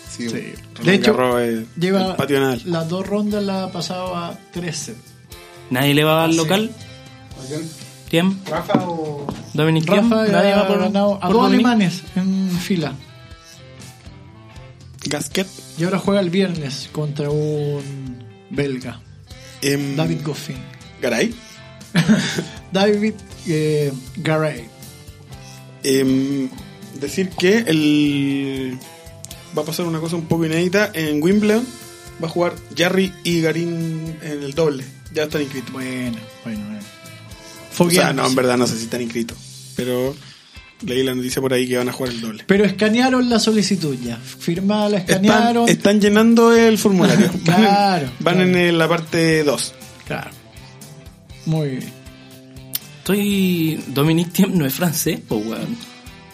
Speaker 3: Sí,
Speaker 4: Sí. De
Speaker 5: Roland
Speaker 4: hecho,
Speaker 5: Garros es
Speaker 4: lleva
Speaker 5: el patio de Nadal.
Speaker 4: las dos rondas la ha pasado a 13.
Speaker 2: Nadie le va al local.
Speaker 3: ¿a quién?
Speaker 2: ¿Quién?
Speaker 3: ¿Rafa o.?
Speaker 2: Dominic Thiem.
Speaker 5: eh,
Speaker 4: Rafa
Speaker 2: Nadie
Speaker 4: ha
Speaker 2: va por,
Speaker 4: ganado a
Speaker 2: por
Speaker 4: dos
Speaker 2: Dominic.
Speaker 4: alemanes en fila.
Speaker 5: Gasquet.
Speaker 4: Y ahora juega el viernes contra un belga,
Speaker 5: em,
Speaker 4: David Goffin.
Speaker 5: Garay.
Speaker 4: David eh, Garay.
Speaker 5: Em, decir que el va a pasar una cosa un poco inédita. En Wimbledon va a jugar Jarry y Garín en el doble. Ya están inscritos.
Speaker 4: Bueno, bueno, bueno.
Speaker 5: O sea,
Speaker 4: Fogueamos.
Speaker 5: no, en verdad no sé si están inscritos. Pero Leí la noticia por ahí que van a jugar el doble.
Speaker 4: Pero escanearon la solicitud ya. Firmada, la
Speaker 5: Están,
Speaker 4: escanearon.
Speaker 5: están llenando el formulario. Van en-
Speaker 4: Claro,
Speaker 5: Van
Speaker 4: claro.
Speaker 5: en eh, la parte 2.
Speaker 4: Claro. Muy bien.
Speaker 2: Estoy. Dominic Thiem no es francés, po, weón.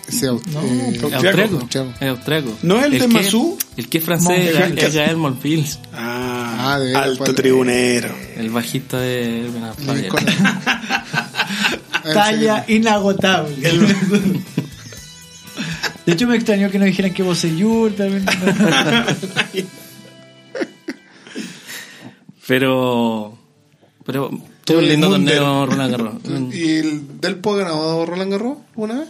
Speaker 3: Ese aut-
Speaker 4: No,
Speaker 3: eh,
Speaker 5: pero-
Speaker 2: Es
Speaker 5: Austriaco.
Speaker 2: austriaco. Es austriaco.
Speaker 5: ¿No es el de
Speaker 2: que-
Speaker 5: Mazú?
Speaker 2: El que es francés
Speaker 5: Monfils.
Speaker 2: es Gael Monfils,
Speaker 5: Ah,
Speaker 3: Ah, de veras,
Speaker 5: alto
Speaker 3: cuál-
Speaker 5: tribunero.
Speaker 2: el bajista de. Buena
Speaker 3: la
Speaker 2: Pradera.
Speaker 3: Lincoln.
Speaker 5: Ah,
Speaker 4: Talla inagotable. De hecho, me extrañó que no dijeran que Bosellur también.
Speaker 2: Pero. Pero tuvo un
Speaker 3: El
Speaker 2: lindo
Speaker 3: Munder.
Speaker 2: torneo Roland Garros. Mm.
Speaker 3: ¿Y el Delpo ha ganado Roland Garros una vez?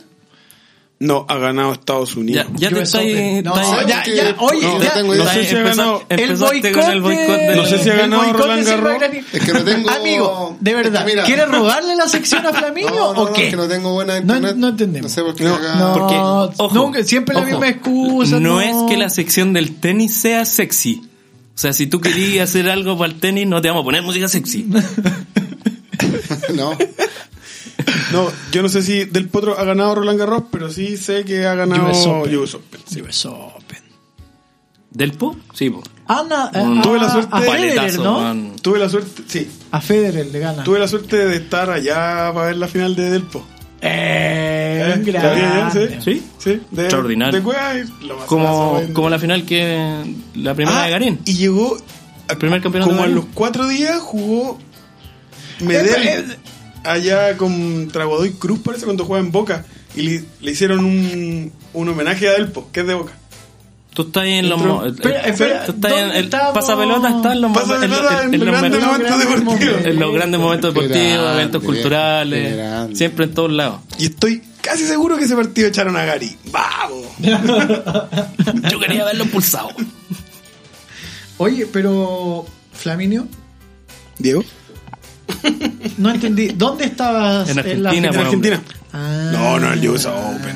Speaker 5: No, ha ganado Estados Unidos.
Speaker 2: Ya, ya te
Speaker 4: US
Speaker 2: estáis.
Speaker 4: Open. No,
Speaker 2: estáis-
Speaker 4: ya,
Speaker 3: porque-
Speaker 4: ya, oye,
Speaker 3: no,
Speaker 4: ya.
Speaker 3: no tengo
Speaker 2: estáis-
Speaker 5: No
Speaker 3: idea.
Speaker 5: sé si ha
Speaker 2: empeza-
Speaker 5: ganado.
Speaker 4: El
Speaker 2: empezaste con el boicot
Speaker 4: de-
Speaker 2: de.
Speaker 5: No sé si ha
Speaker 4: el
Speaker 5: ganado
Speaker 4: boicot de
Speaker 5: Roland
Speaker 4: Silva
Speaker 5: Garros.
Speaker 4: Granit.
Speaker 3: Es que no tengo-
Speaker 4: Amigo, de
Speaker 3: es que
Speaker 4: verdad.
Speaker 3: mira-
Speaker 4: ¿Quieres robarle la sección a Flaminio
Speaker 3: No, no,
Speaker 4: o
Speaker 3: no,
Speaker 4: qué?
Speaker 3: es que no tengo buena internet.
Speaker 4: No, no entendemos.
Speaker 3: No sé por qué
Speaker 5: No,
Speaker 3: acá-
Speaker 4: No,
Speaker 2: Porque, ojo,
Speaker 4: nunca- siempre la
Speaker 2: ojo,
Speaker 4: misma excusa,
Speaker 2: No,
Speaker 4: no.
Speaker 2: es que la sección del tenis sea sexy. O sea, si tú querías hacer algo para el tenis, no te vamos a poner música sexy.
Speaker 3: no.
Speaker 5: No, yo no sé si Del Potro ha ganado Roland Garros, pero sí sé que ha ganado
Speaker 4: US Open.
Speaker 5: US Open.
Speaker 4: Sí, US Open.
Speaker 2: ¿Delpo? Sí, po.
Speaker 4: Ana, eh,
Speaker 2: Un-
Speaker 4: a-
Speaker 5: Mm. Tuve la suerte-
Speaker 4: a Federer,
Speaker 2: Paletazo,
Speaker 4: ¿no?
Speaker 2: man.
Speaker 5: Tuve la suerte, sí,
Speaker 4: A Federer le gana.
Speaker 5: tuve la suerte de estar allá para ver la final de Delpo.
Speaker 4: Eh, un
Speaker 5: ¿Eh? ¿La vi allá?
Speaker 4: grande.
Speaker 2: ¿Sí?
Speaker 5: Sí, de,
Speaker 2: Extraordinario.
Speaker 5: de Cueva y lo más
Speaker 2: Como,
Speaker 5: pasó en-
Speaker 2: como la final que. La primera
Speaker 5: Ah,
Speaker 2: de Garín.
Speaker 5: Y llegó
Speaker 2: El primer campeonato
Speaker 5: como
Speaker 2: de
Speaker 5: a
Speaker 2: Garín.
Speaker 5: los cuatro días jugó Medel allá contra Godoy Cruz, parece, cuando juega en Boca. Y le, le hicieron un, un homenaje a Delpo, que es de Boca.
Speaker 2: Tú estás en los.
Speaker 5: Entró-
Speaker 2: mo-
Speaker 4: Espera,
Speaker 2: eh,
Speaker 4: espera,
Speaker 2: tú estás en
Speaker 4: ¿dónde
Speaker 2: el
Speaker 4: estábamos?
Speaker 2: pasapelota, está en los mo-
Speaker 5: Pasa de
Speaker 2: en lo-
Speaker 5: nada
Speaker 2: en- en
Speaker 5: en, el
Speaker 2: los
Speaker 5: grande
Speaker 2: mer-
Speaker 5: momento
Speaker 4: grandes
Speaker 5: deportivo.
Speaker 4: momentos.
Speaker 2: en los grandes momentos
Speaker 3: Qué
Speaker 2: deportivos,
Speaker 3: grande,
Speaker 2: eventos
Speaker 3: qué grande.
Speaker 2: culturales, siempre en todos lados.
Speaker 5: Y estoy casi seguro que ese partido echaron a Gary. ¡Vamos!
Speaker 2: Yo quería verlo pulsado.
Speaker 4: Oye, pero Flaminio,
Speaker 5: ¿Diego?
Speaker 4: no entendí. ¿Dónde estabas
Speaker 2: En
Speaker 4: la
Speaker 2: Argentina,
Speaker 5: En
Speaker 2: Bueno,
Speaker 5: Argentina.
Speaker 4: Ah.
Speaker 5: No, no, el US Open.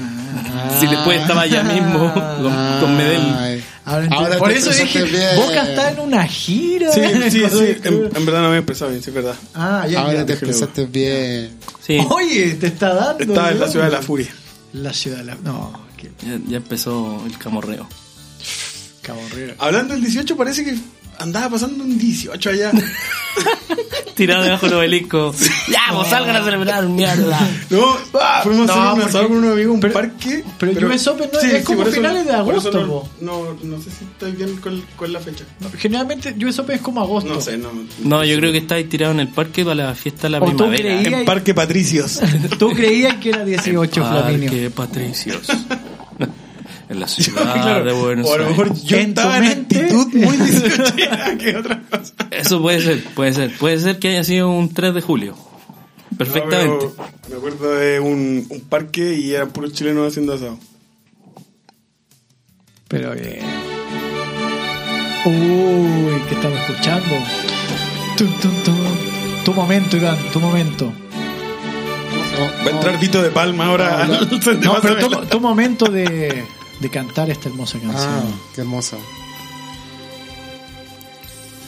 Speaker 2: Ah. Si después estaba allá mismo con, con Medel.
Speaker 3: Ay.
Speaker 4: Ahora entiendo.
Speaker 3: Ahora
Speaker 4: Por
Speaker 3: te
Speaker 4: eso dije,
Speaker 3: expresaste bien.
Speaker 4: Boca está en una gira. ¿eh?
Speaker 5: Sí, sí, sí. En, en verdad no me he expresado bien, sí, es verdad.
Speaker 4: Ah, ya,
Speaker 3: Ahora
Speaker 4: ya.
Speaker 3: te
Speaker 5: dije,
Speaker 3: expresaste bien.
Speaker 2: Sí,
Speaker 4: Oye, te está dando.
Speaker 5: Estaba en la
Speaker 4: ¿no?
Speaker 5: ciudad de la furia.
Speaker 4: La ciudad de la. No, qué
Speaker 2: ya, ya empezó el camorreo.
Speaker 4: caborrera.
Speaker 5: Hablando del 18, parece que andaba pasando un 18 allá.
Speaker 2: Tirado debajo del obelisco. ya, vos salgan a celebrar, mierda.
Speaker 5: No, fuimos
Speaker 4: Ah, no, porque-
Speaker 5: a hacer un asado con unos amigos a un
Speaker 4: pero-
Speaker 5: parque.
Speaker 4: pero US Open no- es como
Speaker 5: por eso
Speaker 4: finales de
Speaker 5: por eso
Speaker 4: agosto,
Speaker 5: no-
Speaker 4: po.
Speaker 5: No, no, sé si estoy bien con, con la fecha.
Speaker 4: No, Generalmente US Open es como agosto.
Speaker 5: No sé, no.
Speaker 2: No, yo creo que estáis tirado en el parque para la fiesta de la
Speaker 4: ¿O tú
Speaker 2: primavera.
Speaker 4: creías?
Speaker 5: Parque Patricios.
Speaker 4: Tú creías que era 18, Flaminio.
Speaker 2: Parque Patricios. en la
Speaker 5: Yo,
Speaker 2: ciudad
Speaker 5: claro,
Speaker 2: Ah, de Buenos
Speaker 5: o a lo
Speaker 2: Aires.
Speaker 5: mejor yo
Speaker 4: En tu
Speaker 5: estaba en
Speaker 4: mente.
Speaker 5: actitud muy 18 que otra cosa.
Speaker 2: Eso puede ser, puede ser. Puede ser que haya sido un 3 de julio. Perfectamente.
Speaker 5: No, pero me acuerdo de un, un parque y eran puros chilenos haciendo asado.
Speaker 4: Pero bien. Uy, ¿qué estaba escuchando? Tum, tum, tum. Tu momento, Iván, tu momento.
Speaker 5: Va a entrar Vito de Palma ahora.
Speaker 3: No, no.
Speaker 5: al Centro
Speaker 4: No, pero
Speaker 5: Pasarela.
Speaker 4: tu, tu momento de, de cantar esta hermosa
Speaker 3: Ah,
Speaker 4: canción.
Speaker 3: qué hermosa.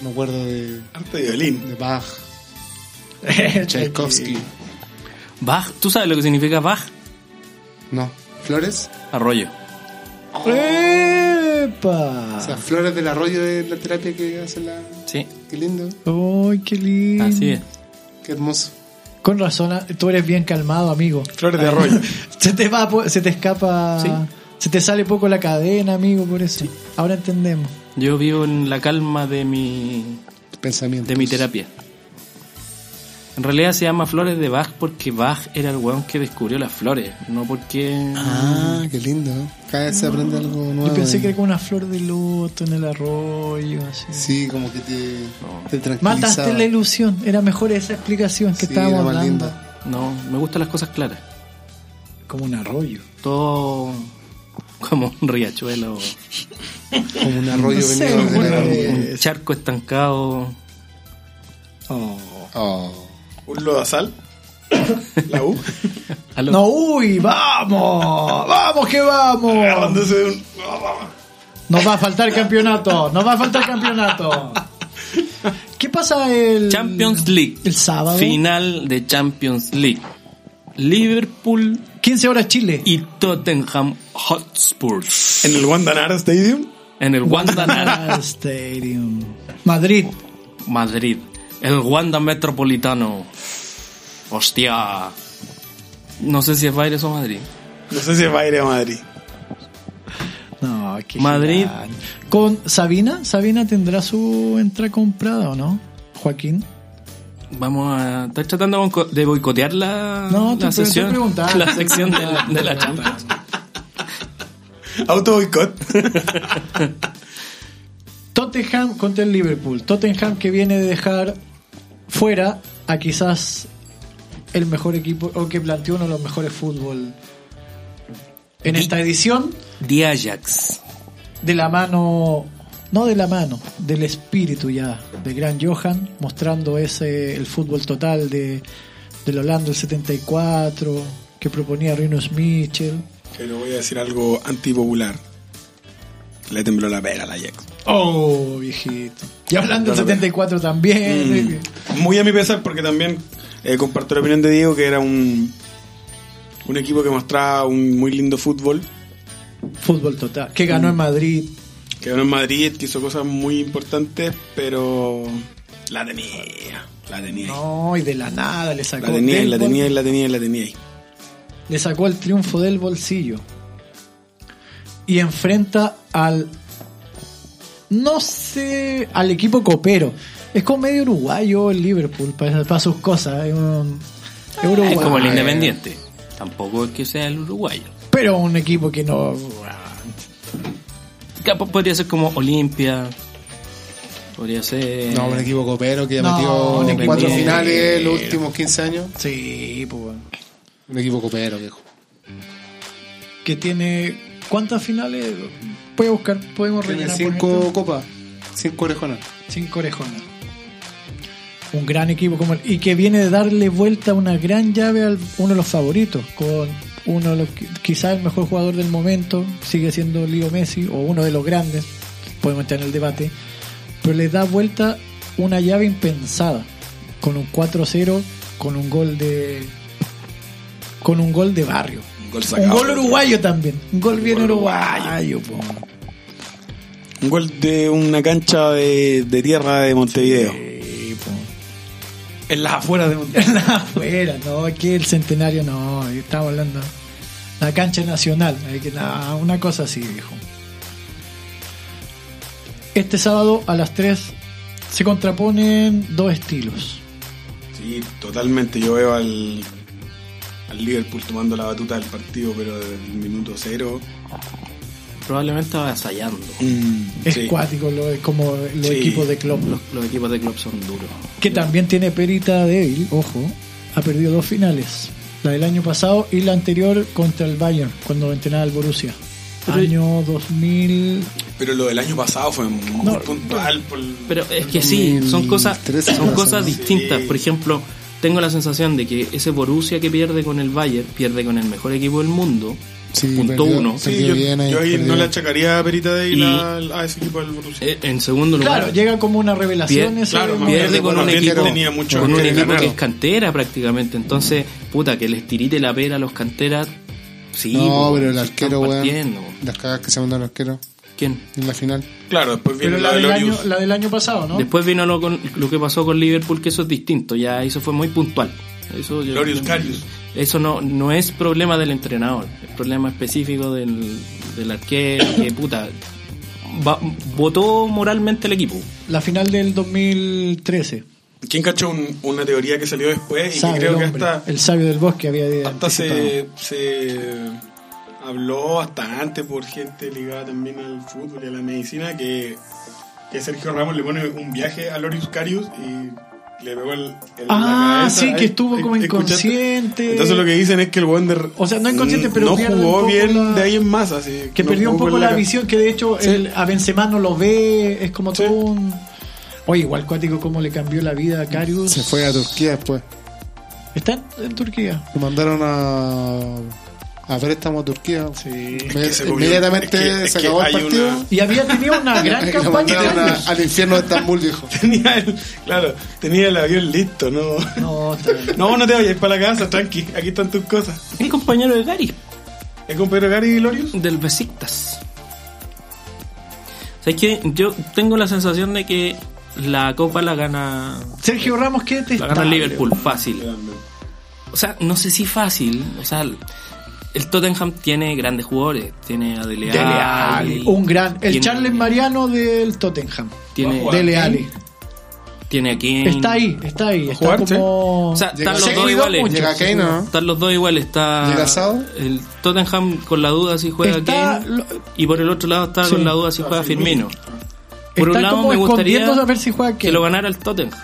Speaker 3: Me acuerdo de,
Speaker 5: Arte de violín.
Speaker 3: de Bach, Tchaikovsky.
Speaker 2: Bach, ¿tú sabes lo que significa Bach?
Speaker 3: No, flores.
Speaker 2: Arroyo.
Speaker 3: O
Speaker 4: ¡Epa!
Speaker 3: sea, flores del arroyo de la terapia que hace la.
Speaker 2: Sí,
Speaker 3: Qué lindo,
Speaker 4: ¡Uy, qué lindo!
Speaker 2: así es.
Speaker 3: qué hermoso.
Speaker 4: Con razón, ah, tú eres bien calmado, amigo.
Speaker 5: Flores de arroyo.
Speaker 4: Se te va, po- se te escapa,
Speaker 2: Sí.
Speaker 4: se te sale poco la cadena, amigo, por eso. Ahora entendemos.
Speaker 2: Yo vivo en la calma de mi,
Speaker 3: Pensamiento.
Speaker 2: de mi terapia. En realidad se llama Flores de Bach porque Bach era el weón que descubrió las flores, no porque...
Speaker 3: Ah, qué lindo. Cada vez se aprende algo nuevo.
Speaker 4: Ah. Yo pensé
Speaker 3: ¿eh?
Speaker 4: que era como una flor de loto en el arroyo, así.
Speaker 3: Sí, como que te, te tranquilizaba.
Speaker 4: Mataste la ilusión, era mejor esa explicación que
Speaker 3: Sí, era
Speaker 4: estábamos
Speaker 3: más
Speaker 4: hablando.
Speaker 3: linda.
Speaker 2: No, me gustan las cosas claras.
Speaker 4: Como un arroyo.
Speaker 2: Todo como un riachuelo,
Speaker 3: Como un arroyo
Speaker 4: No sé,
Speaker 3: venido de
Speaker 4: bueno,
Speaker 3: la arroyo.
Speaker 4: eh.
Speaker 2: un charco estancado.
Speaker 3: Oh.
Speaker 5: Un lodazal. La U.
Speaker 2: A lo-
Speaker 4: No, uy, vamos, vamos que vamos.
Speaker 5: Agarrándose de un.
Speaker 4: Nos va a faltar campeonato, nos va a faltar campeonato. ¿Qué pasa el
Speaker 2: Champions League.
Speaker 4: el sábado?
Speaker 2: Final de Champions League. Liverpool
Speaker 4: 15 horas Chile.
Speaker 2: y Tottenham Hotspur
Speaker 5: En el Guandanara Stadium.
Speaker 2: en el Wanda
Speaker 4: Stadium. Madrid.
Speaker 2: Madrid. El Wanda Metropolitano. Hostia. No sé si es Baires o Madrid.
Speaker 5: No sé si va a ir a Madrid.
Speaker 4: No, qué
Speaker 2: Madrid.
Speaker 4: genial. Con Sabina, Sabina tendrá su entrada comprada o no? Joaquín.
Speaker 2: Vamos a. ¿Estás tratando de boico- de boicotear la,
Speaker 4: No, te-
Speaker 2: la
Speaker 4: te
Speaker 2: sesión?
Speaker 4: preguntaba.
Speaker 2: La sección de la, de la Champions.
Speaker 5: Auto boicot.
Speaker 4: Tottenham contra el Liverpool. Tottenham que viene de dejar fuera a quizás el mejor equipo o que planteó uno de los mejores fútbol en esta edición
Speaker 2: The Ajax.
Speaker 4: de la mano no de la mano del espíritu ya de gran Johan mostrando ese el fútbol total de del Holanda del 74 que proponía Rinos Mitchell
Speaker 5: Pero voy a decir algo antipopular. Le tembló la pera a la Ajax.
Speaker 4: oh viejito y hablando del 74
Speaker 5: Mm.
Speaker 4: también eh,
Speaker 5: Muy a mi pesar porque también eh, comparto la opinión de Diego que era un, un equipo que mostraba un muy lindo fútbol.
Speaker 4: fútbol total que ganó en Madrid
Speaker 5: Que ganó en Madrid, que hizo cosas muy importantes, pero la tenía. La tenía. ahí.
Speaker 4: No, y de la nada le sacó.
Speaker 5: La tenía,
Speaker 4: del
Speaker 5: la
Speaker 4: bol-
Speaker 5: tenía, la tenía, la tenía. ahí.
Speaker 4: Le sacó el triunfo del bolsillo. Y enfrenta al. No sé. Al equipo copero. Es como medio uruguayo el Liverpool, para, para sus cosas. Es, un- es uruguayo.
Speaker 2: Es como el Independiente. Tampoco es que sea el uruguayo.
Speaker 4: Pero un equipo que no. ah,
Speaker 2: Capaz Podría ser como Olimpia. Podría ser.
Speaker 3: No, un equipo copero que ha
Speaker 4: No,
Speaker 3: metido
Speaker 4: un
Speaker 3: en
Speaker 4: equipo
Speaker 3: cuatro
Speaker 4: copero.
Speaker 3: finales los últimos 15 años.
Speaker 4: Sí, pues.
Speaker 3: Un equipo copero, viejo.
Speaker 4: Que tiene. ¿Cuántas finales? Puede buscar, podemos
Speaker 3: Tiene
Speaker 4: rellenar. por
Speaker 3: cinco
Speaker 4: mientras.
Speaker 3: copas, cinco orejonas.
Speaker 4: Cinco orejonas. Un gran equipo como el, y que viene de darle vuelta una gran llave a uno de los favoritos, con uno de los, quizás el mejor jugador del momento, sigue siendo Leo Messi, o uno de los grandes, podemos estar en el debate, pero les da vuelta una llave impensada, con un 4-0, con un gol de con un gol de barrio.
Speaker 5: Un gol
Speaker 4: Un
Speaker 5: sacado.
Speaker 4: gol uruguayo también, un gol bien
Speaker 5: gol
Speaker 4: uruguayo. po.
Speaker 5: Un gol de una cancha de, de tierra de Montevideo.
Speaker 4: Sí, po.
Speaker 5: En las afueras de Montevideo.
Speaker 4: En la afuera, no, aquí el centenario no, estaba hablando. La cancha nacional, hay que- no, una cosa así, dijo. Este sábado a las 3 se contraponen dos estilos.
Speaker 5: Sí, totalmente. Yo veo al, al Liverpool tomando la batuta del partido, pero desde el minuto cero.
Speaker 2: Probablemente avasallando.
Speaker 4: Es
Speaker 5: Mm, Sí.
Speaker 4: cuático, lo- es como los
Speaker 5: Sí.
Speaker 4: equipos de club.
Speaker 2: Los, los equipos de club son duros.
Speaker 4: Que también tiene perita débil, ojo, ha perdido dos finales. La del año pasado y la anterior contra el Bayern, cuando entrenaba el Borussia.
Speaker 2: Pero-
Speaker 4: año 2000.
Speaker 5: Pero lo del año pasado fue muy
Speaker 4: No,
Speaker 5: puntual. por-
Speaker 2: Pero es que sí, son cosas,
Speaker 3: 2013
Speaker 2: son
Speaker 3: pasa,
Speaker 2: cosas
Speaker 3: ¿no?
Speaker 2: distintas.
Speaker 5: Sí.
Speaker 2: Por ejemplo, tengo la sensación de que ese Borussia que pierde con el Bayern, pierde con el mejor equipo del mundo,
Speaker 3: Sí,
Speaker 2: punto
Speaker 3: perdió.
Speaker 2: uno.
Speaker 3: Sí. Perdió
Speaker 5: yo,
Speaker 3: bien ahí,
Speaker 5: yo ahí
Speaker 3: perdió.
Speaker 5: no le achacaría a Perita de
Speaker 2: Y-
Speaker 5: a ese equipo del Borussia.
Speaker 2: Eh, En segundo lugar,
Speaker 4: Claro, llega como una revelación
Speaker 2: Pie-
Speaker 4: ese
Speaker 5: claro, más
Speaker 4: momento.
Speaker 2: pierde con
Speaker 5: Bueno,
Speaker 2: un
Speaker 5: bien
Speaker 2: equipo,
Speaker 5: tenía mucho
Speaker 2: con un
Speaker 5: que
Speaker 2: equipo
Speaker 5: ganar.
Speaker 2: que es cantera prácticamente. Entonces, puta, que les tirite la pera a los canteras. Sí,
Speaker 3: no,
Speaker 2: po,
Speaker 3: pero el
Speaker 2: se
Speaker 3: arquero,
Speaker 2: están
Speaker 3: weón.
Speaker 2: partiendo, po.
Speaker 3: Las cagas que se mandó el arquero
Speaker 2: ¿Quién?
Speaker 3: en la final.
Speaker 5: Claro, después viene
Speaker 4: Pero
Speaker 5: la
Speaker 4: la del, año,
Speaker 5: Glorious.
Speaker 4: la del año pasado, ¿no?
Speaker 2: Después vino lo, con- lo que pasó con Liverpool, que eso es distinto. Ya eso fue muy puntual. Eso, yo-
Speaker 5: Glorious Karius.
Speaker 2: eso no, no es problema del entrenador, es problema específico del, del arquero que puta va- votó moralmente el equipo.
Speaker 4: La final del 2013.
Speaker 5: ¿Quién cachó un- una teoría que salió después y
Speaker 4: Sabe,
Speaker 5: que creo
Speaker 4: el,
Speaker 5: que
Speaker 4: hombre,
Speaker 5: hasta,
Speaker 4: el sabio del bosque había
Speaker 5: hasta
Speaker 4: anticipado.
Speaker 5: se, se habló hasta antes por gente ligada también al fútbol y a la medicina que, que Sergio Ramos le pone un viaje a Lorius Carius y le pegó el, el-
Speaker 4: Ah,
Speaker 5: la cabeza.
Speaker 4: sí, que
Speaker 5: Ahí,
Speaker 4: estuvo como
Speaker 5: ¿escuchaste?
Speaker 4: inconsciente.
Speaker 5: Entonces lo que dicen es que el Wander
Speaker 4: O sea, no inconsciente, pero
Speaker 5: no
Speaker 4: pierde un
Speaker 5: jugó
Speaker 4: poco
Speaker 5: bien
Speaker 4: la-
Speaker 5: de ahí en más, así
Speaker 4: Que
Speaker 5: no
Speaker 4: perdió un
Speaker 5: jugó
Speaker 4: poco
Speaker 5: con
Speaker 4: la
Speaker 5: ca-
Speaker 4: visión, que de hecho el, a Benzema no lo ve, es como
Speaker 5: Sí.
Speaker 4: todo un... Oye, igual cuático cómo le cambió la vida a Karius.
Speaker 3: Se fue a Turquía después.
Speaker 4: Está en, en Turquía.
Speaker 3: Lo mandaron a. a préstamo a Turquía. Inmedi-
Speaker 5: que se cubrió-
Speaker 3: Inmediatamente
Speaker 5: es que- es
Speaker 3: se
Speaker 5: que
Speaker 3: acabó el
Speaker 5: hay
Speaker 3: partido.
Speaker 5: una-
Speaker 4: Y había tenido una gran
Speaker 3: y lo
Speaker 4: campaña.
Speaker 3: mandaron a- al infierno de Estambul, viejo.
Speaker 5: Tenía el, claro, tenía el avión listo, ¿no?
Speaker 4: No, está bien.
Speaker 5: No, no te vayas para la casa, tranqui, aquí están tus cosas.
Speaker 2: Es compañero de Gary,
Speaker 5: ¿Es con Pedro Gary y Lorius?
Speaker 2: del Besiktas. O sea, es que yo tengo la sensación de que la copa la gana,
Speaker 4: Sergio Ramos, ¿qué te
Speaker 2: la gana Liverpool fácil. O sea, no sé si fácil. O sea, el Tottenham tiene grandes jugadores. Tiene a Dele
Speaker 4: Dele
Speaker 2: Alli,
Speaker 4: Alli, Un gran. El
Speaker 2: tiene-
Speaker 4: Charles Mariano del Tottenham.
Speaker 2: Tiene,
Speaker 5: Ojo,
Speaker 4: Dele Alli.
Speaker 2: tiene a Kane.
Speaker 4: Está ahí, está ahí. Está
Speaker 5: Jugar, sí.
Speaker 4: como.
Speaker 2: O sea,
Speaker 3: Llega-
Speaker 2: están los
Speaker 3: Seguido
Speaker 2: dos iguales.
Speaker 4: mucho.
Speaker 3: Llega Kane, ¿no?
Speaker 2: Están los dos iguales.
Speaker 3: ¿Llega
Speaker 2: Está
Speaker 3: Sao?
Speaker 2: el Tottenham con la duda si juega
Speaker 4: Está-
Speaker 2: Kane.
Speaker 4: lo-
Speaker 2: Y por el otro lado está
Speaker 4: Sí.
Speaker 2: con la duda si juega Firmino. Por
Speaker 4: está
Speaker 2: un lado
Speaker 4: como
Speaker 2: me gustaría
Speaker 4: escondiendo a ver si juega
Speaker 2: que
Speaker 4: Kane.
Speaker 2: lo ganara el Tottenham.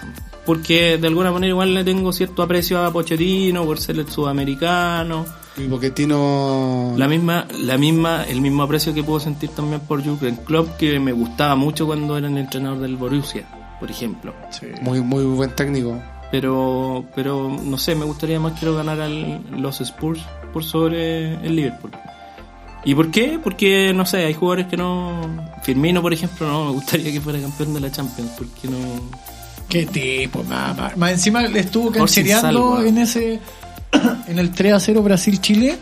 Speaker 2: Porque de alguna manera igual le tengo cierto aprecio a Pochettino por ser el sudamericano.
Speaker 3: Y Poquetino.
Speaker 2: La misma, la misma, el mismo aprecio que puedo sentir también por Jürgen Klopp, que me gustaba mucho cuando era el entrenador del Borussia, por ejemplo.
Speaker 4: Sí.
Speaker 3: Muy, muy buen técnico.
Speaker 2: Pero, pero no sé, me gustaría más que lo ganaran los Spurs por sobre el Liverpool. ¿Y por qué? Porque, no sé, hay jugadores que no... Firmino, por ejemplo, no, me gustaría que fuera campeón de la Champions, porque no...
Speaker 4: Qué tipo, mamá. Más encima le estuvo
Speaker 2: Por si
Speaker 4: canchereando
Speaker 2: salva.
Speaker 4: en ese. En el 3 a 0 Brasil-Chile.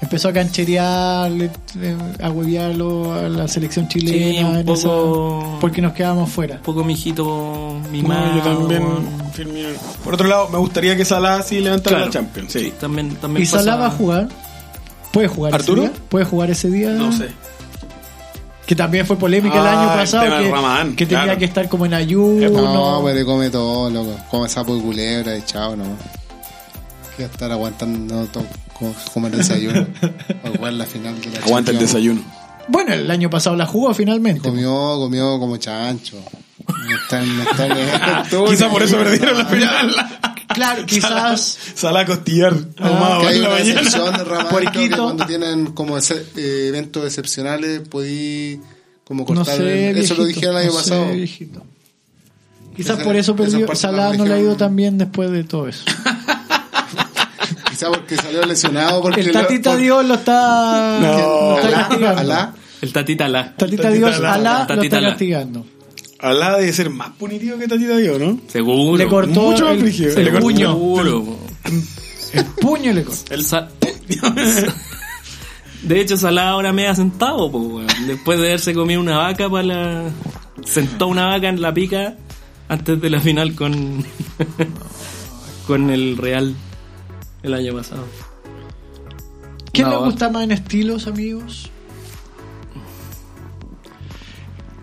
Speaker 4: Empezó a cancherear, le- le- a huevearlo a la selección chilena.
Speaker 2: Sí, un
Speaker 4: en
Speaker 2: poco-
Speaker 4: esa- porque nos quedábamos fuera.
Speaker 2: Un poco mijito mimado.
Speaker 5: No, yo también.
Speaker 2: Ah, bueno.
Speaker 5: Firmino. Por otro lado, me gustaría que Salah sí levantara
Speaker 2: Claro.
Speaker 5: la Champions. Sí.
Speaker 2: También, también
Speaker 4: ¿Y Salah
Speaker 2: pasa-
Speaker 4: va a jugar? ¿Puede jugar
Speaker 5: ¿Arturo?
Speaker 4: ese día? ¿Puede jugar ese día?
Speaker 5: No sé.
Speaker 4: Que también fue polémica el
Speaker 5: Ah,
Speaker 4: año
Speaker 5: el tema
Speaker 4: pasado.
Speaker 5: del
Speaker 4: Que,
Speaker 5: Ramadán,
Speaker 4: que tenía
Speaker 5: claro.
Speaker 4: que estar como en ayuno.
Speaker 3: No, pero come todo, loco. Come sapo y culebra y chao, no. Que va a estar aguantando todo, co- comer desayuno. o jugar la final de la
Speaker 5: Aguanta el
Speaker 3: Champions.
Speaker 5: desayuno.
Speaker 4: Bueno, el año pasado la jugó finalmente.
Speaker 3: Comió, comió como chancho. No está, no está en el-
Speaker 5: Quizá por eso perdieron la final.
Speaker 4: Claro, quizás.
Speaker 5: Salah costillar. ahumado
Speaker 3: Que hay
Speaker 5: en la
Speaker 3: una
Speaker 5: mañana.
Speaker 3: excepción de Ramadán, creo que
Speaker 4: Puerquito.
Speaker 3: cuando tienen como ese- eh, eventos excepcionales, podí como
Speaker 4: No
Speaker 3: cortar.
Speaker 4: sé,
Speaker 3: el- eso lo
Speaker 4: viejito,
Speaker 3: dijeron el año
Speaker 4: no sé,
Speaker 3: pasado.
Speaker 4: viejito. Quizás
Speaker 3: Esa-
Speaker 4: por eso
Speaker 3: esa
Speaker 4: perdió.
Speaker 3: parte
Speaker 4: Salah
Speaker 3: la
Speaker 4: no le ha ido
Speaker 3: dijeron-
Speaker 4: tan bien después de todo eso.
Speaker 3: Quizá porque salió lesionado. Porque
Speaker 4: El
Speaker 3: lo-
Speaker 4: Tatita
Speaker 3: por-
Speaker 4: Dios lo está.
Speaker 5: No,
Speaker 4: lo está
Speaker 3: Alá,
Speaker 4: castigando.
Speaker 3: Alá.
Speaker 2: El Tatita La,
Speaker 4: Tatita
Speaker 5: Tatita
Speaker 4: Dios,
Speaker 5: Alá.
Speaker 4: Alá lo
Speaker 2: Tatita
Speaker 4: está
Speaker 2: Alá.
Speaker 4: castigando.
Speaker 5: Alá debe ser más punitivo que Tatita Dio, ¿no?
Speaker 2: seguro.
Speaker 4: Le cortó
Speaker 5: Mucho más
Speaker 4: el,
Speaker 5: brígido.
Speaker 4: el
Speaker 5: Le cortó-
Speaker 4: puño.
Speaker 2: Seguro.
Speaker 4: El puño le cortó.
Speaker 2: El Sa- De hecho, Salah ahora me ha sentado, po, weón. después de haberse comido una vaca para la... Sentó una vaca en la pica antes de la final con con el Real el año pasado.
Speaker 4: ¿Qué
Speaker 2: No,
Speaker 4: le
Speaker 2: va.
Speaker 4: gusta más en estilos, amigos?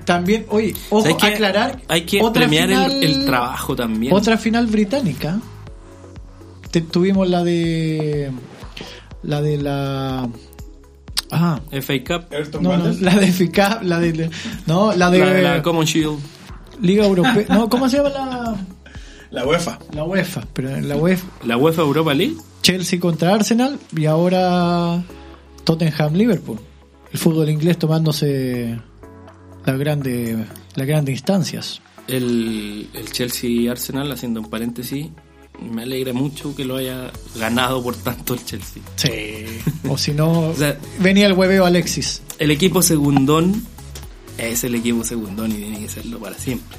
Speaker 4: También, oye, ojo,
Speaker 2: Hay que-
Speaker 4: aclarar.
Speaker 2: Hay que
Speaker 4: otra
Speaker 2: premiar el-
Speaker 4: final-
Speaker 2: el, trabajo también.
Speaker 4: Otra final británica. Te- tuvimos la de. La de la. Ah.
Speaker 2: FA Cup,
Speaker 5: Everton
Speaker 4: No, no,
Speaker 5: Wanderers.
Speaker 4: la de FICAP, la de. No, la de.
Speaker 2: la, la Common Shield.
Speaker 4: Liga Europea. No, ¿cómo se llama la.
Speaker 5: La UEFA.
Speaker 4: La UEFA? Pero la UEFA.
Speaker 2: La UEFA Europa League.
Speaker 4: Chelsea contra Arsenal y ahora Tottenham Liverpool. El fútbol inglés tomándose las grandes las grandes instancias.
Speaker 2: El, el Chelsea Arsenal, haciendo un paréntesis, me alegra mucho que lo haya ganado por tanto el Chelsea.
Speaker 4: Sí. O si no,
Speaker 2: O sea,
Speaker 4: venía el hueveo Alexis.
Speaker 2: El equipo segundón es el equipo segundón y tiene que serlo para siempre.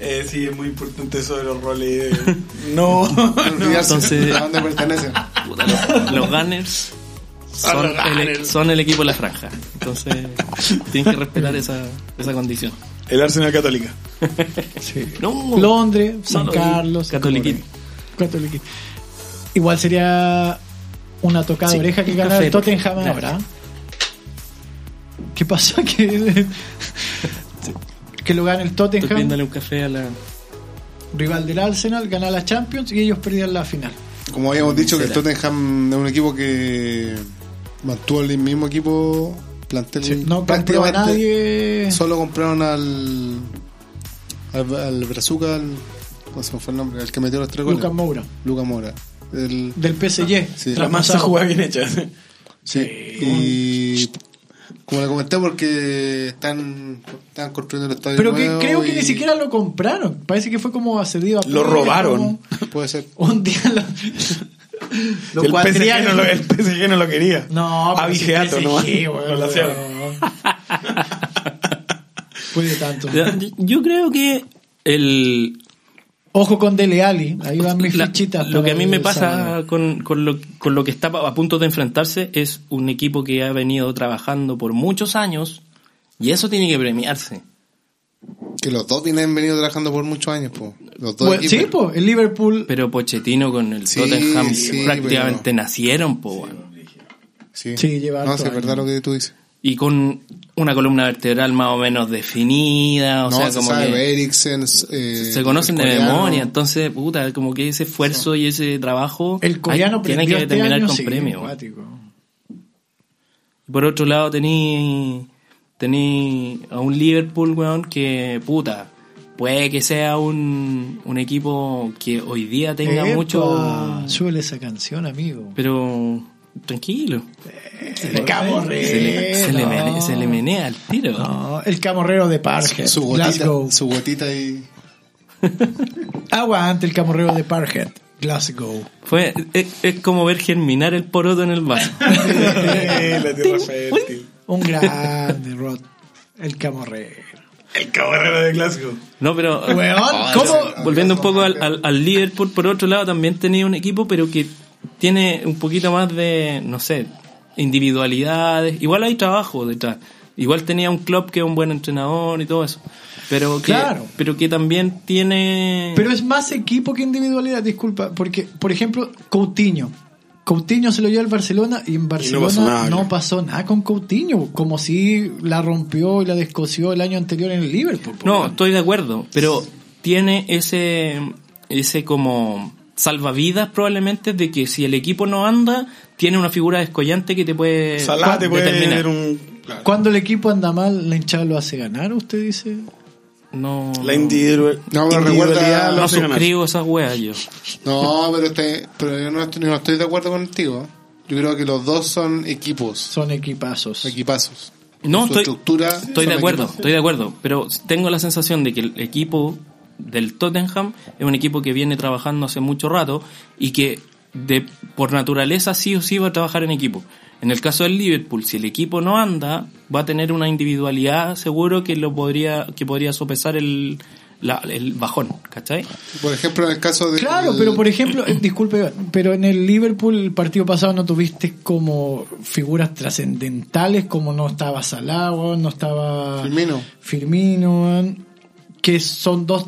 Speaker 5: Eh, sí, es muy importante eso de los roles. No.
Speaker 3: Olvidarse
Speaker 2: entonces-
Speaker 3: de a dónde pertenece.
Speaker 2: Puta, los, los Gunners son, El,
Speaker 5: los
Speaker 2: e-
Speaker 5: Gunners.
Speaker 2: son el equipo de la franja. Entonces, tienen que respetar esa, esa condición.
Speaker 5: El Arsenal Católica.
Speaker 4: Sí.
Speaker 2: No.
Speaker 4: Londres, San
Speaker 2: No, no,
Speaker 4: Carlos.
Speaker 2: Catoliquín.
Speaker 4: Catoliquín. Igual sería una tocada de
Speaker 2: Sí,
Speaker 4: oreja que
Speaker 2: un
Speaker 4: ganara
Speaker 2: café,
Speaker 4: el Tottenham
Speaker 2: claro.
Speaker 4: ahora. ¿Qué pasó? Que, que lo gane el
Speaker 2: Estoy
Speaker 4: Tottenham.
Speaker 2: pidiéndole un café a la.
Speaker 4: rival del Arsenal, gana la Champions y ellos perdían la final.
Speaker 3: Como habíamos dicho, que el
Speaker 2: Será.
Speaker 3: Tottenham es un equipo que mantuvo el mismo equipo plantel.
Speaker 4: No compró a
Speaker 3: prácticamente.
Speaker 4: nadie.
Speaker 3: Solo compraron al. al, al Brazuca, al- ¿cómo se me fue el nombre? El que metió los tres goles.
Speaker 4: Lucas Moura,
Speaker 3: Lucas Mora. El,
Speaker 4: del PSG.
Speaker 3: Sí.
Speaker 5: La masa
Speaker 4: traspasado.
Speaker 5: jugada bien hecha.
Speaker 3: sí. Y. Como le comenté, porque están, están construyendo el estadio.
Speaker 4: Pero que
Speaker 3: nuevo
Speaker 4: creo que
Speaker 3: y
Speaker 4: ni siquiera lo compraron. Parece que fue como accedido a.
Speaker 5: Lo robaron.
Speaker 3: Puede ser.
Speaker 4: Un día lo-
Speaker 5: el PSG no lo, el PSG no lo quería.
Speaker 4: No,
Speaker 2: Ah,
Speaker 4: pero
Speaker 5: Abigeato,
Speaker 4: si
Speaker 5: ¿no?
Speaker 4: PSG, weón,
Speaker 5: No lo hacía.
Speaker 4: weón. Puede tanto.
Speaker 2: Ya, Yo creo que el,
Speaker 4: Ojo con Dele Ali, ahí van mis
Speaker 2: la-
Speaker 4: fichitas.
Speaker 2: lo que a
Speaker 4: para
Speaker 2: mí me
Speaker 4: el sábado.
Speaker 2: pasa con, con lo, con lo que está a punto de enfrentarse es un equipo que ha venido trabajando por muchos años y eso tiene que premiarse.
Speaker 3: Que los dos vienen venido trabajando por muchos años, po. Los dos
Speaker 4: Bueno, sí,
Speaker 3: equipos.
Speaker 4: po, el Liverpool.
Speaker 2: Pero Pochettino con el
Speaker 3: Sí,
Speaker 2: Tottenham
Speaker 3: sí,
Speaker 2: prácticamente
Speaker 3: pero-
Speaker 2: nacieron, po, weón.
Speaker 3: Sí,
Speaker 4: Sí, lleva
Speaker 3: No,
Speaker 4: harto
Speaker 3: sí, es verdad
Speaker 4: año.
Speaker 3: lo que tú dices.
Speaker 2: y con una columna vertebral más o menos definida, o
Speaker 3: no,
Speaker 2: sea,
Speaker 3: se
Speaker 2: como
Speaker 3: sabe,
Speaker 2: que
Speaker 3: Eriksen, eh,
Speaker 2: se conocen de
Speaker 3: el coreano.
Speaker 2: memoria, entonces, puta, como que ese esfuerzo y ese trabajo
Speaker 4: El coreano
Speaker 2: hay- tiene
Speaker 4: prendió
Speaker 2: que
Speaker 4: este
Speaker 2: terminar
Speaker 4: año,
Speaker 2: con
Speaker 4: sí,
Speaker 2: premio. weón.
Speaker 4: cuático.
Speaker 2: Por otro lado, tení, tení a un Liverpool, weón, que puta, puede que sea un, un equipo que hoy día tenga
Speaker 4: Epa,
Speaker 2: mucho.
Speaker 4: Súbele esa canción, amigo.
Speaker 2: Pero tranquilo,
Speaker 4: el camorrero.
Speaker 2: se le, se le mene- se le menea el tiro.
Speaker 4: No, el camorrero de Parker.
Speaker 3: Su gotita,
Speaker 4: Glasgow.
Speaker 3: su gotita y...
Speaker 4: Aguante el camorrero de Parhead. Glasgow.
Speaker 2: Fue, es, es como ver germinar el poroto en el vaso.
Speaker 5: Eh, la tierra fértil.
Speaker 4: Un grande Rod. El camorrero.
Speaker 5: El cabrero de Glasgow.
Speaker 2: No, pero.
Speaker 5: Oh,
Speaker 4: Weón, ¿cómo?
Speaker 2: Volviendo un poco al, al, al Liverpool, por otro lado, también tenía un equipo, pero que tiene un poquito más de, no sé, individualidades. Igual hay trabajo detrás. Igual tenía un club que es un buen entrenador y todo eso. Pero que,
Speaker 4: Claro.
Speaker 2: pero que también tiene.
Speaker 4: Pero es más equipo que individualidad, disculpa. Porque, por ejemplo, Coutinho. Coutinho se lo llevó al Barcelona y en Barcelona
Speaker 5: pasó
Speaker 4: no,
Speaker 5: nada,
Speaker 4: pasó nada,
Speaker 5: claro.
Speaker 4: con Coutinho. Como si la rompió y la descosió el año anterior en el Liverpool. po,
Speaker 2: No,
Speaker 4: weón.
Speaker 2: estoy de acuerdo, pero tiene ese, ese como salvavidas probablemente de que si el equipo no anda, tiene una figura descollante que te puede
Speaker 5: Salah te puede
Speaker 2: determinar.
Speaker 5: tener un. claro.
Speaker 4: Cuando el equipo anda mal, la hinchada lo hace ganar, usted dice.
Speaker 2: No,
Speaker 5: La
Speaker 2: no,
Speaker 5: individual-
Speaker 3: No, pero recuerda-
Speaker 5: individualidad
Speaker 2: no
Speaker 5: lo hace ganar.
Speaker 2: suscribo esas weas yo.
Speaker 3: No, pero, este, pero yo no estoy, no estoy de acuerdo contigo. Yo creo que los dos son equipos,
Speaker 4: Son equipazos.
Speaker 3: equipazos.
Speaker 2: No,
Speaker 3: Su
Speaker 2: estoy,
Speaker 3: estructura
Speaker 2: estoy
Speaker 3: son
Speaker 2: de acuerdo,
Speaker 3: equipos.
Speaker 2: estoy de acuerdo, pero tengo la sensación de que el equipo del Tottenham es un equipo que viene trabajando hace mucho rato y que de, por naturaleza sí o sí va a trabajar en equipo. En el caso del Liverpool, si el equipo no anda, va a tener una individualidad seguro que lo podría que podría sopesar el, la- el bajón, ¿cachai?
Speaker 3: Por ejemplo, en el caso de...
Speaker 4: Claro, pero por ejemplo, eh, disculpe, Iván, pero en el Liverpool el partido pasado no tuviste como figuras trascendentales, como no estaba Salah, weón, no estaba
Speaker 3: Firmino.
Speaker 4: Firmino, weón, que son dos,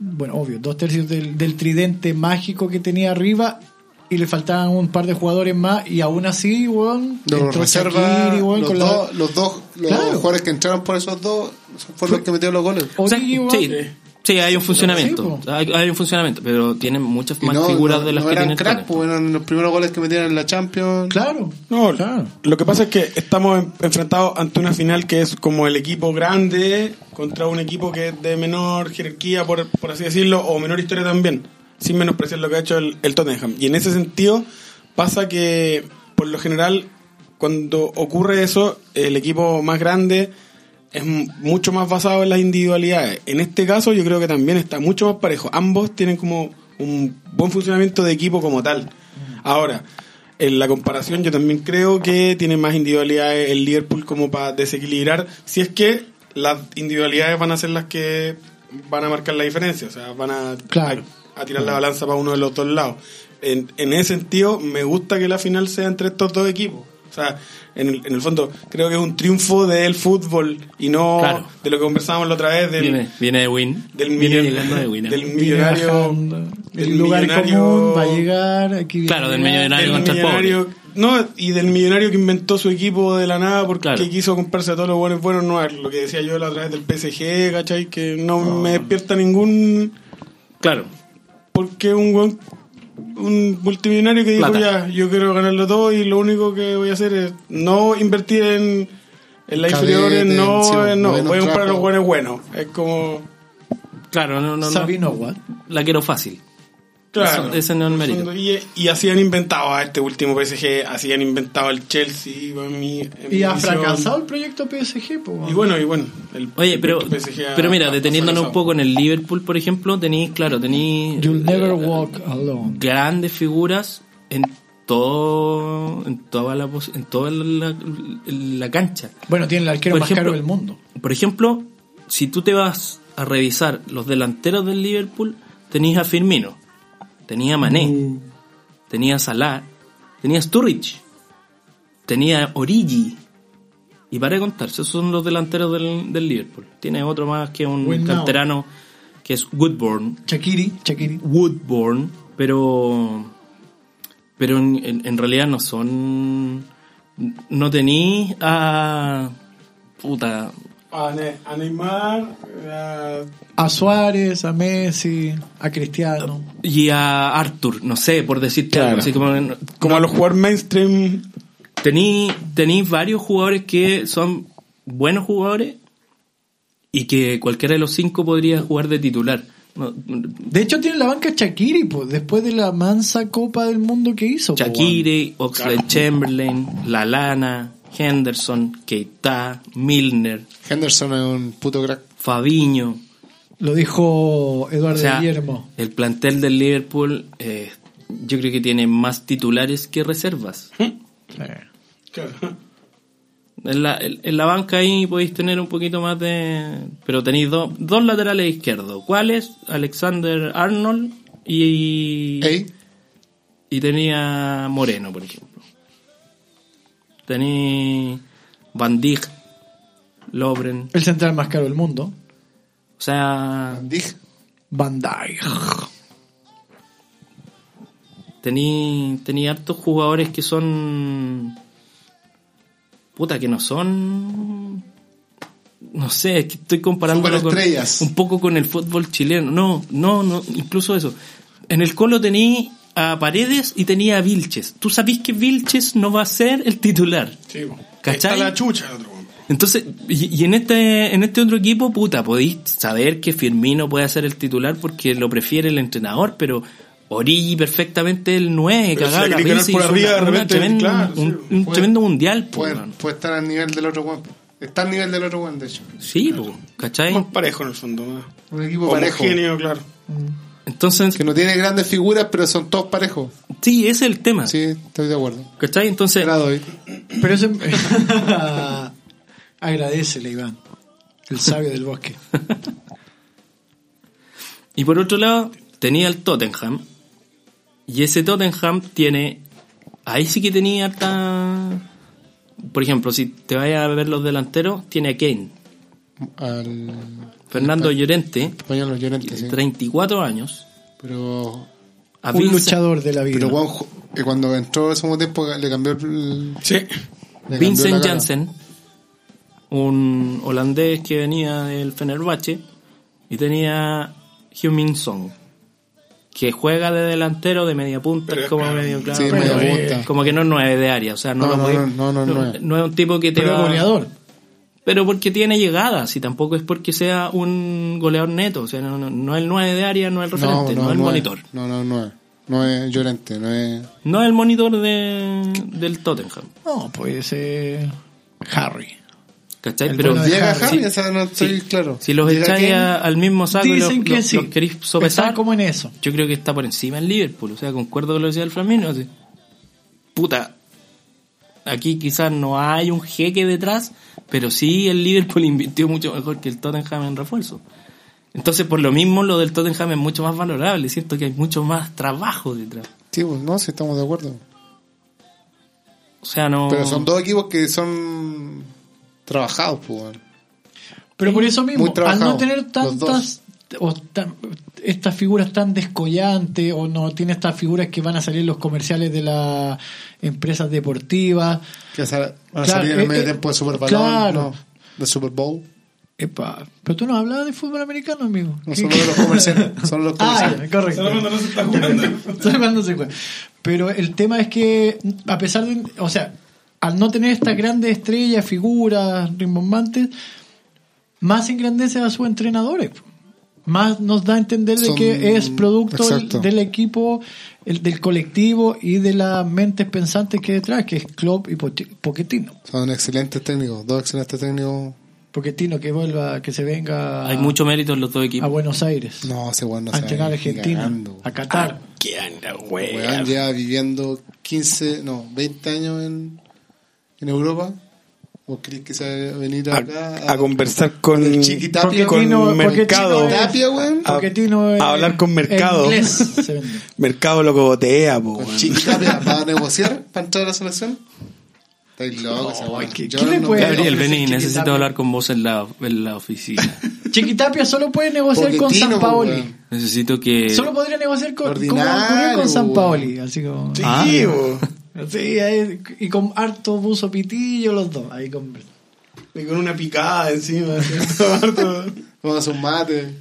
Speaker 4: bueno, obvio, dos tercios del, del tridente mágico que tenía arriba y le faltaban un par de jugadores más y aún así, weón,
Speaker 3: Los
Speaker 4: entró
Speaker 3: reservas,
Speaker 4: Shaqiri, weón,
Speaker 3: los,
Speaker 4: con la-
Speaker 3: dos, los dos los
Speaker 4: Claro.
Speaker 3: jugadores que entraron por esos dos fueron los que metieron los goles.
Speaker 2: O sea,
Speaker 4: Origi, weón,
Speaker 2: sí, sí, hay un funcionamiento,
Speaker 4: Sí,
Speaker 2: hay, hay un funcionamiento, pero tienen muchas
Speaker 3: Y
Speaker 2: más
Speaker 3: no,
Speaker 2: figuras
Speaker 3: no-
Speaker 2: de las
Speaker 3: no
Speaker 2: que
Speaker 3: eran
Speaker 2: tienen.
Speaker 3: crack, pues, eran los primeros goles que metieron en la Champions.
Speaker 4: Claro,
Speaker 5: No,
Speaker 4: claro.
Speaker 5: lo que pasa es que estamos en- enfrentados ante una final que es como el equipo grande contra un equipo que es de menor jerarquía, por, por así decirlo, o menor historia también, sin menospreciar lo que ha hecho el, el Tottenham. Y en ese sentido pasa que, por lo general, cuando ocurre eso, el equipo más grande es m- mucho más basado en las individualidades. En este caso yo creo que también está mucho más parejo. Ambos tienen como un buen funcionamiento de equipo como tal. Ahora, en la comparación yo también creo que tiene más individualidades el Liverpool como para desequilibrar, si es que las individualidades van a ser las que van a marcar la diferencia, o sea, van a,
Speaker 4: Claro.
Speaker 5: a, a tirar la balanza para uno de los dos lados. En, en ese sentido, me gusta que la final sea entre estos dos equipos. O sea, en el, en el fondo, creo que es un triunfo del fútbol y no
Speaker 2: Claro.
Speaker 5: de lo que conversábamos la otra vez del,
Speaker 2: Viene, viene de Win.
Speaker 5: del,
Speaker 2: viene
Speaker 5: millon-
Speaker 2: llegando de Win. ¿eh?
Speaker 5: del
Speaker 4: Viene
Speaker 5: millonario.
Speaker 4: bajando.
Speaker 5: del
Speaker 4: el lugar
Speaker 5: millonario-
Speaker 4: común va a llegar aquí viene
Speaker 2: Claro, del millonario
Speaker 5: del
Speaker 2: contra el pobre.
Speaker 5: millonario- No, y del millonario que inventó su equipo de la nada porque
Speaker 2: Claro.
Speaker 5: quiso comprarse a todos los buenos buenos no es lo que decía yo la otra vez del PSG, ¿cachai? Que no me despierta ningún
Speaker 2: Claro,
Speaker 5: porque un weón- un multimillonario que dijo
Speaker 2: Plata.
Speaker 5: ya, yo quiero ganarlo todo y lo único que voy a hacer es no invertir en, en las
Speaker 3: Cadete,
Speaker 5: inferiores, no,
Speaker 3: sí,
Speaker 5: eh, no,
Speaker 3: buenos
Speaker 5: voy a comprar a
Speaker 3: trapos.
Speaker 5: los buenos buenos. Es como
Speaker 2: claro, no, no, no.
Speaker 4: Sabino Watt.
Speaker 2: La quiero fácil.
Speaker 5: Claro.
Speaker 2: Eso- ese no es el mérito.
Speaker 5: Y, y así han inventado a este último PSG, así han inventado al Chelsea, para mí, en mi
Speaker 4: Y ha
Speaker 5: visión.
Speaker 4: fracasado el proyecto PSG, po,
Speaker 5: Y bueno, y bueno. el-
Speaker 2: Oye,
Speaker 5: el
Speaker 2: pero,
Speaker 5: PSG ha-
Speaker 2: pero mira,
Speaker 5: ha
Speaker 2: deteniéndonos un
Speaker 5: fracasado.
Speaker 2: poco en el Liverpool, por ejemplo, tenéis, claro, tenéis
Speaker 4: You'll never walk alone.
Speaker 2: grandes figuras en todo en toda la pos- en toda la, la cancha.
Speaker 4: Bueno, tiene el arquero
Speaker 2: Por
Speaker 4: más
Speaker 2: ejemplo-
Speaker 4: caro del mundo.
Speaker 2: Por ejemplo, si tú te vas a revisar los delanteros del Liverpool, tenías a Firmino, tenías a Mané, tenías a Salah, tenías a Sturridge, tenías a Origi. Y para de contar, esos son los delanteros del, del Liverpool. Tiene otro más que un
Speaker 4: Wijnaldum.
Speaker 2: canterano que es Woodburn,
Speaker 4: Shakiri, Shakiri.
Speaker 2: Woodburn, pero pero en, en- en realidad no son no tení a puta
Speaker 5: A, Ne- a Neymar, a-
Speaker 4: A Suárez, a Messi, a Cristiano.
Speaker 2: y a Arthur, no sé, por decirte
Speaker 5: Claro.
Speaker 2: algo, así como
Speaker 5: como a los jugadores mainstream.
Speaker 2: tení, tení varios jugadores que son buenos jugadores y que cualquiera de los cinco podría jugar de titular. No,
Speaker 4: De hecho, tiene la banca Shakiri, pues, después de la mansa Copa del Mundo que hizo. po, weón.
Speaker 2: Shakiri, Oxlade Chamberlain, Lalana, Henderson, Keita, Milner,
Speaker 3: Henderson es un puto crack.
Speaker 2: Fabiño.
Speaker 4: Lo dijo
Speaker 2: O
Speaker 4: Eduardo
Speaker 2: sea,
Speaker 4: Guillermo.
Speaker 2: el plantel del Liverpool eh, yo creo que tiene más titulares que reservas. En la, en- en la banca ahí podéis tener un poquito más de... Pero tenéis dos dos laterales izquierdos. ¿Cuáles? Alexander Arnold y...
Speaker 3: Ey,
Speaker 2: Y tenía Moreno, por ejemplo. Tenía Van Dijk, Lobren.
Speaker 4: El central más caro del mundo.
Speaker 2: O sea,
Speaker 3: dije.
Speaker 4: Van Dijk.
Speaker 2: tenía tenía hartos jugadores que son... Puta, que no son... No sé, es que estoy comparándolo con,
Speaker 3: Superestrellas.
Speaker 2: un poco con el fútbol chileno. No, no, no, incluso eso. En el Colo tenía a Paredes y tenía a Vilches. Tú sabís que Vilches no va a ser el titular.
Speaker 5: Sí, po.
Speaker 2: ¿Cachai?
Speaker 5: Está la chucha el otro, weón.
Speaker 2: Entonces, y, y en este en este otro equipo, puta, podéis saber que Firmino puede ser el titular porque lo prefiere el entrenador, pero Origi perfectamente el 9,
Speaker 5: Pero si
Speaker 2: cagaba la
Speaker 5: la queréis
Speaker 2: Messi,
Speaker 5: ganar por
Speaker 2: hizo
Speaker 5: arriba, de
Speaker 2: una- una
Speaker 5: repente,
Speaker 2: tremenda-
Speaker 5: claro, sí,
Speaker 2: un, un
Speaker 3: puede-
Speaker 2: tremendo mundial, po,
Speaker 3: Puede,
Speaker 2: weón.
Speaker 3: puede estar al nivel del otro weón. Está al nivel del otro weón, de hecho.
Speaker 2: Sí, po, ¿cachai?
Speaker 5: Más parejo en el fondo, más.
Speaker 3: Un equipo parejo.
Speaker 5: Homogéneo, claro.
Speaker 2: Entonces,
Speaker 3: Que no tiene grandes figuras, pero son todos parejos.
Speaker 2: sí, ese es el tema,
Speaker 3: Sí, estoy de acuerdo.
Speaker 2: ¿cachai? Entonces,
Speaker 3: Te la doy.
Speaker 4: Pero ese... Agradecele, Iván. El sabio del bosque.
Speaker 2: Y por otro lado, tenía el Tottenham. Y ese Tottenham tiene. Ahí sí que tenía harta. Por ejemplo, si te vayas a ver los delanteros, tiene a Kane.
Speaker 3: Al
Speaker 2: Fernando Llorente,
Speaker 3: español los Llorente, sí.
Speaker 2: 34 años.
Speaker 3: Pero,
Speaker 2: A
Speaker 4: Un
Speaker 2: Vincent-
Speaker 4: luchador de la vida.
Speaker 3: pero weón, ju- eh, cuando entró el segundo tiempo le cambió el.
Speaker 5: Sí.
Speaker 3: le cambió la
Speaker 2: Vincent
Speaker 3: cara.
Speaker 2: Janssen, un holandés que venía del Fenerbahce. Y tenía Heung-Min Song, que juega de delantero, de media punta,
Speaker 5: Pero
Speaker 2: es como
Speaker 5: es-
Speaker 2: medio claro.
Speaker 3: Sí,
Speaker 4: Bueno,
Speaker 3: media
Speaker 4: eh,
Speaker 3: punta.
Speaker 2: Como que no es nueve de área, o sea, no,
Speaker 3: No,
Speaker 2: lo
Speaker 3: no,
Speaker 2: podéis-
Speaker 3: no, no, no es nueve.
Speaker 2: no es un tipo que te
Speaker 4: Pero
Speaker 2: va-
Speaker 4: goleador.
Speaker 2: Pero porque tiene llegadas y tampoco es porque sea un goleador neto, o sea, no, no, no es el 9 de área, no es el referente, no, es el
Speaker 3: es-
Speaker 2: monitor.
Speaker 3: No, no, no es. No es Llorente, no es.
Speaker 2: No es el monitor de, del Tottenham,
Speaker 4: No, pues eh, Harry.
Speaker 2: ¿cachai?
Speaker 4: El
Speaker 2: Pero
Speaker 4: bueno de
Speaker 3: Llega
Speaker 4: Harry.
Speaker 3: Harry,
Speaker 2: Sí.
Speaker 3: o sea, no estoy
Speaker 2: Sí.
Speaker 3: claro.
Speaker 2: si los
Speaker 3: Llega
Speaker 2: echáis
Speaker 3: Kane,
Speaker 2: a- al mismo saco y los,
Speaker 4: Dicen que
Speaker 2: los-
Speaker 4: sí.
Speaker 2: los queréis
Speaker 4: Está
Speaker 2: sopesar,
Speaker 4: como en eso.
Speaker 2: yo creo que está por encima el Liverpool, o sea, concuerdo con lo que decía el Flamino, así. Puta, aquí quizás no hay un jeque detrás, pero sí el Liverpool invirtió mucho mejor que el Tottenham en refuerzo. Entonces, por lo mismo, lo del Tottenham es mucho más valorable, siento que hay mucho más trabajo detrás.
Speaker 3: Sí, pues, no, sí, estamos de acuerdo.
Speaker 2: O sea, no...
Speaker 3: Pero son dos equipos que son trabajados, pues. weón.
Speaker 4: Pero por eso mismo,
Speaker 3: Muy
Speaker 4: al
Speaker 3: trabajado,
Speaker 4: no tener
Speaker 3: los
Speaker 4: tantas
Speaker 3: dos.
Speaker 4: o tan- estas figuras tan descollantes o no tiene estas figuras que van a salir en los comerciales de las empresas deportivas.
Speaker 3: Que sal- van a
Speaker 4: Claro,
Speaker 3: salir en el
Speaker 4: eh,
Speaker 3: medio
Speaker 4: eh,
Speaker 3: tiempo de Super Bowl.
Speaker 4: claro.
Speaker 3: no, de Super Bowl.
Speaker 4: Epa, pero tú no hablabas de fútbol americano, amigo.
Speaker 3: No,
Speaker 4: ¿Qué-
Speaker 3: solo de los comerciales. solo de los
Speaker 4: Ah,
Speaker 3: comerciales.
Speaker 4: ya, correcto. Solo cuando se juega. Pero el tema es que, a pesar de. O sea, al no tener estas grandes estrellas, figuras rimbombantes, más engrandece a sus entrenadores. Más nos da a entender de
Speaker 3: Son-
Speaker 4: que es producto del-
Speaker 3: exacto.
Speaker 4: del equipo, el, del colectivo y de las mentes pensantes que hay detrás, que es Klopp y Poche- Pochettino.
Speaker 3: Son excelentes técnicos, dos excelentes técnicos.
Speaker 4: Pochettino que vuelva, que se venga
Speaker 2: Hay mucho mérito en los dos
Speaker 4: a
Speaker 2: equipos.
Speaker 4: Buenos Aires,
Speaker 3: No, ese weón no
Speaker 4: a
Speaker 3: se va
Speaker 4: entrenar a
Speaker 3: ni
Speaker 4: Argentina,
Speaker 3: cagando.
Speaker 4: a Qatar.
Speaker 5: quedan las
Speaker 3: Weón
Speaker 5: weas.
Speaker 3: lleva viviendo 15, no, 20 años en, en Europa. ¿Vos crees que se va a venir
Speaker 5: A,
Speaker 3: acá?
Speaker 5: a conversar con,
Speaker 3: el Chiqui Tapia.
Speaker 5: con
Speaker 4: Pochettino-
Speaker 5: mercado.
Speaker 4: Pochettino
Speaker 3: Tapia, weón.
Speaker 5: A-
Speaker 4: Pochettino
Speaker 5: a
Speaker 4: en-
Speaker 5: hablar con
Speaker 4: eh, en
Speaker 5: mercado.
Speaker 4: inglés se vende.
Speaker 5: Mercado lo cogotea, po,
Speaker 3: Con
Speaker 5: weón.
Speaker 3: Chiqui Tapia, ¿Para negociar? ¿Para entrar a la selección? Estáis loco esa weón.
Speaker 4: ¿qué-
Speaker 3: Yo
Speaker 4: qué le
Speaker 3: no
Speaker 4: puede-
Speaker 3: creo.
Speaker 2: Gabriel,
Speaker 4: ofrecer
Speaker 2: vení,
Speaker 4: que
Speaker 2: necesito
Speaker 4: también-
Speaker 2: hablar con vos en la, en la oficina.
Speaker 4: Chiquitapia solo puede negociar con
Speaker 3: Pochettino,
Speaker 4: San Paoli.
Speaker 3: pues, weón.
Speaker 2: Necesito
Speaker 5: Eh,
Speaker 2: que...
Speaker 4: Solo podría negociar con, como ocurrió
Speaker 3: Ordinario,
Speaker 4: con San
Speaker 3: weón.
Speaker 4: Paoli. Así como.
Speaker 5: Sí,
Speaker 2: Ah.
Speaker 5: po.
Speaker 4: Sí, ahí- y con harto buzo pitillo los dos. Ahí con...
Speaker 5: Y con una picada encima. ¿cierto?
Speaker 3: Vamos a hacer un mate.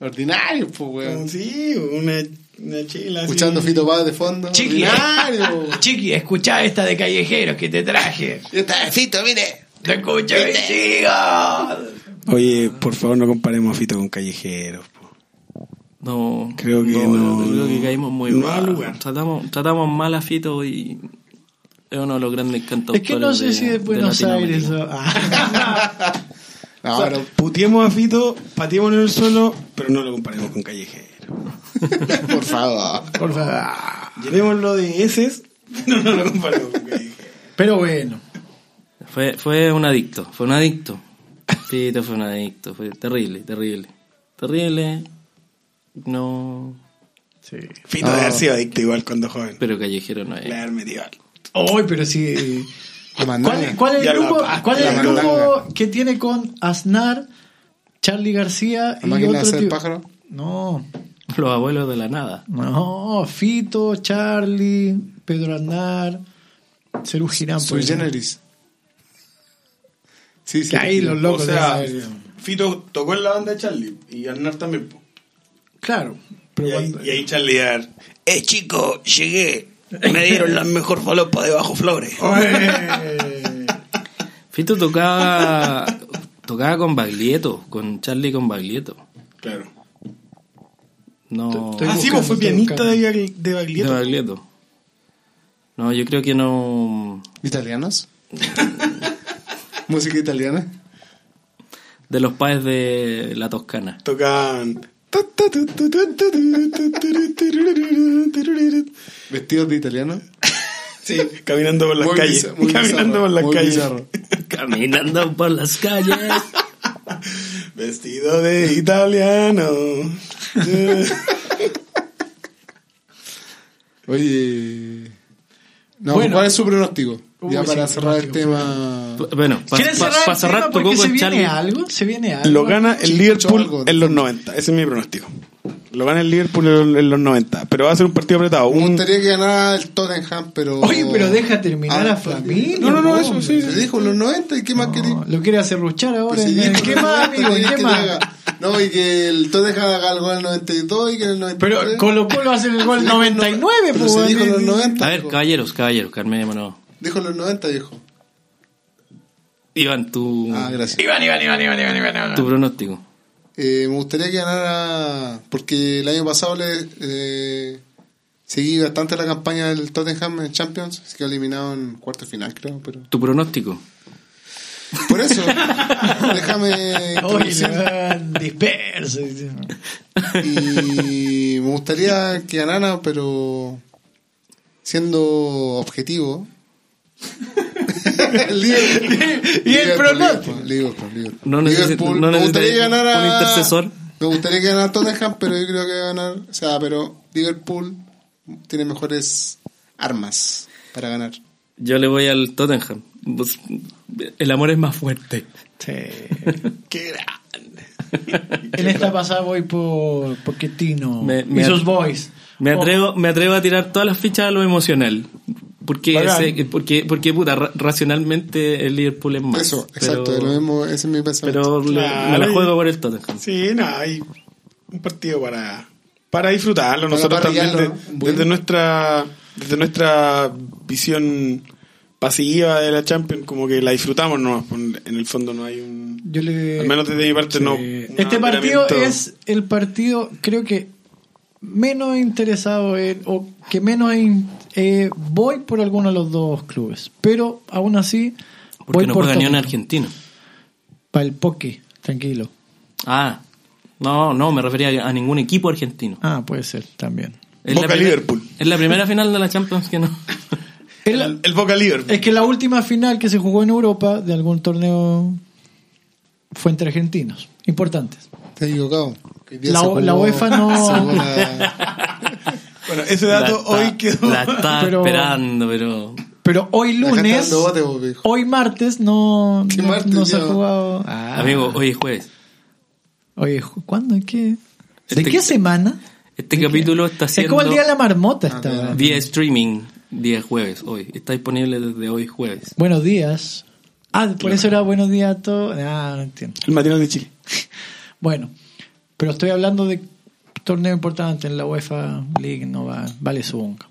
Speaker 3: Ordinario, pues, weón.
Speaker 5: sí, una, una chela. así.
Speaker 3: Escuchando Fito Paz de fondo.
Speaker 4: Chiqui.
Speaker 3: Ordinario.
Speaker 4: Chiqui, escuchá esta de callejeros que te traje.
Speaker 3: Ya está, Fito, mire.
Speaker 4: Te escucho, chico.
Speaker 5: Oye, por favor, no comparemos a Fito con callejeros. po.
Speaker 2: No,
Speaker 5: Creo que no,
Speaker 2: Creo que
Speaker 5: no.
Speaker 2: caímos muy
Speaker 5: No
Speaker 2: mal.
Speaker 5: al lugar.
Speaker 2: Tratamos, tratamos mal a Fito y es uno de los grandes
Speaker 4: Es
Speaker 2: cantautores.
Speaker 4: que no sé
Speaker 2: de-
Speaker 4: si es Buenos
Speaker 2: Latinoamérica.
Speaker 4: Aires o... Ah.
Speaker 3: Ahora,
Speaker 5: Puteemos a Fito, pateémoslo en el suelo, pero no lo comparemos con callejeros.
Speaker 3: por favor.
Speaker 4: Por favor.
Speaker 5: Ah. Llenémoslo de heces, pero no lo comparemos con callejeros.
Speaker 4: Pero bueno.
Speaker 2: Fue, fue un adicto, fue un adicto. Fito fue un adicto, fue terrible, terrible. Terrible. No.
Speaker 4: Sí.
Speaker 5: Fito de haber sido adicto igual cuando joven.
Speaker 2: Pero callejero no es.
Speaker 5: Le haber metido algo.
Speaker 4: Hoy, pero sí... ¿Cuál, es-
Speaker 3: Mandanga.
Speaker 4: cuál es
Speaker 5: Ya
Speaker 4: el
Speaker 5: la
Speaker 4: grupo,
Speaker 5: pa-
Speaker 4: cuál es
Speaker 3: la
Speaker 4: el grupo
Speaker 3: mandanga.
Speaker 4: que tiene con Aznar, Charlie García
Speaker 3: La
Speaker 4: y
Speaker 3: máquina de
Speaker 4: otro
Speaker 3: hacer
Speaker 4: tío?
Speaker 3: pájaro.
Speaker 4: No,
Speaker 2: Los abuelos de la nada.
Speaker 4: no, Fito, Charlie, Pedro Aznar, Cerú Girán. por
Speaker 3: Sui
Speaker 4: ejemplo.
Speaker 3: generis. Sí, sí.
Speaker 4: Que ahí los locos
Speaker 5: o sea,
Speaker 4: de esa-
Speaker 5: Fito tocó en la banda de Charlie y Arnar también. po.
Speaker 4: Claro, pero
Speaker 5: Y ahí,
Speaker 4: cuando-
Speaker 5: y ahí Charlie de haber, Eh, chico, llegué. Me dieron la mejor falopa de Bajo Flores. Ah,
Speaker 4: Eh,
Speaker 2: Fito tocaba. tocaba con Baglietto, con Charlie con Baglietto.
Speaker 5: Claro.
Speaker 2: No.
Speaker 4: Estoy
Speaker 5: ah, sí,
Speaker 4: buscando,
Speaker 5: vos fue
Speaker 4: estoy
Speaker 5: pianista
Speaker 4: buscando.
Speaker 5: de, Bagli- de Baglietto.
Speaker 2: De Baglietto. No, yo creo que no.
Speaker 3: ¿Italianos? ¿Música italiana?
Speaker 2: De los padres de la Toscana.
Speaker 5: Tocan.
Speaker 3: ¿Vestidos de italiano?
Speaker 5: Sí, caminando por las
Speaker 3: Muy
Speaker 5: calles.
Speaker 3: bizar- muy bizarro,
Speaker 5: caminando por las
Speaker 3: muy
Speaker 5: calles.
Speaker 3: bizarro.
Speaker 2: Caminando por las calles.
Speaker 5: Vestido de italiano.
Speaker 3: Oye. No,
Speaker 4: Bueno.
Speaker 3: ¿cuál es su pronóstico?
Speaker 4: Uy,
Speaker 3: ya
Speaker 4: sí,
Speaker 3: para cerrar el
Speaker 4: pronóstico,
Speaker 3: tema.
Speaker 2: bueno, para
Speaker 4: ¿Quieren cerrar el tema
Speaker 2: cerrar
Speaker 4: porque
Speaker 2: tocó
Speaker 4: se
Speaker 2: con
Speaker 4: viene
Speaker 2: Charlie.
Speaker 4: algo? ¿Se viene algo?
Speaker 5: Lo gana el Liverpool
Speaker 3: algo.
Speaker 5: en los 90. Ese es mi pronóstico. Lo gana el Liverpool en en los 90. Pero va a ser un partido apretado.
Speaker 3: Me
Speaker 5: Un...
Speaker 3: gustaría que ganara el Tottenham, pero.
Speaker 4: Oye, pero deja terminar
Speaker 3: Ah,
Speaker 4: a Flamín.
Speaker 5: No, no, no, eso sí.
Speaker 3: Se dijo en los 90 y qué más quería.
Speaker 4: No, lo quiere hacer ruchar ahora.
Speaker 3: Pues
Speaker 4: ¿eh?
Speaker 3: se dijo en
Speaker 4: ¿Qué
Speaker 3: los
Speaker 4: más,
Speaker 3: 90,
Speaker 4: amigo?
Speaker 3: que
Speaker 4: ¿Qué
Speaker 3: que
Speaker 4: más?
Speaker 3: haga- No, y que el Tottenham haga algo en el 92 y que en el 93.
Speaker 4: Pero Colo Colo va a hacer el gol
Speaker 3: Se dijo en
Speaker 4: 99,
Speaker 3: pero
Speaker 4: pues,
Speaker 3: se dijo en los
Speaker 4: eh.
Speaker 3: 90.
Speaker 2: A ver,
Speaker 3: dijo.
Speaker 2: caballeros, caballeros, calmémonos.
Speaker 3: Dijo en los 90, dijo.
Speaker 2: Iván, tu,
Speaker 3: Ah, gracias.
Speaker 5: Iván, Iván, Iván, Iván, Iván, Iván.
Speaker 2: tu pronóstico.
Speaker 3: Eh, me gustaría que ganara, porque el año pasado le eh, seguí bastante la campaña del Tottenham en Champions, se quedó eliminado en cuarto de final, creo. pero
Speaker 2: Tu pronóstico.
Speaker 3: Por eso, déjame.
Speaker 4: Oye,
Speaker 3: introducir.
Speaker 4: le van disperso.
Speaker 3: Y me gustaría que ganara, pero siendo objetivo. Liverpool.
Speaker 4: Y el
Speaker 3: Liverpool,
Speaker 4: pronóstico.
Speaker 3: Liverpool, Liverpool.
Speaker 2: No necesito-
Speaker 3: Liverpool.
Speaker 2: no
Speaker 3: me gustaría que
Speaker 2: necesito
Speaker 3: ganara.
Speaker 2: un intercesor.
Speaker 3: Me gustaría que ganara Tottenham, pero yo creo que va a ganar. O sea, pero Liverpool tiene mejores armas para ganar.
Speaker 2: Yo le voy al Tottenham. Vos- El amor es más fuerte.
Speaker 5: Qué grande.
Speaker 4: En esta pasada voy por Poquetino
Speaker 2: Me- me
Speaker 4: y sus
Speaker 2: at-
Speaker 4: boys.
Speaker 2: Me
Speaker 4: Oh,
Speaker 2: atrevo, me atrevo a tirar todas las fichas a lo emocional. Porque,
Speaker 5: Bacán.
Speaker 2: sé- porque, porque puta, ra- racionalmente el Liverpool es más.
Speaker 3: Eso,
Speaker 2: Pero-
Speaker 3: exacto, lo mismo, ese es mi pensamiento.
Speaker 2: Pero le-
Speaker 5: Claro.
Speaker 2: me la juego por el Tottenham.
Speaker 5: Sí, no, hay un partido para, para disfrutarlo. Nosotros también,
Speaker 3: parrillarlo,
Speaker 5: de-
Speaker 3: ¿no?
Speaker 5: desde, nuestra, desde nuestra visión pasiva de la Champions, como que la disfrutamos, ¿no? En el fondo no hay un...
Speaker 4: yo le-
Speaker 5: Al menos desde mi parte
Speaker 4: Sí.
Speaker 5: no.
Speaker 4: Este
Speaker 5: no
Speaker 4: partido
Speaker 5: miramiento.
Speaker 4: es el partido, creo que menos interesado en, o que menos in- eh, voy por alguno de los dos clubes. Pero aún así,
Speaker 2: Porque
Speaker 4: voy
Speaker 2: no
Speaker 4: por
Speaker 2: juega ni un
Speaker 4: Tottenham.
Speaker 2: argentino.
Speaker 4: Para el Poque, tranquilo.
Speaker 2: Ah, no, no, me refería a ningún equipo argentino.
Speaker 4: Ah, puede ser también.
Speaker 2: Es la
Speaker 5: Boca
Speaker 2: primer-
Speaker 5: Liverpool.
Speaker 2: Es la primera final de la Champions que no.
Speaker 4: Es, la- Eh,
Speaker 5: El, el Boca Liverpool.
Speaker 4: es que la última final que se jugó en Europa de algún torneo fue entre argentinos, importantes.
Speaker 3: Te he equivocado. Hoy día
Speaker 4: La
Speaker 3: se
Speaker 4: o- la UEFA no-
Speaker 3: se jugó la-
Speaker 5: Bueno, ese dato
Speaker 2: La
Speaker 5: hoy
Speaker 2: está-
Speaker 5: quedó.
Speaker 2: La está
Speaker 4: Pero-
Speaker 2: esperando, pero.
Speaker 4: Pero hoy
Speaker 3: la gente
Speaker 4: lunes,
Speaker 3: dando bote, po, viejo.
Speaker 4: hoy martes no,
Speaker 3: ¿Qué
Speaker 4: no,
Speaker 3: martes,
Speaker 4: no se ha
Speaker 3: ya?
Speaker 4: jugado.
Speaker 2: Ah, Amigo,
Speaker 4: Ah.
Speaker 2: hoy es jueves.
Speaker 4: Oye, ju- ¿cuándo? ¿En ¿Qué? ¿De
Speaker 2: Este-
Speaker 4: qué semana?
Speaker 2: Este
Speaker 4: ¿De qué?
Speaker 2: capítulo está
Speaker 4: Es
Speaker 2: siendo
Speaker 4: como el día de la marmota esta.
Speaker 3: Ah,
Speaker 4: weá.
Speaker 2: vía streaming, día jueves, hoy. Está disponible desde hoy jueves.
Speaker 4: Buenos días. Ah, por eso era buenos días a todos. Ah, no entiendo.
Speaker 5: El matinal de Chile.
Speaker 4: Bueno, pero estoy hablando de torneo importante en la UEFA League, no va, vale subunca.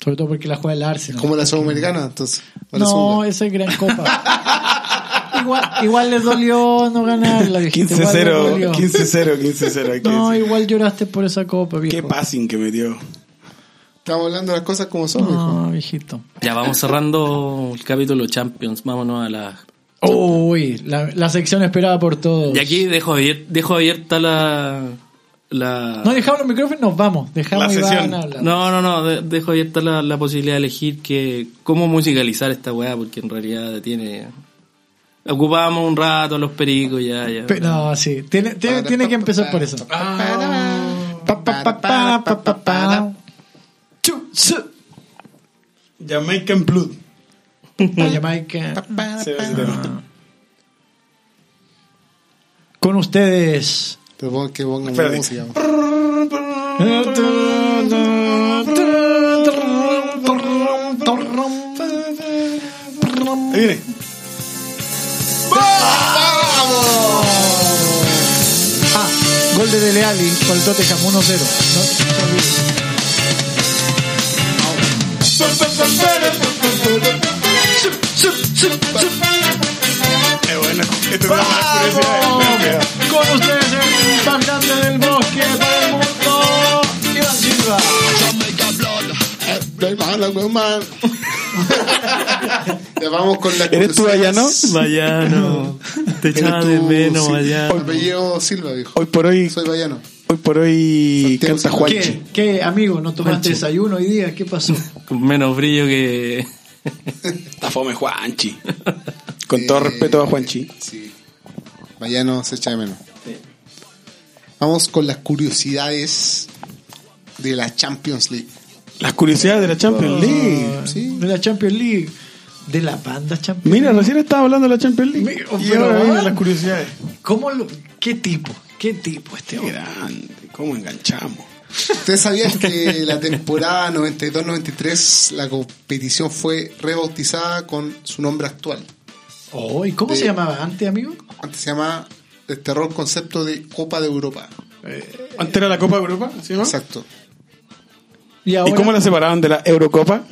Speaker 4: Sobre todo porque la juega el Arsenal.
Speaker 3: Como la sudamericana, entonces. o la
Speaker 4: No,
Speaker 3: segunda.
Speaker 4: esa es gran copa. igual, igual les dolió no ganarla. dijiste. Igual les
Speaker 5: 15-0,
Speaker 4: dolió.
Speaker 5: 15-0, 15-0. hay que
Speaker 4: No,
Speaker 5: decir.
Speaker 4: igual lloraste por esa copa, viejo.
Speaker 5: Qué passing que metió.
Speaker 3: Estamos hablando de las cosas como son, viejo.
Speaker 4: No, viejito.
Speaker 2: Ya vamos cerrando el capítulo Champions. Vámonos a la.
Speaker 4: Uy, la, la sección esperada por todos.
Speaker 2: Y aquí dejo, abier- dejo abierta la. la...
Speaker 4: No dejamos los micrófonos, nos vamos. Dejamos
Speaker 5: La
Speaker 4: y van
Speaker 5: sesión.
Speaker 4: a hablar.
Speaker 2: No, no, no, de- dejo abierta la, la posibilidad de elegir que cómo musicalizar esta weá, porque en realidad tiene... Ocupábamos un rato los pericos, ya, ya.
Speaker 4: Pe- No, sí. Tiene, tiene, tiene que empezar por eso. Pa, pa, pa, pa, pa, pa, pa. Chu, su.
Speaker 5: Jamaican Blood.
Speaker 4: Oye, Mike,
Speaker 5: Se ve ese
Speaker 4: ah.
Speaker 5: tema.
Speaker 4: Con ustedes. Ah,
Speaker 3: Te pongo que pongan
Speaker 5: Espérate.
Speaker 3: música. po.
Speaker 5: Ahí viene.
Speaker 4: Ah, gol de Dele Alli por el Tottenham 1-0. No, no olvides.
Speaker 5: Eh, bueno, esto es una curiosidad.
Speaker 4: Con ustedes el más grande del bosque para el mundo, Iván Silva.
Speaker 3: Ay, mala, weón, mal. Ya vamos con la
Speaker 5: ¿Eres tú allá, no?
Speaker 2: Vallano, te echaba de menos, Vallano.
Speaker 3: Apellido Silva, viejo.
Speaker 5: Hoy por hoy,
Speaker 3: Soy Bayano.
Speaker 5: hoy por hoy
Speaker 3: Santiago
Speaker 5: canta
Speaker 3: Silva.
Speaker 5: Juanchi.
Speaker 4: ¿Qué? ¿Qué, amigo? ¿No tomaste desayuno hoy día? ¿Qué pasó?
Speaker 2: Con menos brillo que...
Speaker 5: Está fome Juanchi. Con todo respeto a Juanchi.
Speaker 3: Sí. Bayano se echa de menos. Vamos con las curiosidades de la Champions League.
Speaker 5: Las curiosidades de la Champions League.
Speaker 4: Ah,
Speaker 3: sí.
Speaker 4: De la Champions League. De la banda Champions
Speaker 5: Mira, recién estaba hablando de la Champions League.
Speaker 4: Mira,
Speaker 5: Y
Speaker 4: pero
Speaker 5: ahora vienen
Speaker 4: van.
Speaker 5: las curiosidades.
Speaker 4: ¿Cómo lo- ¿Qué tipo? ¿Qué tipo este
Speaker 5: Qué
Speaker 4: hombre?
Speaker 5: grande, cómo enganchamos.
Speaker 3: ¿Ustedes sabían que la temporada 92-93 la competición fue rebautizada con su nombre actual?
Speaker 4: Oh, ¿Y cómo
Speaker 3: De-
Speaker 4: se llamaba antes, amigo?
Speaker 3: Antes se llamaba el terror concepto de Copa de Europa.
Speaker 5: Antes era la Copa de Europa, ¿sí, no?
Speaker 3: Exacto.
Speaker 4: ¿Y,
Speaker 5: ¿Y
Speaker 4: ahora-
Speaker 5: cómo la separaban de la Eurocopa?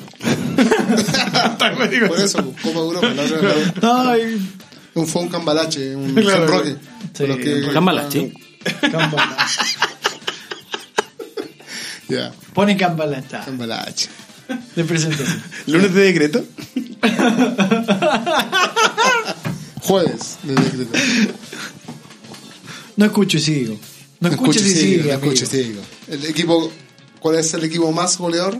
Speaker 3: Por eso, pues, Copa de Europa. la otra era la-
Speaker 4: No, y-
Speaker 3: un, fue un cambalache, un
Speaker 5: Claro.
Speaker 3: sonroque.
Speaker 4: Sí,
Speaker 3: Los que-
Speaker 2: Cambalache.
Speaker 4: Cambalache.
Speaker 3: Ya,
Speaker 4: Pone Cambalache.
Speaker 3: cambalache.
Speaker 4: De presentación.
Speaker 5: ¿Lunes de decreto?
Speaker 3: Jueves de decreto.
Speaker 4: No escucho y sigo. No escucho y
Speaker 3: y sigue,
Speaker 4: sigo.
Speaker 3: no escucho y sigo. El equipo, ¿cuál es el equipo más goleador?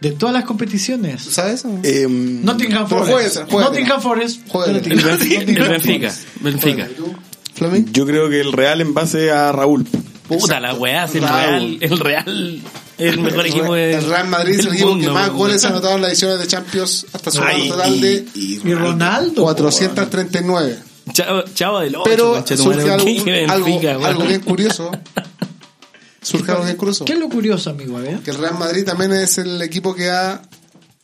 Speaker 4: De todas las competiciones.
Speaker 3: ¿Tú ¿Sabes?
Speaker 5: Em,
Speaker 4: Nottingham
Speaker 3: Pero
Speaker 4: Forest.
Speaker 3: juégatela, juégatela.
Speaker 4: Nottingham Forest.
Speaker 3: Juégatela.
Speaker 2: El
Speaker 4: Nottingham- Nottingham
Speaker 2: Benfica,
Speaker 4: Forest.
Speaker 2: Benfica.
Speaker 3: Bueno, ¿y tú? Flamín.
Speaker 5: Yo creo que el Real en base a Raúl.
Speaker 2: Puta la weá, si el
Speaker 3: Raúl.
Speaker 2: Real, el Real, el mejor equipo de...
Speaker 3: El Real Madrid es el
Speaker 2: del
Speaker 3: equipo que
Speaker 2: mundo,
Speaker 3: más
Speaker 2: weón.
Speaker 3: goles ha anotado en las ediciones de Champions hasta su
Speaker 5: Ay,
Speaker 3: total de
Speaker 5: y-
Speaker 4: Y Ronaldo.
Speaker 3: 439.
Speaker 2: Chava, chava del 8,
Speaker 3: Pero surge algo,
Speaker 2: Benfica,
Speaker 3: algo,
Speaker 2: weón.
Speaker 3: algo bien curioso. Surge algo bien curioso.
Speaker 4: ¿Qué es lo curioso, amigo? ¿eh? A ver.
Speaker 3: Que el Real Madrid también es el equipo que ha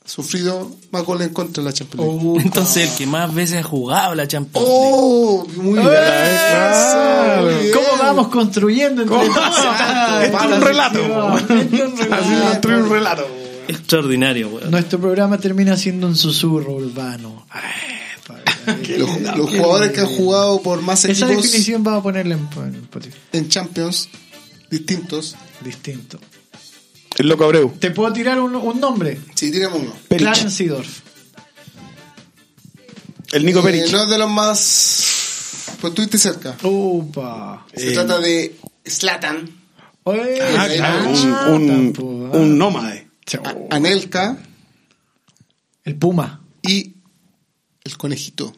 Speaker 3: sufrido más goles en contra en la Champions League.
Speaker 4: Uh,
Speaker 2: Entonces, el que más veces ha jugado la Champions League.
Speaker 3: ¡Oh! Muy bien.
Speaker 5: ¡Eso!
Speaker 3: Muy bien.
Speaker 4: ¿Cómo vamos construyendo entre
Speaker 5: ¿Cómo?
Speaker 4: todos?
Speaker 5: Ah, esto es
Speaker 4: Para
Speaker 5: un
Speaker 4: la
Speaker 5: relato.
Speaker 4: sección. Esto es un
Speaker 5: Así
Speaker 4: relato.
Speaker 5: construye un relato.
Speaker 2: Extraordinario, weón.
Speaker 4: Nuestro programa termina siendo un susurro urbano.
Speaker 3: Los, los jugadores que han jugado por más
Speaker 4: Esa
Speaker 3: equipos
Speaker 4: definición va a ponerla en, en Spotify.
Speaker 3: en Champions distintos.
Speaker 4: Distinto.
Speaker 5: El loco Abreu.
Speaker 4: ¿Te puedo tirar un, un nombre?
Speaker 3: Sí, tiremos uno.
Speaker 5: Perich.
Speaker 4: Clarence Seedorf.
Speaker 5: El Nico
Speaker 3: Eh,
Speaker 5: Perich.
Speaker 3: no es de los más. Pues estuviste cerca.
Speaker 4: Upa.
Speaker 3: Se trata de Slatan.
Speaker 4: Oye,
Speaker 5: Ah,
Speaker 4: ahí
Speaker 3: eh,
Speaker 5: claro,
Speaker 4: está.
Speaker 5: un, un-
Speaker 4: Tampoco, ah.
Speaker 5: un nómade.
Speaker 4: Chao.
Speaker 3: A- Anelka
Speaker 4: El Puma.
Speaker 3: y el conejito,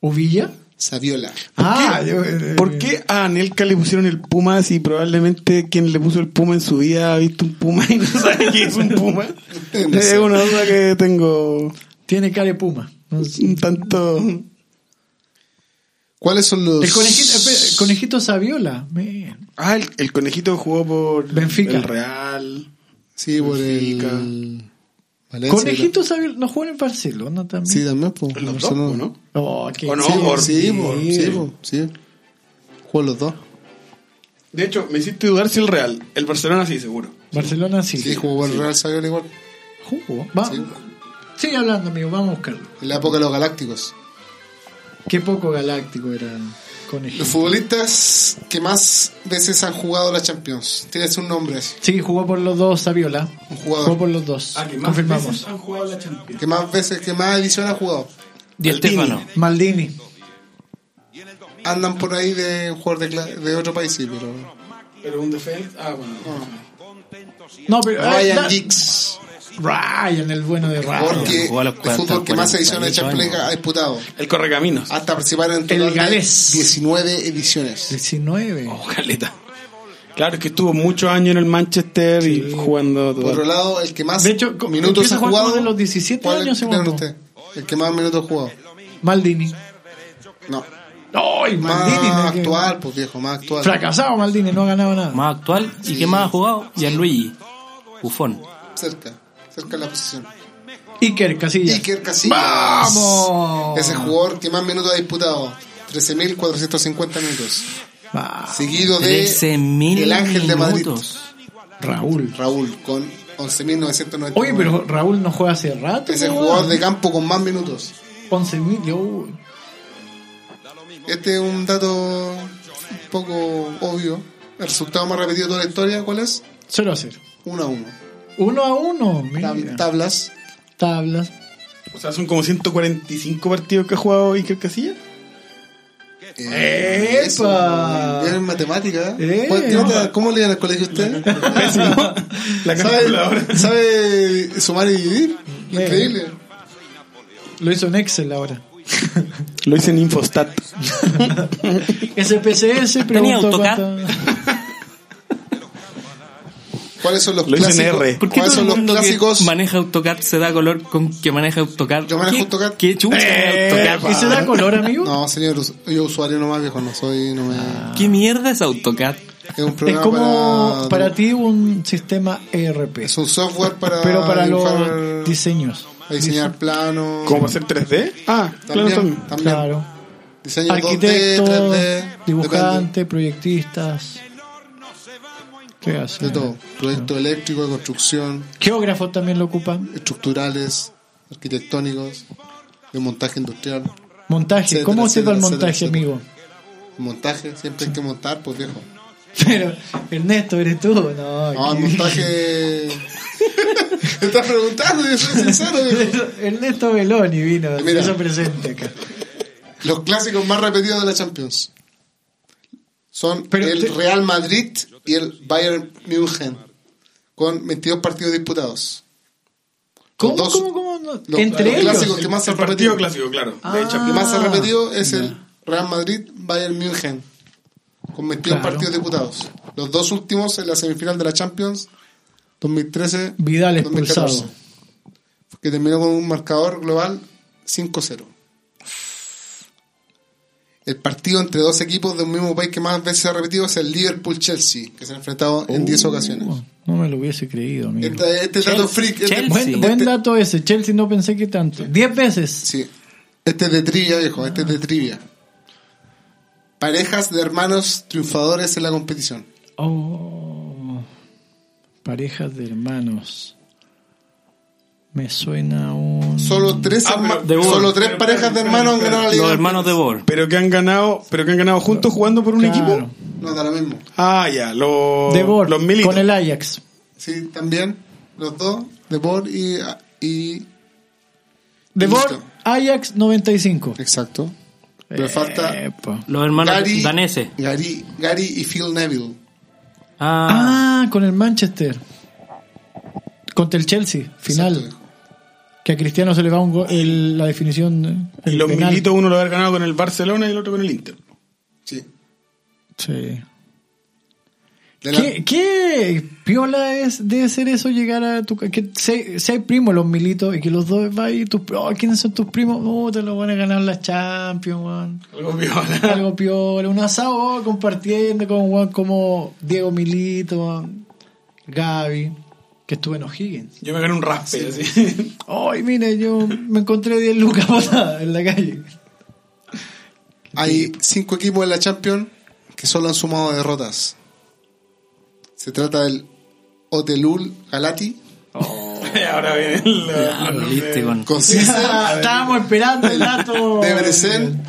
Speaker 4: ¿Uvilla?
Speaker 3: Saviola.
Speaker 4: Ah,
Speaker 5: qué?
Speaker 4: yo, eh,
Speaker 5: ¿Por qué a Anelka le pusieron el puma si probablemente quien le puso el puma en su vida ha visto un puma y no sabe qué es un puma?
Speaker 3: No sé.
Speaker 5: Es una duda que tengo
Speaker 4: Tiene cara de Puma. No sé.
Speaker 5: un tanto...
Speaker 3: ¿Cuáles son los...?
Speaker 4: El conejito, espera, el conejito Saviola. man.
Speaker 5: Ah, el, el conejito jugó por
Speaker 4: Benfica.
Speaker 5: el Real.
Speaker 3: Sí, por el...
Speaker 5: Benfica.
Speaker 3: Valencia.
Speaker 4: Conejito Saviola. No juega en Barcelona también.
Speaker 3: Sí, también, po.
Speaker 5: Los dos,
Speaker 3: Barcelona.
Speaker 5: ¿no?
Speaker 4: Oh, qué-
Speaker 5: O no,
Speaker 3: Sí,
Speaker 5: por-
Speaker 3: sí, po,
Speaker 4: sí.
Speaker 3: sí, po, sí. Juegan los dos.
Speaker 5: De hecho, me hiciste dudar si el Real. El Barcelona sí, seguro.
Speaker 4: Barcelona sí.
Speaker 3: Sí, jugó por el Real Saviola igual.
Speaker 4: Jugó. Va-
Speaker 3: Sí.
Speaker 4: Sigue hablando, amigo. Vamos a buscarlo.
Speaker 3: En la época de los Galácticos.
Speaker 4: Qué poco galáctico era Conejito.
Speaker 3: Los futbolistas que más veces han jugado la Champions. Tienes un nombre así.
Speaker 4: Sí, jugó por los dos Saviola.
Speaker 3: Un jugador.
Speaker 4: Jugó por los dos.
Speaker 5: Ah,
Speaker 4: Confirmamos.
Speaker 5: han jugado la Champions.
Speaker 3: Que más veces, que más edición ha jugado.
Speaker 2: Di Stefano.
Speaker 4: Maldini.
Speaker 3: Andan por ahí de un jugador de, cla- de otro país, sí, pero.
Speaker 5: Pero un defensa... Ah, bueno.
Speaker 4: No, pero. ay,
Speaker 3: Ryan
Speaker 4: da-
Speaker 3: Giggs.
Speaker 4: Ryan, el bueno de Ryan.
Speaker 3: Porque el
Speaker 2: jugó a los
Speaker 3: fútbol que más
Speaker 2: 40,
Speaker 3: ediciones
Speaker 2: 48
Speaker 3: de Champions League
Speaker 2: años.
Speaker 3: ha disputado.
Speaker 5: El Correcaminos.
Speaker 3: Hasta participar en
Speaker 4: El
Speaker 3: total de
Speaker 4: galés.
Speaker 3: 19 ediciones.
Speaker 4: 19.
Speaker 5: Caleta. Oh, Claro, es que estuvo muchos años en el Manchester y jugando todo.
Speaker 3: Por otro lado, el que más
Speaker 4: De hecho, co-
Speaker 3: minutos
Speaker 4: empieza
Speaker 3: ha
Speaker 4: a jugar como
Speaker 3: jugado.
Speaker 4: de los 17
Speaker 3: ¿Cuál
Speaker 4: años,
Speaker 3: tiene
Speaker 4: según
Speaker 3: usted? El que más minutos ha jugado.
Speaker 4: Maldini.
Speaker 3: No.
Speaker 4: ¡Ay,
Speaker 3: Más
Speaker 4: Maldini! no, que-
Speaker 3: actual, pues viejo, más actual.
Speaker 4: Fracasado Maldini, no ha ganado nada.
Speaker 2: Más actual. ¿Y qué más ha jugado? Gianluigi. Buffon.
Speaker 3: Cerca. Cerca de la posición.
Speaker 4: Iker Casillas.
Speaker 3: Iker Casillas.
Speaker 4: ¡Vamos!
Speaker 3: Ese jugador que más minutos ha disputado. 13.450 minutos.
Speaker 4: Va.
Speaker 3: Seguido de
Speaker 2: 13.000
Speaker 3: El Ángel de Madrid.
Speaker 2: minutos.
Speaker 4: Raúl.
Speaker 3: Raúl con 11.999.
Speaker 4: Oye, pero Raúl no juega hace rato.
Speaker 3: Ese
Speaker 4: weón.
Speaker 3: jugador de campo con más minutos.
Speaker 4: 11.000. yo-
Speaker 3: Este es un dato un poco obvio. El resultado más repetido de toda la historia, ¿cuál es?
Speaker 4: 0 a 0.
Speaker 3: 1 a 1.
Speaker 4: Uno a uno. mira.
Speaker 3: Tab- Tablas.
Speaker 4: Tablas.
Speaker 5: O sea, son como 145 partidos que ha jugado Iker Casillas.
Speaker 3: Eh, eso, Bien en matemática.
Speaker 4: Eh.
Speaker 3: ¿Cuál- qué nota- ¿Cómo leían al colegio usted?
Speaker 5: Pésimo. La calculadora.
Speaker 3: ¿Sabe, sabe sumar y dividir? Increíble.
Speaker 4: Lo hizo en Excel ahora.
Speaker 5: Lo hice en Infostat.
Speaker 4: SPSS
Speaker 2: Tenía
Speaker 4: preguntó
Speaker 2: AutoCAD.
Speaker 4: cuánta-
Speaker 3: ¿Cuáles son los
Speaker 5: Lo hice en
Speaker 3: clásicos?
Speaker 5: R.
Speaker 2: ¿Por qué todo
Speaker 3: ¿Cuáles son
Speaker 2: el
Speaker 3: los
Speaker 2: mundo
Speaker 3: clásicos?
Speaker 2: que maneja AutoCAD se da color con que maneja AutoCAD?
Speaker 3: Yo manejo
Speaker 2: ¿Qué-
Speaker 3: AutoCAD.
Speaker 2: ¿Qué chucha es AutoCAD?
Speaker 4: ¿Y se da color, amigo?
Speaker 3: Eh, No, señor, us- yo usuario nomás viejo, no soy, no me...
Speaker 2: ¿Qué mierda es AutoCAD?
Speaker 3: Es un
Speaker 4: es
Speaker 3: programa
Speaker 4: como para,
Speaker 3: para...
Speaker 4: ti un sistema ERP.
Speaker 3: Es un software para...
Speaker 4: pero para
Speaker 3: dibujar-
Speaker 4: los diseños.
Speaker 3: para diseñar planos.
Speaker 5: ¿Cómo hacer 3D? Ah,
Speaker 3: También,
Speaker 5: claro, también.
Speaker 3: también.
Speaker 4: Claro.
Speaker 3: Diseño 2D, 3D,
Speaker 4: Arquitectos,
Speaker 3: depende
Speaker 4: dibujantes, proyectistas. ¿Qué
Speaker 3: de
Speaker 4: hacen?
Speaker 3: todo. Proyecto eléctrico, de construcción,
Speaker 4: Geógrafos también lo ocupan.
Speaker 3: estructurales, arquitectónicos, de montaje industrial.
Speaker 4: Montaje.
Speaker 3: Etcétera,
Speaker 4: ¿Cómo se da el
Speaker 3: etcétera,
Speaker 4: montaje,
Speaker 3: etcétera.
Speaker 4: amigo?
Speaker 3: Montaje, siempre hay que montar, pues viejo.
Speaker 4: Pero, Ernesto, eres tú. No,
Speaker 3: No, el
Speaker 4: aquí-
Speaker 3: montaje... Me estás preguntando, yo soy sincero, viejo.
Speaker 4: Ernesto Beloni vino, se
Speaker 3: Mira.
Speaker 4: hizo presente acá.
Speaker 3: Los clásicos más repetidos de la Champions son
Speaker 4: Pero
Speaker 3: el
Speaker 4: te-
Speaker 3: Real Madrid y el Bayern München, con 22 partidos disputados.
Speaker 4: ¿Cómo,
Speaker 3: Los dos-
Speaker 4: cómo, cómo? No?
Speaker 3: los-
Speaker 4: Entre
Speaker 3: los
Speaker 4: ellos.
Speaker 3: clásicos que más se
Speaker 5: El
Speaker 3: han repetido.
Speaker 5: partido clásico, claro.
Speaker 4: Ah.
Speaker 5: De
Speaker 3: El que más se ha
Speaker 4: Ah,
Speaker 3: repetido es el Real Madrid Bayern München, con 22
Speaker 4: Claro.
Speaker 3: partidos disputados. Los dos últimos en la semifinal de la Champions 2013
Speaker 4: Vidal expulsado.
Speaker 3: 2014, que terminó con un marcador global 5-0. El partido entre dos equipos de un mismo país que más veces se ha repetido es el Liverpool-Chelsea, que se han enfrentado en
Speaker 4: Oh.
Speaker 3: 10 ocasiones.
Speaker 4: No me lo hubiese creído, amigo.
Speaker 3: Este, este dato freak es de,
Speaker 2: Chelsea.
Speaker 4: Buen,
Speaker 2: Sí.
Speaker 4: buen dato ese. Chelsea no pensé que tanto. Diez veces.
Speaker 3: sí. Este es de trivia, viejo, este es de trivia. Parejas de hermanos triunfadores en la competición.
Speaker 4: Oh. Parejas de hermanos. Me suena un.
Speaker 3: Solo tres,
Speaker 5: Ah,
Speaker 3: herma-
Speaker 5: pero- de
Speaker 2: Boer.
Speaker 3: solo tres parejas de hermanos han ganado la Liga.
Speaker 2: Los hermanos de Bohr.
Speaker 5: Pero que han ganado, pero que han ganado juntos jugando por un
Speaker 4: Claro.
Speaker 5: equipo.
Speaker 3: No, da lo mismo.
Speaker 5: Ah, ya, los
Speaker 4: De Bor,
Speaker 5: los militos.
Speaker 4: con el Ajax.
Speaker 3: Sí, también, los dos, de Boer y, y
Speaker 4: De
Speaker 3: Listo.
Speaker 4: Bor, Ajax 95.
Speaker 3: Exacto.
Speaker 5: Eh,
Speaker 3: Pero falta
Speaker 4: Epa.
Speaker 2: Los hermanos
Speaker 3: Gary,
Speaker 2: daneses.
Speaker 3: Gary, Gary y Phil Neville.
Speaker 2: Ah,
Speaker 4: Ah, con el Manchester. Contra el Chelsea, final.
Speaker 3: Exacto.
Speaker 4: Que a Cristiano se le va un go- el- la definición.
Speaker 5: Y
Speaker 4: el
Speaker 5: los
Speaker 4: penal.
Speaker 5: militos, uno lo haber ganado con el Barcelona y el otro con el Inter.
Speaker 3: Sí.
Speaker 4: Sí.
Speaker 3: De la-
Speaker 4: ¿Qué, qué piola es, debe ser eso llegar a tu. ca- Que se- si hay primos los militos y que los dos va y tus. Oh, ¿Quiénes son tus primos? Oh, te lo van a ganar las Champions, weón.
Speaker 5: Algo viola.
Speaker 4: Algo piola. Un asado oh, compartiendo con weón como Diego Milito, weón, Gaby, que estuve en O'Higgins.
Speaker 5: Yo me gané un raspe, así.
Speaker 4: Ay, mire, yo me encontré 10 lucas botadas en la calle.
Speaker 3: Hay cinco equipos en la Champions que solo han sumado derrotas. Se trata del Otelul Galati
Speaker 5: Ahora viene el.
Speaker 2: viste con-
Speaker 3: Ah. con Cicer,
Speaker 4: Estábamos esperando el dato.
Speaker 3: Debrecen.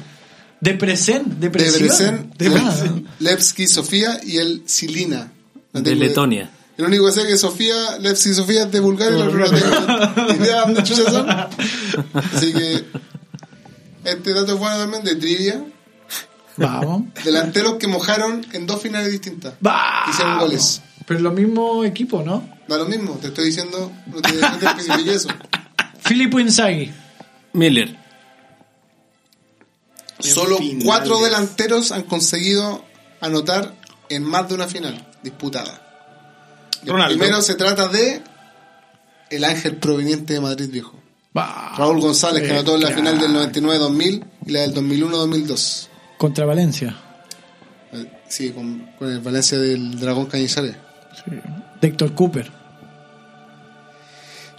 Speaker 4: Debrecen, depresión.
Speaker 3: Debrecen,
Speaker 4: Debrecen.
Speaker 3: Levski Sofía y el Silina. No
Speaker 2: de
Speaker 3: tengo-
Speaker 2: Letonia.
Speaker 3: El único que sé que Sofía, Levski Sofía es de Bulgaria y los no tengo ni idea de dónde chucha son. Así que este dato es bueno también de trivia.
Speaker 4: Vamos.
Speaker 3: Delanteros que mojaron en dos finales distintas.
Speaker 4: Vamos.
Speaker 3: Hicieron goles.
Speaker 4: Pero los mismo equipo, ¿no?
Speaker 3: Da lo mismo, te estoy diciendo, no te, no te especifique eso.
Speaker 4: Filippo Inzaghi.
Speaker 2: Miller.
Speaker 3: Solo
Speaker 5: finales.
Speaker 3: cuatro delanteros han conseguido anotar en más de una final disputada. El
Speaker 5: Ronaldo.
Speaker 3: primero se trata de el ángel proveniente de Madrid Viejo.
Speaker 4: Vamos.
Speaker 3: Raúl González, que
Speaker 4: Eh,
Speaker 3: anotó en la
Speaker 4: crack.
Speaker 3: final del 99-2000 y la del 2001-2002.
Speaker 4: Contra Valencia.
Speaker 3: Eh, Sí, con, con el Valencia del Dragón Cañizares.
Speaker 4: De Héctor Cooper.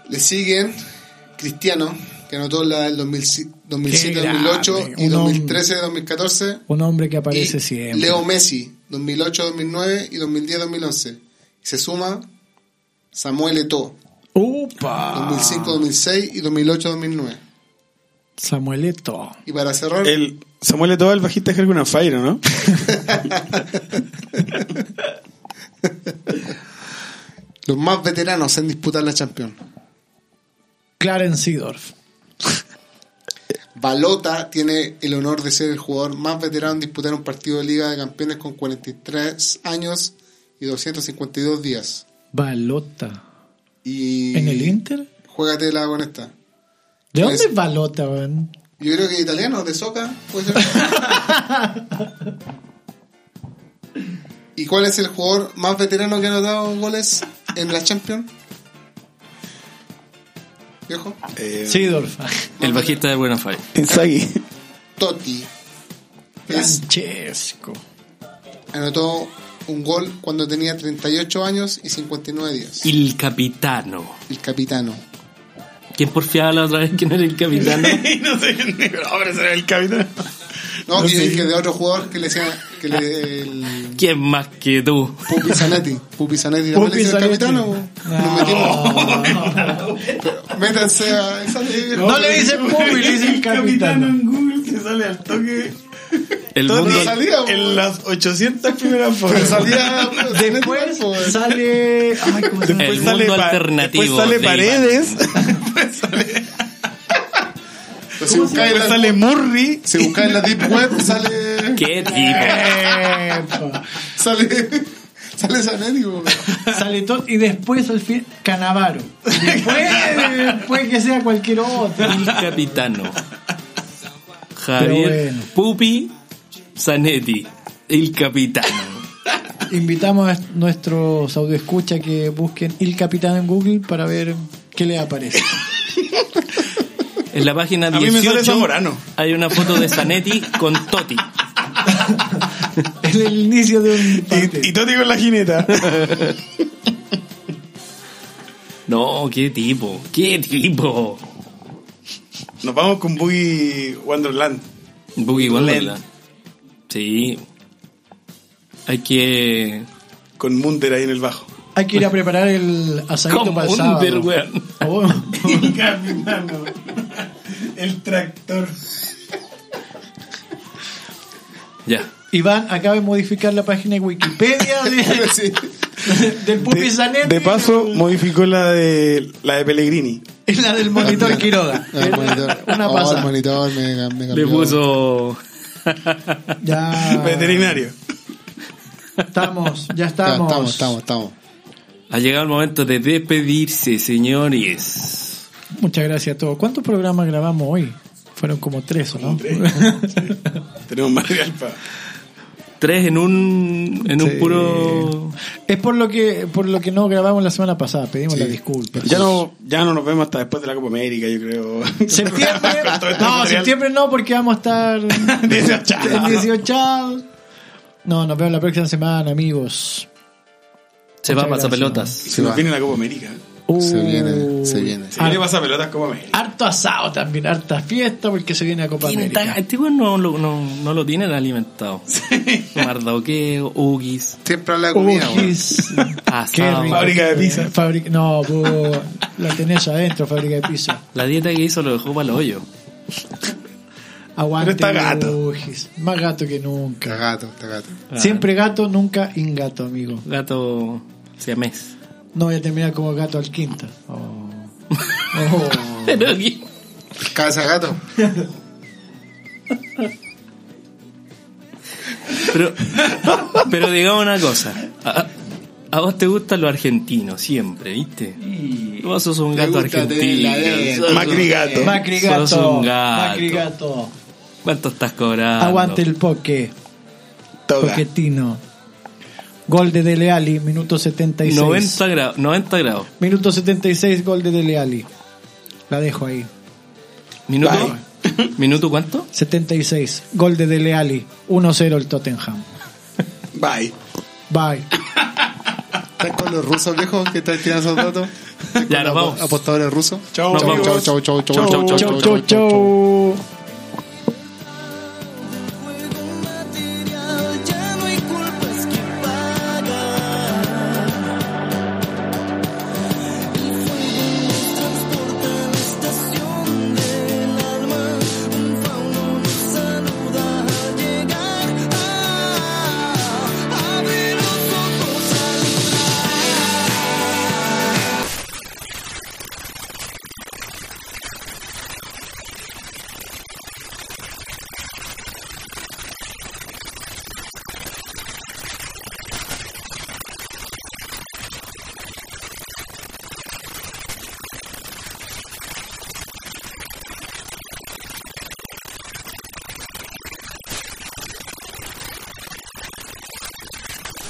Speaker 3: Le siguen Cristiano, que anotó en la del 2007-2008
Speaker 4: grande,
Speaker 3: y
Speaker 4: un hombre.
Speaker 3: 2013-2014.
Speaker 4: Un hombre que aparece
Speaker 3: y
Speaker 4: siempre.
Speaker 3: Leo Messi, 2008-2009 y 2010-2011. Se suma Samuel Eto'o,
Speaker 4: Upa.
Speaker 3: 2005-2006 y 2008-2009.
Speaker 4: Samueleto.
Speaker 3: Y para cerrar,
Speaker 5: El Samuel Eto'o, el bajista de Helguna Fire, ¿no?
Speaker 3: los más veteranos en disputar la Champions.
Speaker 4: Clarence Seedorf.
Speaker 3: Balota tiene el honor de ser el jugador más veterano en disputar un partido de Liga de Campeones con 43 años y 252 días.
Speaker 4: Balota.
Speaker 3: Y
Speaker 4: ¿En el Inter?
Speaker 3: Juégatela con esta.
Speaker 4: ¿De
Speaker 3: Pues-
Speaker 4: dónde es Balota, weón?
Speaker 3: Yo creo que italiano, de Soca, puede ser. ¿Y cuál es el jugador más veterano que ha anotado goles en la Champions? Viejo.
Speaker 5: Eh,
Speaker 4: Seedorf.
Speaker 2: El bajista de Buena Fire.
Speaker 5: Inzaghi.
Speaker 3: Totti. Es-
Speaker 4: Francesco.
Speaker 3: anotó un gol cuando tenía 38 años y 59 días.
Speaker 2: El capitano.
Speaker 3: El capitano.
Speaker 2: ¿Quién porfiaba la otra vez que no era el capitano?
Speaker 5: no sé quién es, pero ahora será el capitán.
Speaker 3: No,
Speaker 5: No
Speaker 3: y
Speaker 5: sé.
Speaker 3: el que de otro jugador que le decía que le el
Speaker 2: ¿Quién más que tú?
Speaker 3: Pupi Zanetti. Pupi Zanetti también le decía el
Speaker 4: Pupi Zanetti.
Speaker 3: capitano. po. Nos metimos. Pero métanse a esa ley,
Speaker 4: No le dice Pupi, le dice el capitán.
Speaker 5: en Google te sale al toque.
Speaker 2: El
Speaker 5: Todo
Speaker 2: mundo,
Speaker 5: te
Speaker 3: salía, po.
Speaker 5: en las 800 primeras
Speaker 3: Pero
Speaker 5: fotos.
Speaker 3: salía
Speaker 4: Después
Speaker 3: pues.
Speaker 4: sale. Ay, ¿cómo se llama?
Speaker 2: El mundo
Speaker 5: pa-
Speaker 2: alternativo
Speaker 5: Después sale
Speaker 2: de
Speaker 5: Paredes. después sale,
Speaker 3: Pero si buscáis
Speaker 5: después
Speaker 3: en la,
Speaker 5: sale Murray.
Speaker 3: si buscáis en la Deep Web sale.
Speaker 2: ¿Qué tipo?
Speaker 4: Epa.
Speaker 3: Sale. Sale Zanetti, pues.
Speaker 4: Sale todo y después al fin Canavaro. Después puede que sea cualquier otro.
Speaker 2: El capitano. Javier
Speaker 4: bueno.
Speaker 2: Pupi Zanetti. El capitano.
Speaker 4: Invitamos a nuestros audioescuchas que busquen El Capitán en Google para ver qué les aparece.
Speaker 2: En la página
Speaker 5: mí me
Speaker 2: 18
Speaker 5: sale Zamorano.
Speaker 2: hay una foto de Zanetti con Totti.
Speaker 4: Es el inicio de un partido.
Speaker 5: Y, y Toti con la jineta.
Speaker 2: No, qué tipo, qué tipo.
Speaker 5: Nos vamos con Boogie Wonderland.
Speaker 2: Boogie Wonderland. Sí. Hay que...
Speaker 5: Con Munter ahí en el bajo.
Speaker 4: Hay que ir a preparar el asadito
Speaker 2: Con
Speaker 4: para el
Speaker 2: Under,
Speaker 4: sábado.
Speaker 2: weón.
Speaker 4: Oh.
Speaker 5: El capitano. El tractor.
Speaker 2: Ya.
Speaker 4: Iván acaba de modificar la página de Wikipedia de-
Speaker 3: Sí.
Speaker 4: del Pupi Zanetti.
Speaker 5: De paso, modificó la de, la de Pellegrini.
Speaker 4: Es la del monitor Quiroga.
Speaker 3: El monitor.
Speaker 4: Una
Speaker 3: Oh, el
Speaker 4: pasada.
Speaker 3: monitor me, me cambió.
Speaker 2: Le puso...
Speaker 4: Ya.
Speaker 5: Veterinario.
Speaker 4: Estamos, ya
Speaker 3: Ya,
Speaker 4: estamos.
Speaker 3: estamos, estamos, estamos.
Speaker 2: Ha llegado el momento de despedirse, señores.
Speaker 4: Muchas gracias a todos. ¿Cuántos programas grabamos hoy? Fueron como tres, ¿o no?
Speaker 5: Tenemos material para.
Speaker 2: Tres en un, en
Speaker 4: Sí.
Speaker 2: un puro...
Speaker 4: Es por lo que por lo que no grabamos la semana pasada. Pedimos
Speaker 3: Sí.
Speaker 4: las disculpas.
Speaker 5: Ya no, ya no nos vemos hasta después de la Copa América, yo creo.
Speaker 4: Septiembre.
Speaker 5: Con todo este
Speaker 4: no,
Speaker 5: material.
Speaker 4: septiembre no, porque vamos a estar
Speaker 5: 18.
Speaker 4: en 18. No, nos vemos la próxima semana, amigos.
Speaker 2: Se va a
Speaker 4: Muchas
Speaker 2: pasar
Speaker 4: gracias.
Speaker 2: pelotas.
Speaker 5: Se
Speaker 3: Se va.
Speaker 5: nos viene la Copa América.
Speaker 3: Se viene,
Speaker 4: Uh,
Speaker 3: se viene.
Speaker 5: Se viene pasa pelotas Copa América.
Speaker 4: Harto asado también, harta fiesta, porque se viene a Copa
Speaker 2: Tienen tan-
Speaker 4: América.
Speaker 2: Este weón no, lo- no, no lo tienen alimentado. Mardoqueo, Ugis.
Speaker 3: Siempre habla de comida, weón.
Speaker 4: Ujis.
Speaker 2: Asado.
Speaker 5: Fábrica de pizza.
Speaker 4: Fábrica- no, po, la tenés adentro, fábrica de pizza.
Speaker 2: La dieta que hizo lo dejó para el hoyo.
Speaker 4: Aguante.
Speaker 5: Pero está gato.
Speaker 4: Ujis. Más gato que nunca.
Speaker 3: Está gato, está gato.
Speaker 4: Siempre gato, nunca ingato, amigo.
Speaker 2: Gato siamés.
Speaker 4: No voy a terminar como gato al quinta. Oh. Oh.
Speaker 2: Pero ¿qué?
Speaker 3: Cabeza gato.
Speaker 2: Pero, pero digamos una cosa. A, a vos te gustan los argentinos, siempre, ¿viste? Vos sos un
Speaker 3: Te
Speaker 2: gato
Speaker 3: gusta tener
Speaker 2: argentino.
Speaker 3: la de-
Speaker 2: sos-
Speaker 5: Macri gato.
Speaker 4: Macri
Speaker 2: Sos
Speaker 4: gato.
Speaker 2: un gato. Ah,
Speaker 4: Macri gato.
Speaker 2: ¿Cuánto estás cobrando?
Speaker 4: Aguante el poke.
Speaker 5: Toda.
Speaker 4: Poquetino. Gol de Dele Alli, minuto 76.
Speaker 2: 90 grados. 90 grados.
Speaker 4: Minuto 76, gol de Dele Alli. La dejo ahí.
Speaker 2: ¿Minuto? ¿Minuto cuánto?
Speaker 4: 76, gol de Dele Alli. 1-0 el Tottenham.
Speaker 5: Bye.
Speaker 4: Bye.
Speaker 3: ¿Estás con los rusos, viejo, que estás tirando esos datos?
Speaker 2: Ya, nos vamos.
Speaker 3: Apostadores rusos.
Speaker 5: Chau,
Speaker 2: Nos
Speaker 3: Chau,
Speaker 2: vamos.
Speaker 3: chau, chau, chau, chau,
Speaker 2: Chau, chau,
Speaker 3: chau, chau,
Speaker 4: Chau, chau,
Speaker 3: chau.
Speaker 4: chau.